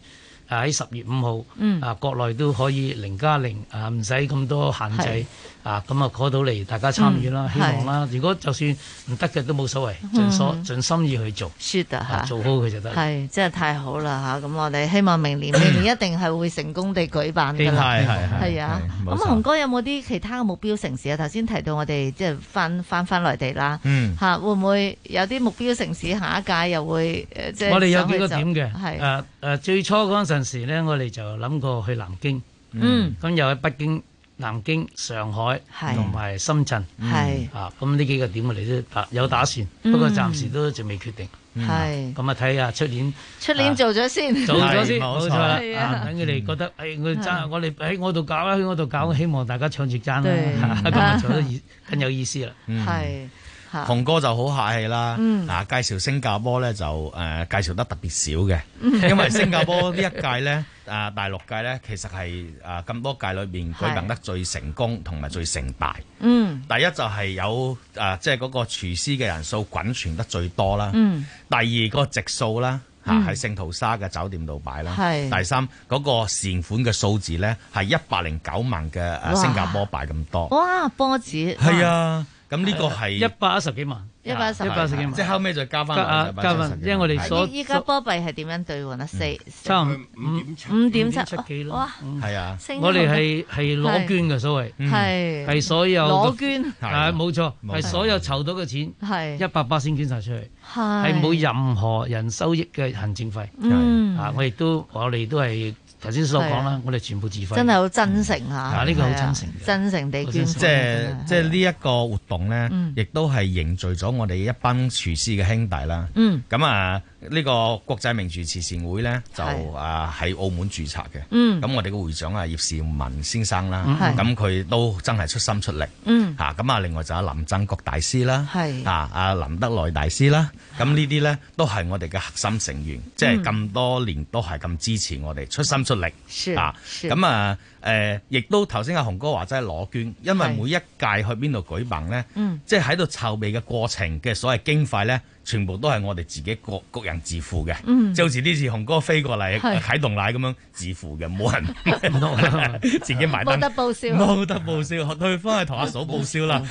E: 啊！喺十月五號，
B: 嗯
E: 啊國內都可以零加零啊，唔使咁多限
B: 係
E: 制啊，咁啊嗰到嚟大家參與啦，
B: 嗯
E: 希望啦。如果就算唔得嘅都冇所謂，盡所
B: 嗯
E: 盡心意去做，
B: 是的
E: 啊
B: 嚇
E: 做好佢就得啦。
B: 係真係太好啦嚇！咁我哋希望明年明年一定係會成功地舉辦㗎啦。
E: 希望 [LAUGHS] 係係係
B: 係啊！
E: 係
B: 咁
E: 冇錯
B: 洪哥有冇啲其他嘅目標城市啊？頭先提到我哋即係翻翻翻內地啦。
E: 嗯
B: 嚇會唔會有啲目標城市下一屆又會誒即係
E: 我哋有幾個
B: 想
E: 點
B: 去
E: 嘅，
B: 做
E: 誒
B: 係
E: 誒、最初嗰陣時咧，我哋就諗過去南京，
B: 嗯
E: 咁又喺北京、南京、上海
B: 係
E: 同埋深圳，
B: 係
E: 啊，咁呢幾個點我哋都打有打算，
B: 嗯
E: 不過暫時都仲未決定，
B: 係
E: 咁啊睇下出
B: [LAUGHS]
E: 年
B: 出年做咗先，
E: 啊做咗先，冇錯啦
B: 係，
E: 啊
B: 啊
E: 等佢哋覺得，誒我
B: 係
E: 爭我哋喺我度搞 [LAUGHS] 啦，喺我度搞，希望大家搶住爭啦，
B: 對
E: 咁啊搶得意更有意思啦，
B: 係。嚇
J: 紅哥就好客氣啦，
B: 嗯
J: 啊介紹新加坡咧就誒、呃介紹得特別少嘅，
B: 嗯
J: 因為新加坡呢 [LAUGHS] 一屆咧啊大陸屆咧其實係啊咁多屆裏邊舉辦得最成功同埋最盛大。
B: 嗯
J: 第一就係有啊，即係嗰個廚師嘅人數滾傳得最多
G: 啊
J: 啦。
B: 嗯
J: 第二個席數啦，嚇
B: 嗯
J: 喺聖淘沙嘅酒店度擺啦。
B: 係
J: 第三嗰、個善款嘅數字咧係一百零九萬嘅啊
B: 哇
J: 新加坡幣咁多。
B: 哇，波子
J: 係，啊，咁呢個係
E: 一百一十幾萬，啊
B: 一百一十啊
E: 一百一十幾萬，
J: 即係後尾再加翻
E: 加啊加翻，因為我哋所
B: 依依家波幣係點樣兑換啊？四
E: 差唔
B: 五五點七幾咯，哇！
J: 係啊嗯
B: 升咗
E: 我哋係係攞捐嘅所謂，
B: 係
E: 係所有
B: 攞捐
E: 係冇錯，
B: 冇
E: 係
B: 錯
E: 所有籌到嘅錢
B: 係
E: 一百八先捐晒出去，
B: 係
E: 係冇任何人收益嘅行政費。
B: 嗯
E: 啊，我亦都我哋都係頭先所講
B: 係啊
E: 啦，我哋全部自費。
B: 真係好真誠嚇。
E: 啊呢個好真誠
B: 係啊，真誠地
J: 即
B: 捐款
J: 係即係呢一個活動咧
B: 嗯，
J: 亦都係凝聚咗我哋一班廚師嘅兄弟啦。
B: 嗯
J: 咁啊，呢個國際名廚慈善會咧就
B: 係
J: 啊喺澳門註冊嘅。
B: 嗯
J: 咁我哋嘅會長啊葉兆文先生啦
B: 嗯，係
J: 咁佢都真係出心出力。
B: 嗯
J: 嚇咁啊，另外就有林振國大師啦，
B: 係
J: 啊啊林德來大師啦。咁呢啲咧都係我哋嘅核心成員，即係
B: 嗯
J: 咁多年都係咁支持我哋，出心出力。
B: 是
J: 啊，
B: 是
J: 咁啊誒，亦都頭先阿洪哥話齋攞捐，因為每一屆去邊度舉辦咧。
B: 嗯
J: 即係喺度籌備嘅過程嘅所謂經費咧，全部都係我哋自己各各人自付嘅，
B: 嗯
J: 即係好似呢次紅哥飛過嚟
B: 係
J: 啟動奶咁樣自付嘅，冇人 [LAUGHS] 自己埋
B: [LAUGHS] 冇
J: 單
B: 得。報銷，
J: 冇得報銷，佢翻去同阿嫂報銷啦。
E: [LAUGHS]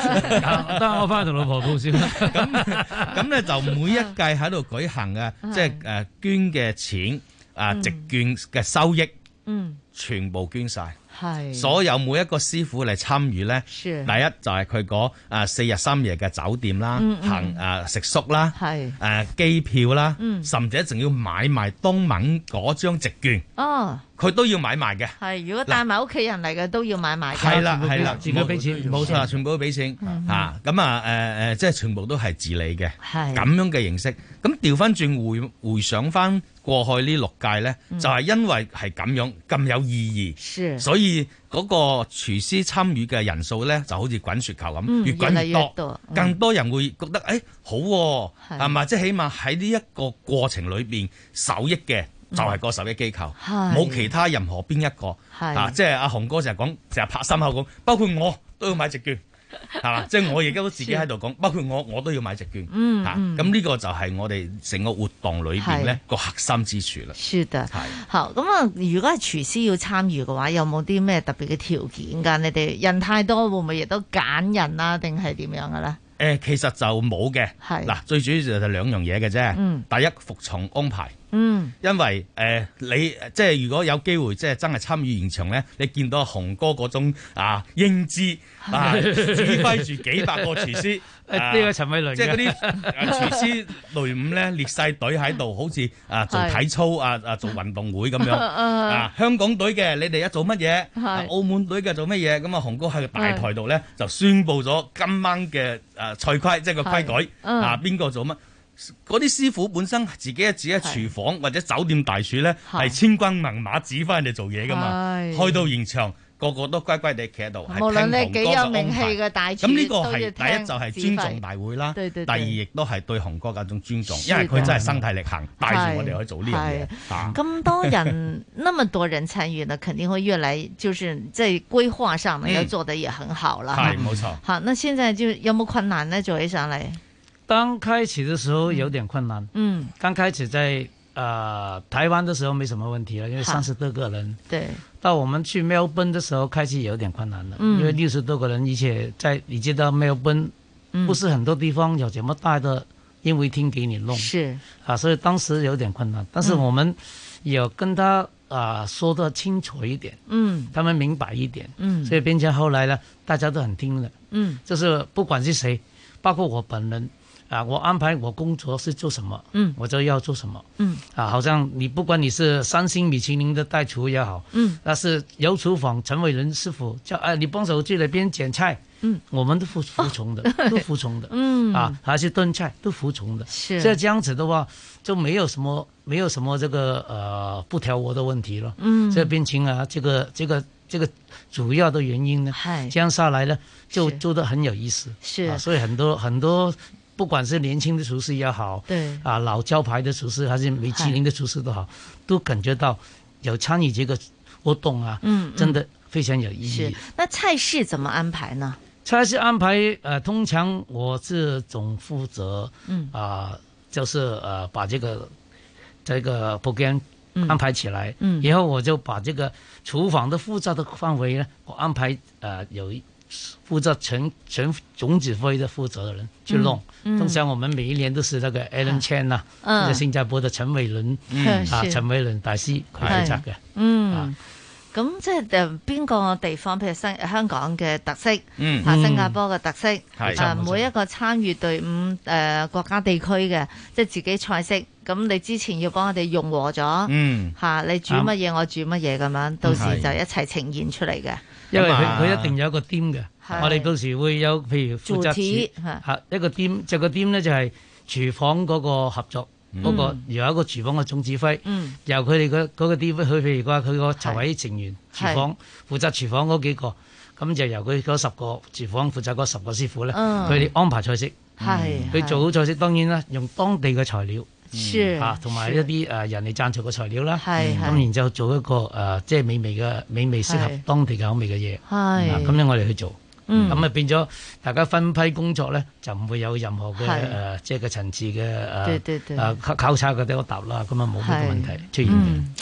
E: 得我翻去同老婆報銷啦。
J: 咁咧就每一屆喺度舉行嘅，即係誒呃捐嘅錢啊，
B: 嗯
J: 直捐嘅收益
B: 嗯
J: 全部捐晒。
B: 係
J: 所有每一個師傅嚟參與咧，第
Q: 嗯
B: 是
J: 一就係佢嗰啊四日三夜嘅酒店啦
B: 嗯，嗯
J: 行啊食宿啦，
B: 係
J: 誒機票啦
B: 嗯，
J: 甚至仲要買埋東盟嗰張席券，
B: 哦。
J: 佢都要買埋嘅。
B: 係，如果帶埋屋企人嚟嘅都要買埋㗎。
J: 係啦，係啦，
E: 自己俾
J: 冇
E: 錢
J: 冇錯啦，全部都俾錢嚇。咁啊誒誒，即係全部都係自理嘅，
B: 係
J: 咁樣嘅形式。咁調翻轉回回想翻過去呢六屆咧，
B: 嗯
J: 就係因為係咁樣咁有意
B: 是
J: 義，所以嗰個廚師參與嘅人數咧就好似滾雪球咁，
B: 嗯
J: 越滾
B: 越
J: 越
B: 嚟越
J: 多
B: 多嗯，
J: 更多人會覺得誒好喎
B: 係
J: 係嘛？即係起碼喺呢一個過程裏邊受益嘅。就係個受益機構，
B: 係
J: 冇其他任何邊一個
B: 係
J: 啊！即係阿洪哥成日講，成日拍心口講，包括我都要買席券，係
B: [LAUGHS]
J: 嘛？即係我而家都自己喺度講，包括我我都要買席券，
B: 嗯
J: 嚇
B: 嗯
J: 咁呢個就係我哋成個活動裏邊
B: 係
J: 咧個核心之處啦。
B: 是的，好咁啊！如果係廚師要參與嘅話，有冇啲咩特別嘅條件㗎？你哋人太多，會唔會亦都揀人啊？定係點樣嘅咧？
J: 誒、其實就冇嘅，
B: 係
J: 嗱，最主要就係兩樣嘢嘅啫。
B: 嗯
J: 第一服從安排。
B: 嗯，
J: 因為誒、呃你即係如果有機會即係真係參與現場咧，你見到洪哥嗰種啊英姿
E: [LAUGHS]
J: 啊指揮住幾百個廚師，
E: 誒
J: 啊
E: 哎呢個陳偉倫嘅
J: 即係嗰啲啊廚師隊伍咧列晒隊喺度，好似
E: [LAUGHS]
J: 啊做
E: 係
J: 體操啊啊做運動會咁樣
E: [LAUGHS] 啊
J: 啊香港隊嘅你哋一做乜嘢，
E: 係
J: 啊澳門隊嘅做乜嘢，咁啊洪哥喺個大台度咧就宣佈咗今晚嘅誒賽規，即係個規
B: 係
J: 矩
B: 嗯
J: 啊邊個做乜。嗰啲師傅本身自己一自己喺廚房或者酒店大廚咧，係千軍萬馬指翻人哋做嘢噶嘛。
B: 係
J: 去到現場，個個都乖乖地企喺度，係
B: 無論
J: 聽
B: 你幾
J: 洪
B: 有
J: 嗯哥嘅
B: 名氣
J: 安排
B: 嘅大廚，
J: 咁呢個
B: 都要
J: 係第
B: 聽
J: 一就係
B: 指
J: 尊
B: 揮
J: 重大會啦，
B: 對對
J: 第二
B: 對
J: 亦都係對洪哥嘅一種尊重，
B: 是
J: 因為佢
B: 的
J: 真係身體力行帶住我哋去做呢樣
B: 係
J: 嘢啊。
B: 咁多人，那么多人參與呢，肯定會越來，就是在規劃
J: [LAUGHS]
B: 上呢，
E: 嗯
B: 要做得也很好
J: 嗯
B: 了。
E: 係
B: 哈
E: 冇錯
B: 好，那現在就有冇困難呢？做起上嚟，
E: 刚开始的时候有点困难，
B: 嗯，
E: 刚开始在呃台湾的时候没什么问题了，因为
B: 好
E: 三十多个人。
B: 對，
E: 到我们去 Melbourne 的时候，开始有点困难了，
B: 嗯
E: 因为六十多个人，而且在你知道 Melbourne
B: 嗯
E: 不是很多地方有这么大的宴会厅给你弄，
B: 是
E: 啊，所以当时有点困难，但是
B: 嗯
E: 我们也跟他啊、说的清楚一点，
B: 嗯
E: 他们明白一点，
B: 嗯
E: 所以变成后来呢，大家都很听了。
B: 嗯
E: 就是不管是谁，包括我本人啊，我安排我工作是做什么，
B: 嗯
E: 我就要做什么
B: 嗯
E: 啊。好像你不管你是三星米其林的大厨也好，
B: 嗯
E: 但是有厨房陈伟仁师傅叫哎，你帮手去那边捡菜，
B: 嗯，
E: 我们都服服从
B: [LAUGHS]
E: 的，都服从的，
B: 嗯
E: 啊，还是炖菜都服从的。
B: 是
E: 这这样子的话，就没有什么没有什么这个呃不调和的问题了。
B: 嗯
E: 这病情啊，这个这个这个主要的原因呢，这样下来呢，就是做得很有意思，
B: 是
E: 啊所以很多很多。不管是年轻的厨师也好，
B: 对
E: 啊老招牌的厨师还是米其林的厨师都好，都感觉到有参与这个活动啊，
B: 嗯嗯
E: 真的非常有意
B: 是
E: 义。
B: 那菜式怎么安排呢？
E: 菜式安排，呃，通常我是总负责，
B: 嗯
E: 啊、就是呃把这个这个 program
B: 嗯
E: 安排起来，
B: 嗯
E: 然后我就把这个厨房的负责的范围呢，我安排呃有一负责全全总指挥的负责的人去弄。
B: 嗯嗯
E: 通常我们每一年都是那个 Alan Chan 呐、
B: 嗯
E: 就是新加坡的陈伟伦、
B: 嗯
E: 啊，
B: 是
E: 陳偉倫大師佢負責嘅。啊
B: 嗯，咁即係誒邊個地方，譬如新香港嘅特色，
E: 嗯
B: 嚇
E: 嗯
B: 新加坡嘅特色，
E: 係
B: 啊
E: 冇錯
B: 每一個參與隊伍誒、呃、國家地區嘅，即係自己菜式。咁你之前要幫我哋用和咗，
E: 嗯
B: 嚇你煮乜嘢我煮乜嘢咁樣，到時
E: 係
B: 就一齊呈現出嚟嘅。
E: 因為佢
B: 咁啊
E: 佢一定有一個 team 嘅，
B: 係
E: 我哋到時會有譬如負責
B: 主題
E: 廚
B: 係
E: 嚇一個 team，就個 team 咧就係廚房嗰個合作
B: 嗯
E: 嗰個，有一個廚房嘅總指揮
B: 嗯，
E: 由佢哋嗰嗰個 team，佢譬如話佢個籌委成員
B: 係
E: 廚房負責廚房嗰幾個，咁就由佢嗰十個廚房負責嗰十個師傅咧，
B: 嗯
E: 佢哋安排菜式，嗯
B: 係
E: 佢做好菜式，當然啦，用當地嘅材料。
B: 是
E: 啊，同埋一
B: 是
E: 啲誒人哋贊助嘅材料啦，
B: 係係
E: 咁然之後做一個誒即係美味嘅美味適合
B: 係
E: 當地嘅口味嘅嘢，
B: 係
E: 啊咁樣我哋去做。
B: 嗯
E: 咁啊變咗大家分批工作咧，就唔會有任何嘅
B: 係
E: 誒，即係嘅呃層次
B: 對
E: 嘅
B: 對對
E: 誒誒交交叉嘅啲答啦，咁啊冇呢個問題
B: 係
E: 出現嘅。
B: 嗯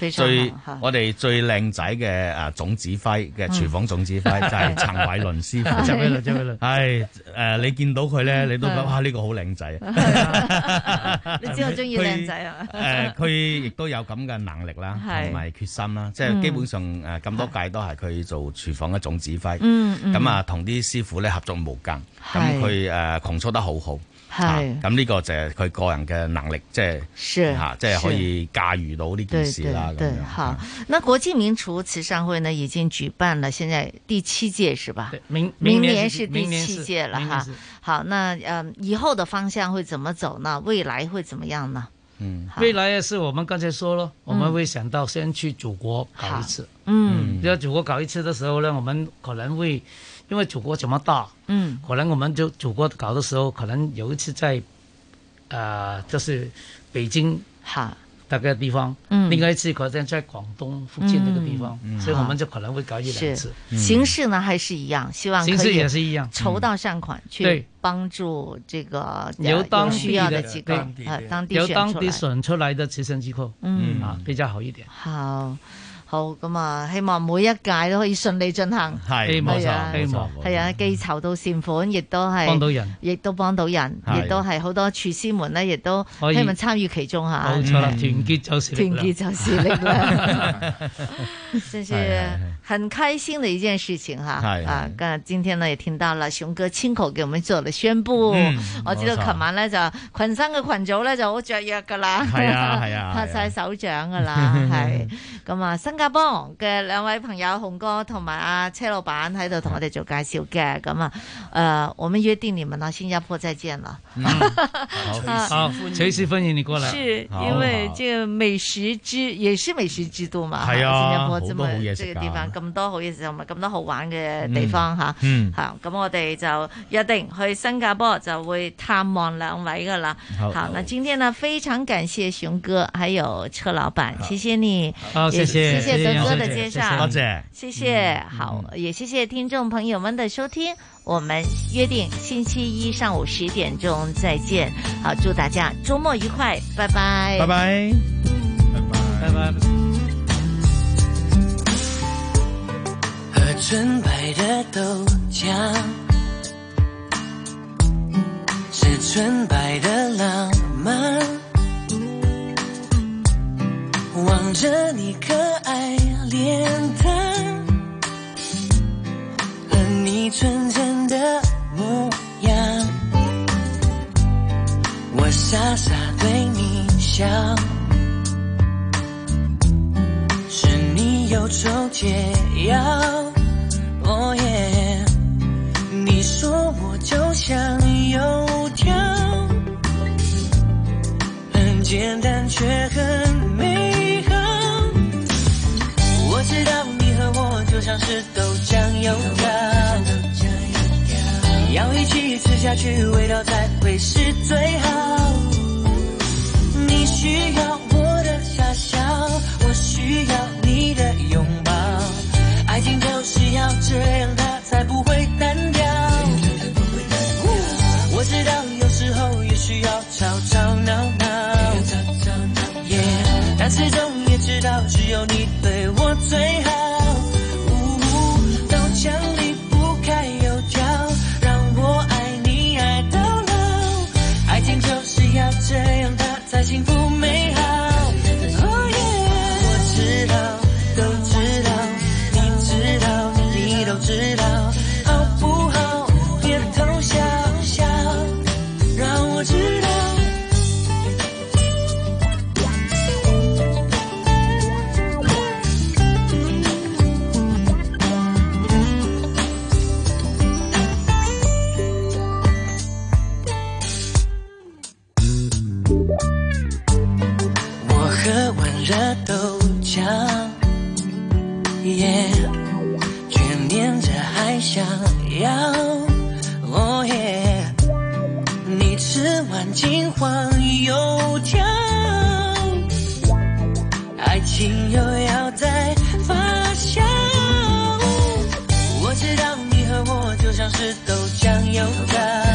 B: 非常
J: 最
B: 好嚇
J: 我哋最靚仔嘅啊總指揮嘅
B: 嗯
J: 廚房總指
B: [LAUGHS]
J: 揮就係陳偉倫師傅。
E: 陳
J: [LAUGHS]
E: 偉倫陳偉倫
J: 係誒，你見到佢咧，你都覺得
B: 嗯啊
J: 哇呢個好靚
B: [LAUGHS]
J: 仔。啊 [LAUGHS]
B: 你知我中意靚仔啊
J: 佢誒，佢亦都有咁嘅能力啦，
B: 係
J: 同埋決心啦，即
B: 嗯
J: 係基本上誒咁多屆都係佢做廚房嘅總指揮。
B: 嗯嗯
J: 咁啊，同啲師傅咧合作無間，
B: 係
J: 咁佢誒狂操得好好。
B: 係
J: 咁呢個就係佢個人嘅能力，即係
B: 是
J: 嚇，即係可以駕馭到呢件
B: 对
J: 事
E: 啊
J: 啦。咁
B: 对
J: 樣
B: 对，好。那国际名厨慈善会呢，已经举办了，现在第七届是吧？
E: 明
B: 明
E: 明年是
B: 是第
E: 明年
B: 七
E: 是
B: 届了
E: 明年
B: 哈
E: 是。
B: 好，那嗯，以后的方向会怎么走呢？未来会怎么样呢？
J: 嗯，
E: 未来也是我们刚才说了，我们会想到先去祖国搞一次。
B: 嗯，
E: 要祖国搞一次的时候呢，我们可能会因为祖国这么大，
B: 嗯
E: 可能我们就祖国搞的时候，可能有一次在，呃，就是北京
B: 哈
E: 那个地方，
B: 嗯
E: 另外一次可能在广东福建那个地方，
B: 嗯嗯
E: 所以我们就可能会搞一两
B: 是
E: 次。嗯
B: 形式呢还是一样，希望
E: 形
B: 可
E: 式
B: 以
E: 也是一样
B: 筹
E: 嗯
B: 到善款去
E: 对
B: 帮助这个
E: 由
B: 呃
E: 当
B: 需
E: 地
B: 要
E: 的
B: 几个
E: 对
B: 呃当地
E: 由
B: 选
E: 当
B: 出
E: 地
B: 来
E: 选出来的慈善机构，
B: 嗯
E: 啊，比较好一点。
B: 好好咁啊！希望每一屆都可以順利進行，
E: 係希望
B: 係啊
E: 希望冇錯
B: 係啊！既籌到善款，亦都係
E: 幫到人，
B: 亦都幫到人，
E: 係
B: 亦都係好多廚師們呢，亦都
E: 可以
B: 希望參與其中嚇。
E: 冇错啦，
B: 嗯
E: 团结就是力量。
B: 團結就是力
E: 嗯
J: [LAUGHS] 哎
E: 係
B: 量这是
E: 係係
B: 很开心的一件事情哈
E: 係係
B: 啊！咁今天呢也聽到了熊哥親口給我們做了宣布
J: 嗯，
B: 我知道
J: 冇錯
B: 琴晚呢就群生嘅群組呢就好雀躍噶啦，
J: 係
B: [LAUGHS]
J: 啊係啊
B: 拍
J: 係啊
B: 晒手掌噶啦，係
J: [LAUGHS]
B: 咁啊！新加坡嘅兩位朋友洪哥同埋阿車老闆喺度同我哋做介紹嘅，咁啊，誒，我們約定你們到新加坡再見啦。
E: [LAUGHS]
B: [LAUGHS]
E: 好，随时欢迎你过来。
B: 是因为这个美食之也是美食之都嘛，
E: 係啊
B: 新加坡
E: 好
B: 这
E: 多
B: 么
E: 好嘢食
B: 这
E: 㗎
B: 個地方咁多好嘢食同埋咁多好玩嘅 [LAUGHS] 地方吓，
E: 嗯嗯
B: 吓咁我哋就約定去新加坡就會探望兩位噶啦。
E: 好
B: 好，那今天呢非常感謝熊哥還有車老闆，謝謝你，
E: 好
B: 也
E: 謝謝謝
B: 謝
E: 謝
B: 德哥
E: 謝謝
B: 的介紹，
E: 多謝
B: 謝謝，好，也謝謝聽眾朋友們的收聽，我們約定星期一上午十點鐘再見，好，祝大家周末愉快，拜拜，
J: 拜拜。
E: 拜拜。
M: 喝纯白的豆浆，吃纯白的浪漫，望着你可爱脸蛋，和你纯真的模样，我傻傻对你笑。是你忧愁解药。哦耶，你说我就像油条，很简单却很美好。我知道你和我就像是豆浆油条，要一起吃下去，味道才会是最好。你需要我的傻笑，我需要你的拥抱，爱情就是要这样，它才不会单调。我知道有时候也需要吵吵闹闹，Yeah，但始终也知道只有你对我最好。呜豆浆离不开油条，让我爱你爱到老。爱情就是要这样，它才幸福美好。Oh yeah，我知道，都知道，你知道，你都知道，好不好？别偷笑笑，让我知道。我喝完热豆浆，耶、却念着还想要，哦耶！你吃完金黄油条，爱情又要再发酵。我知道你和我就像是豆浆油条。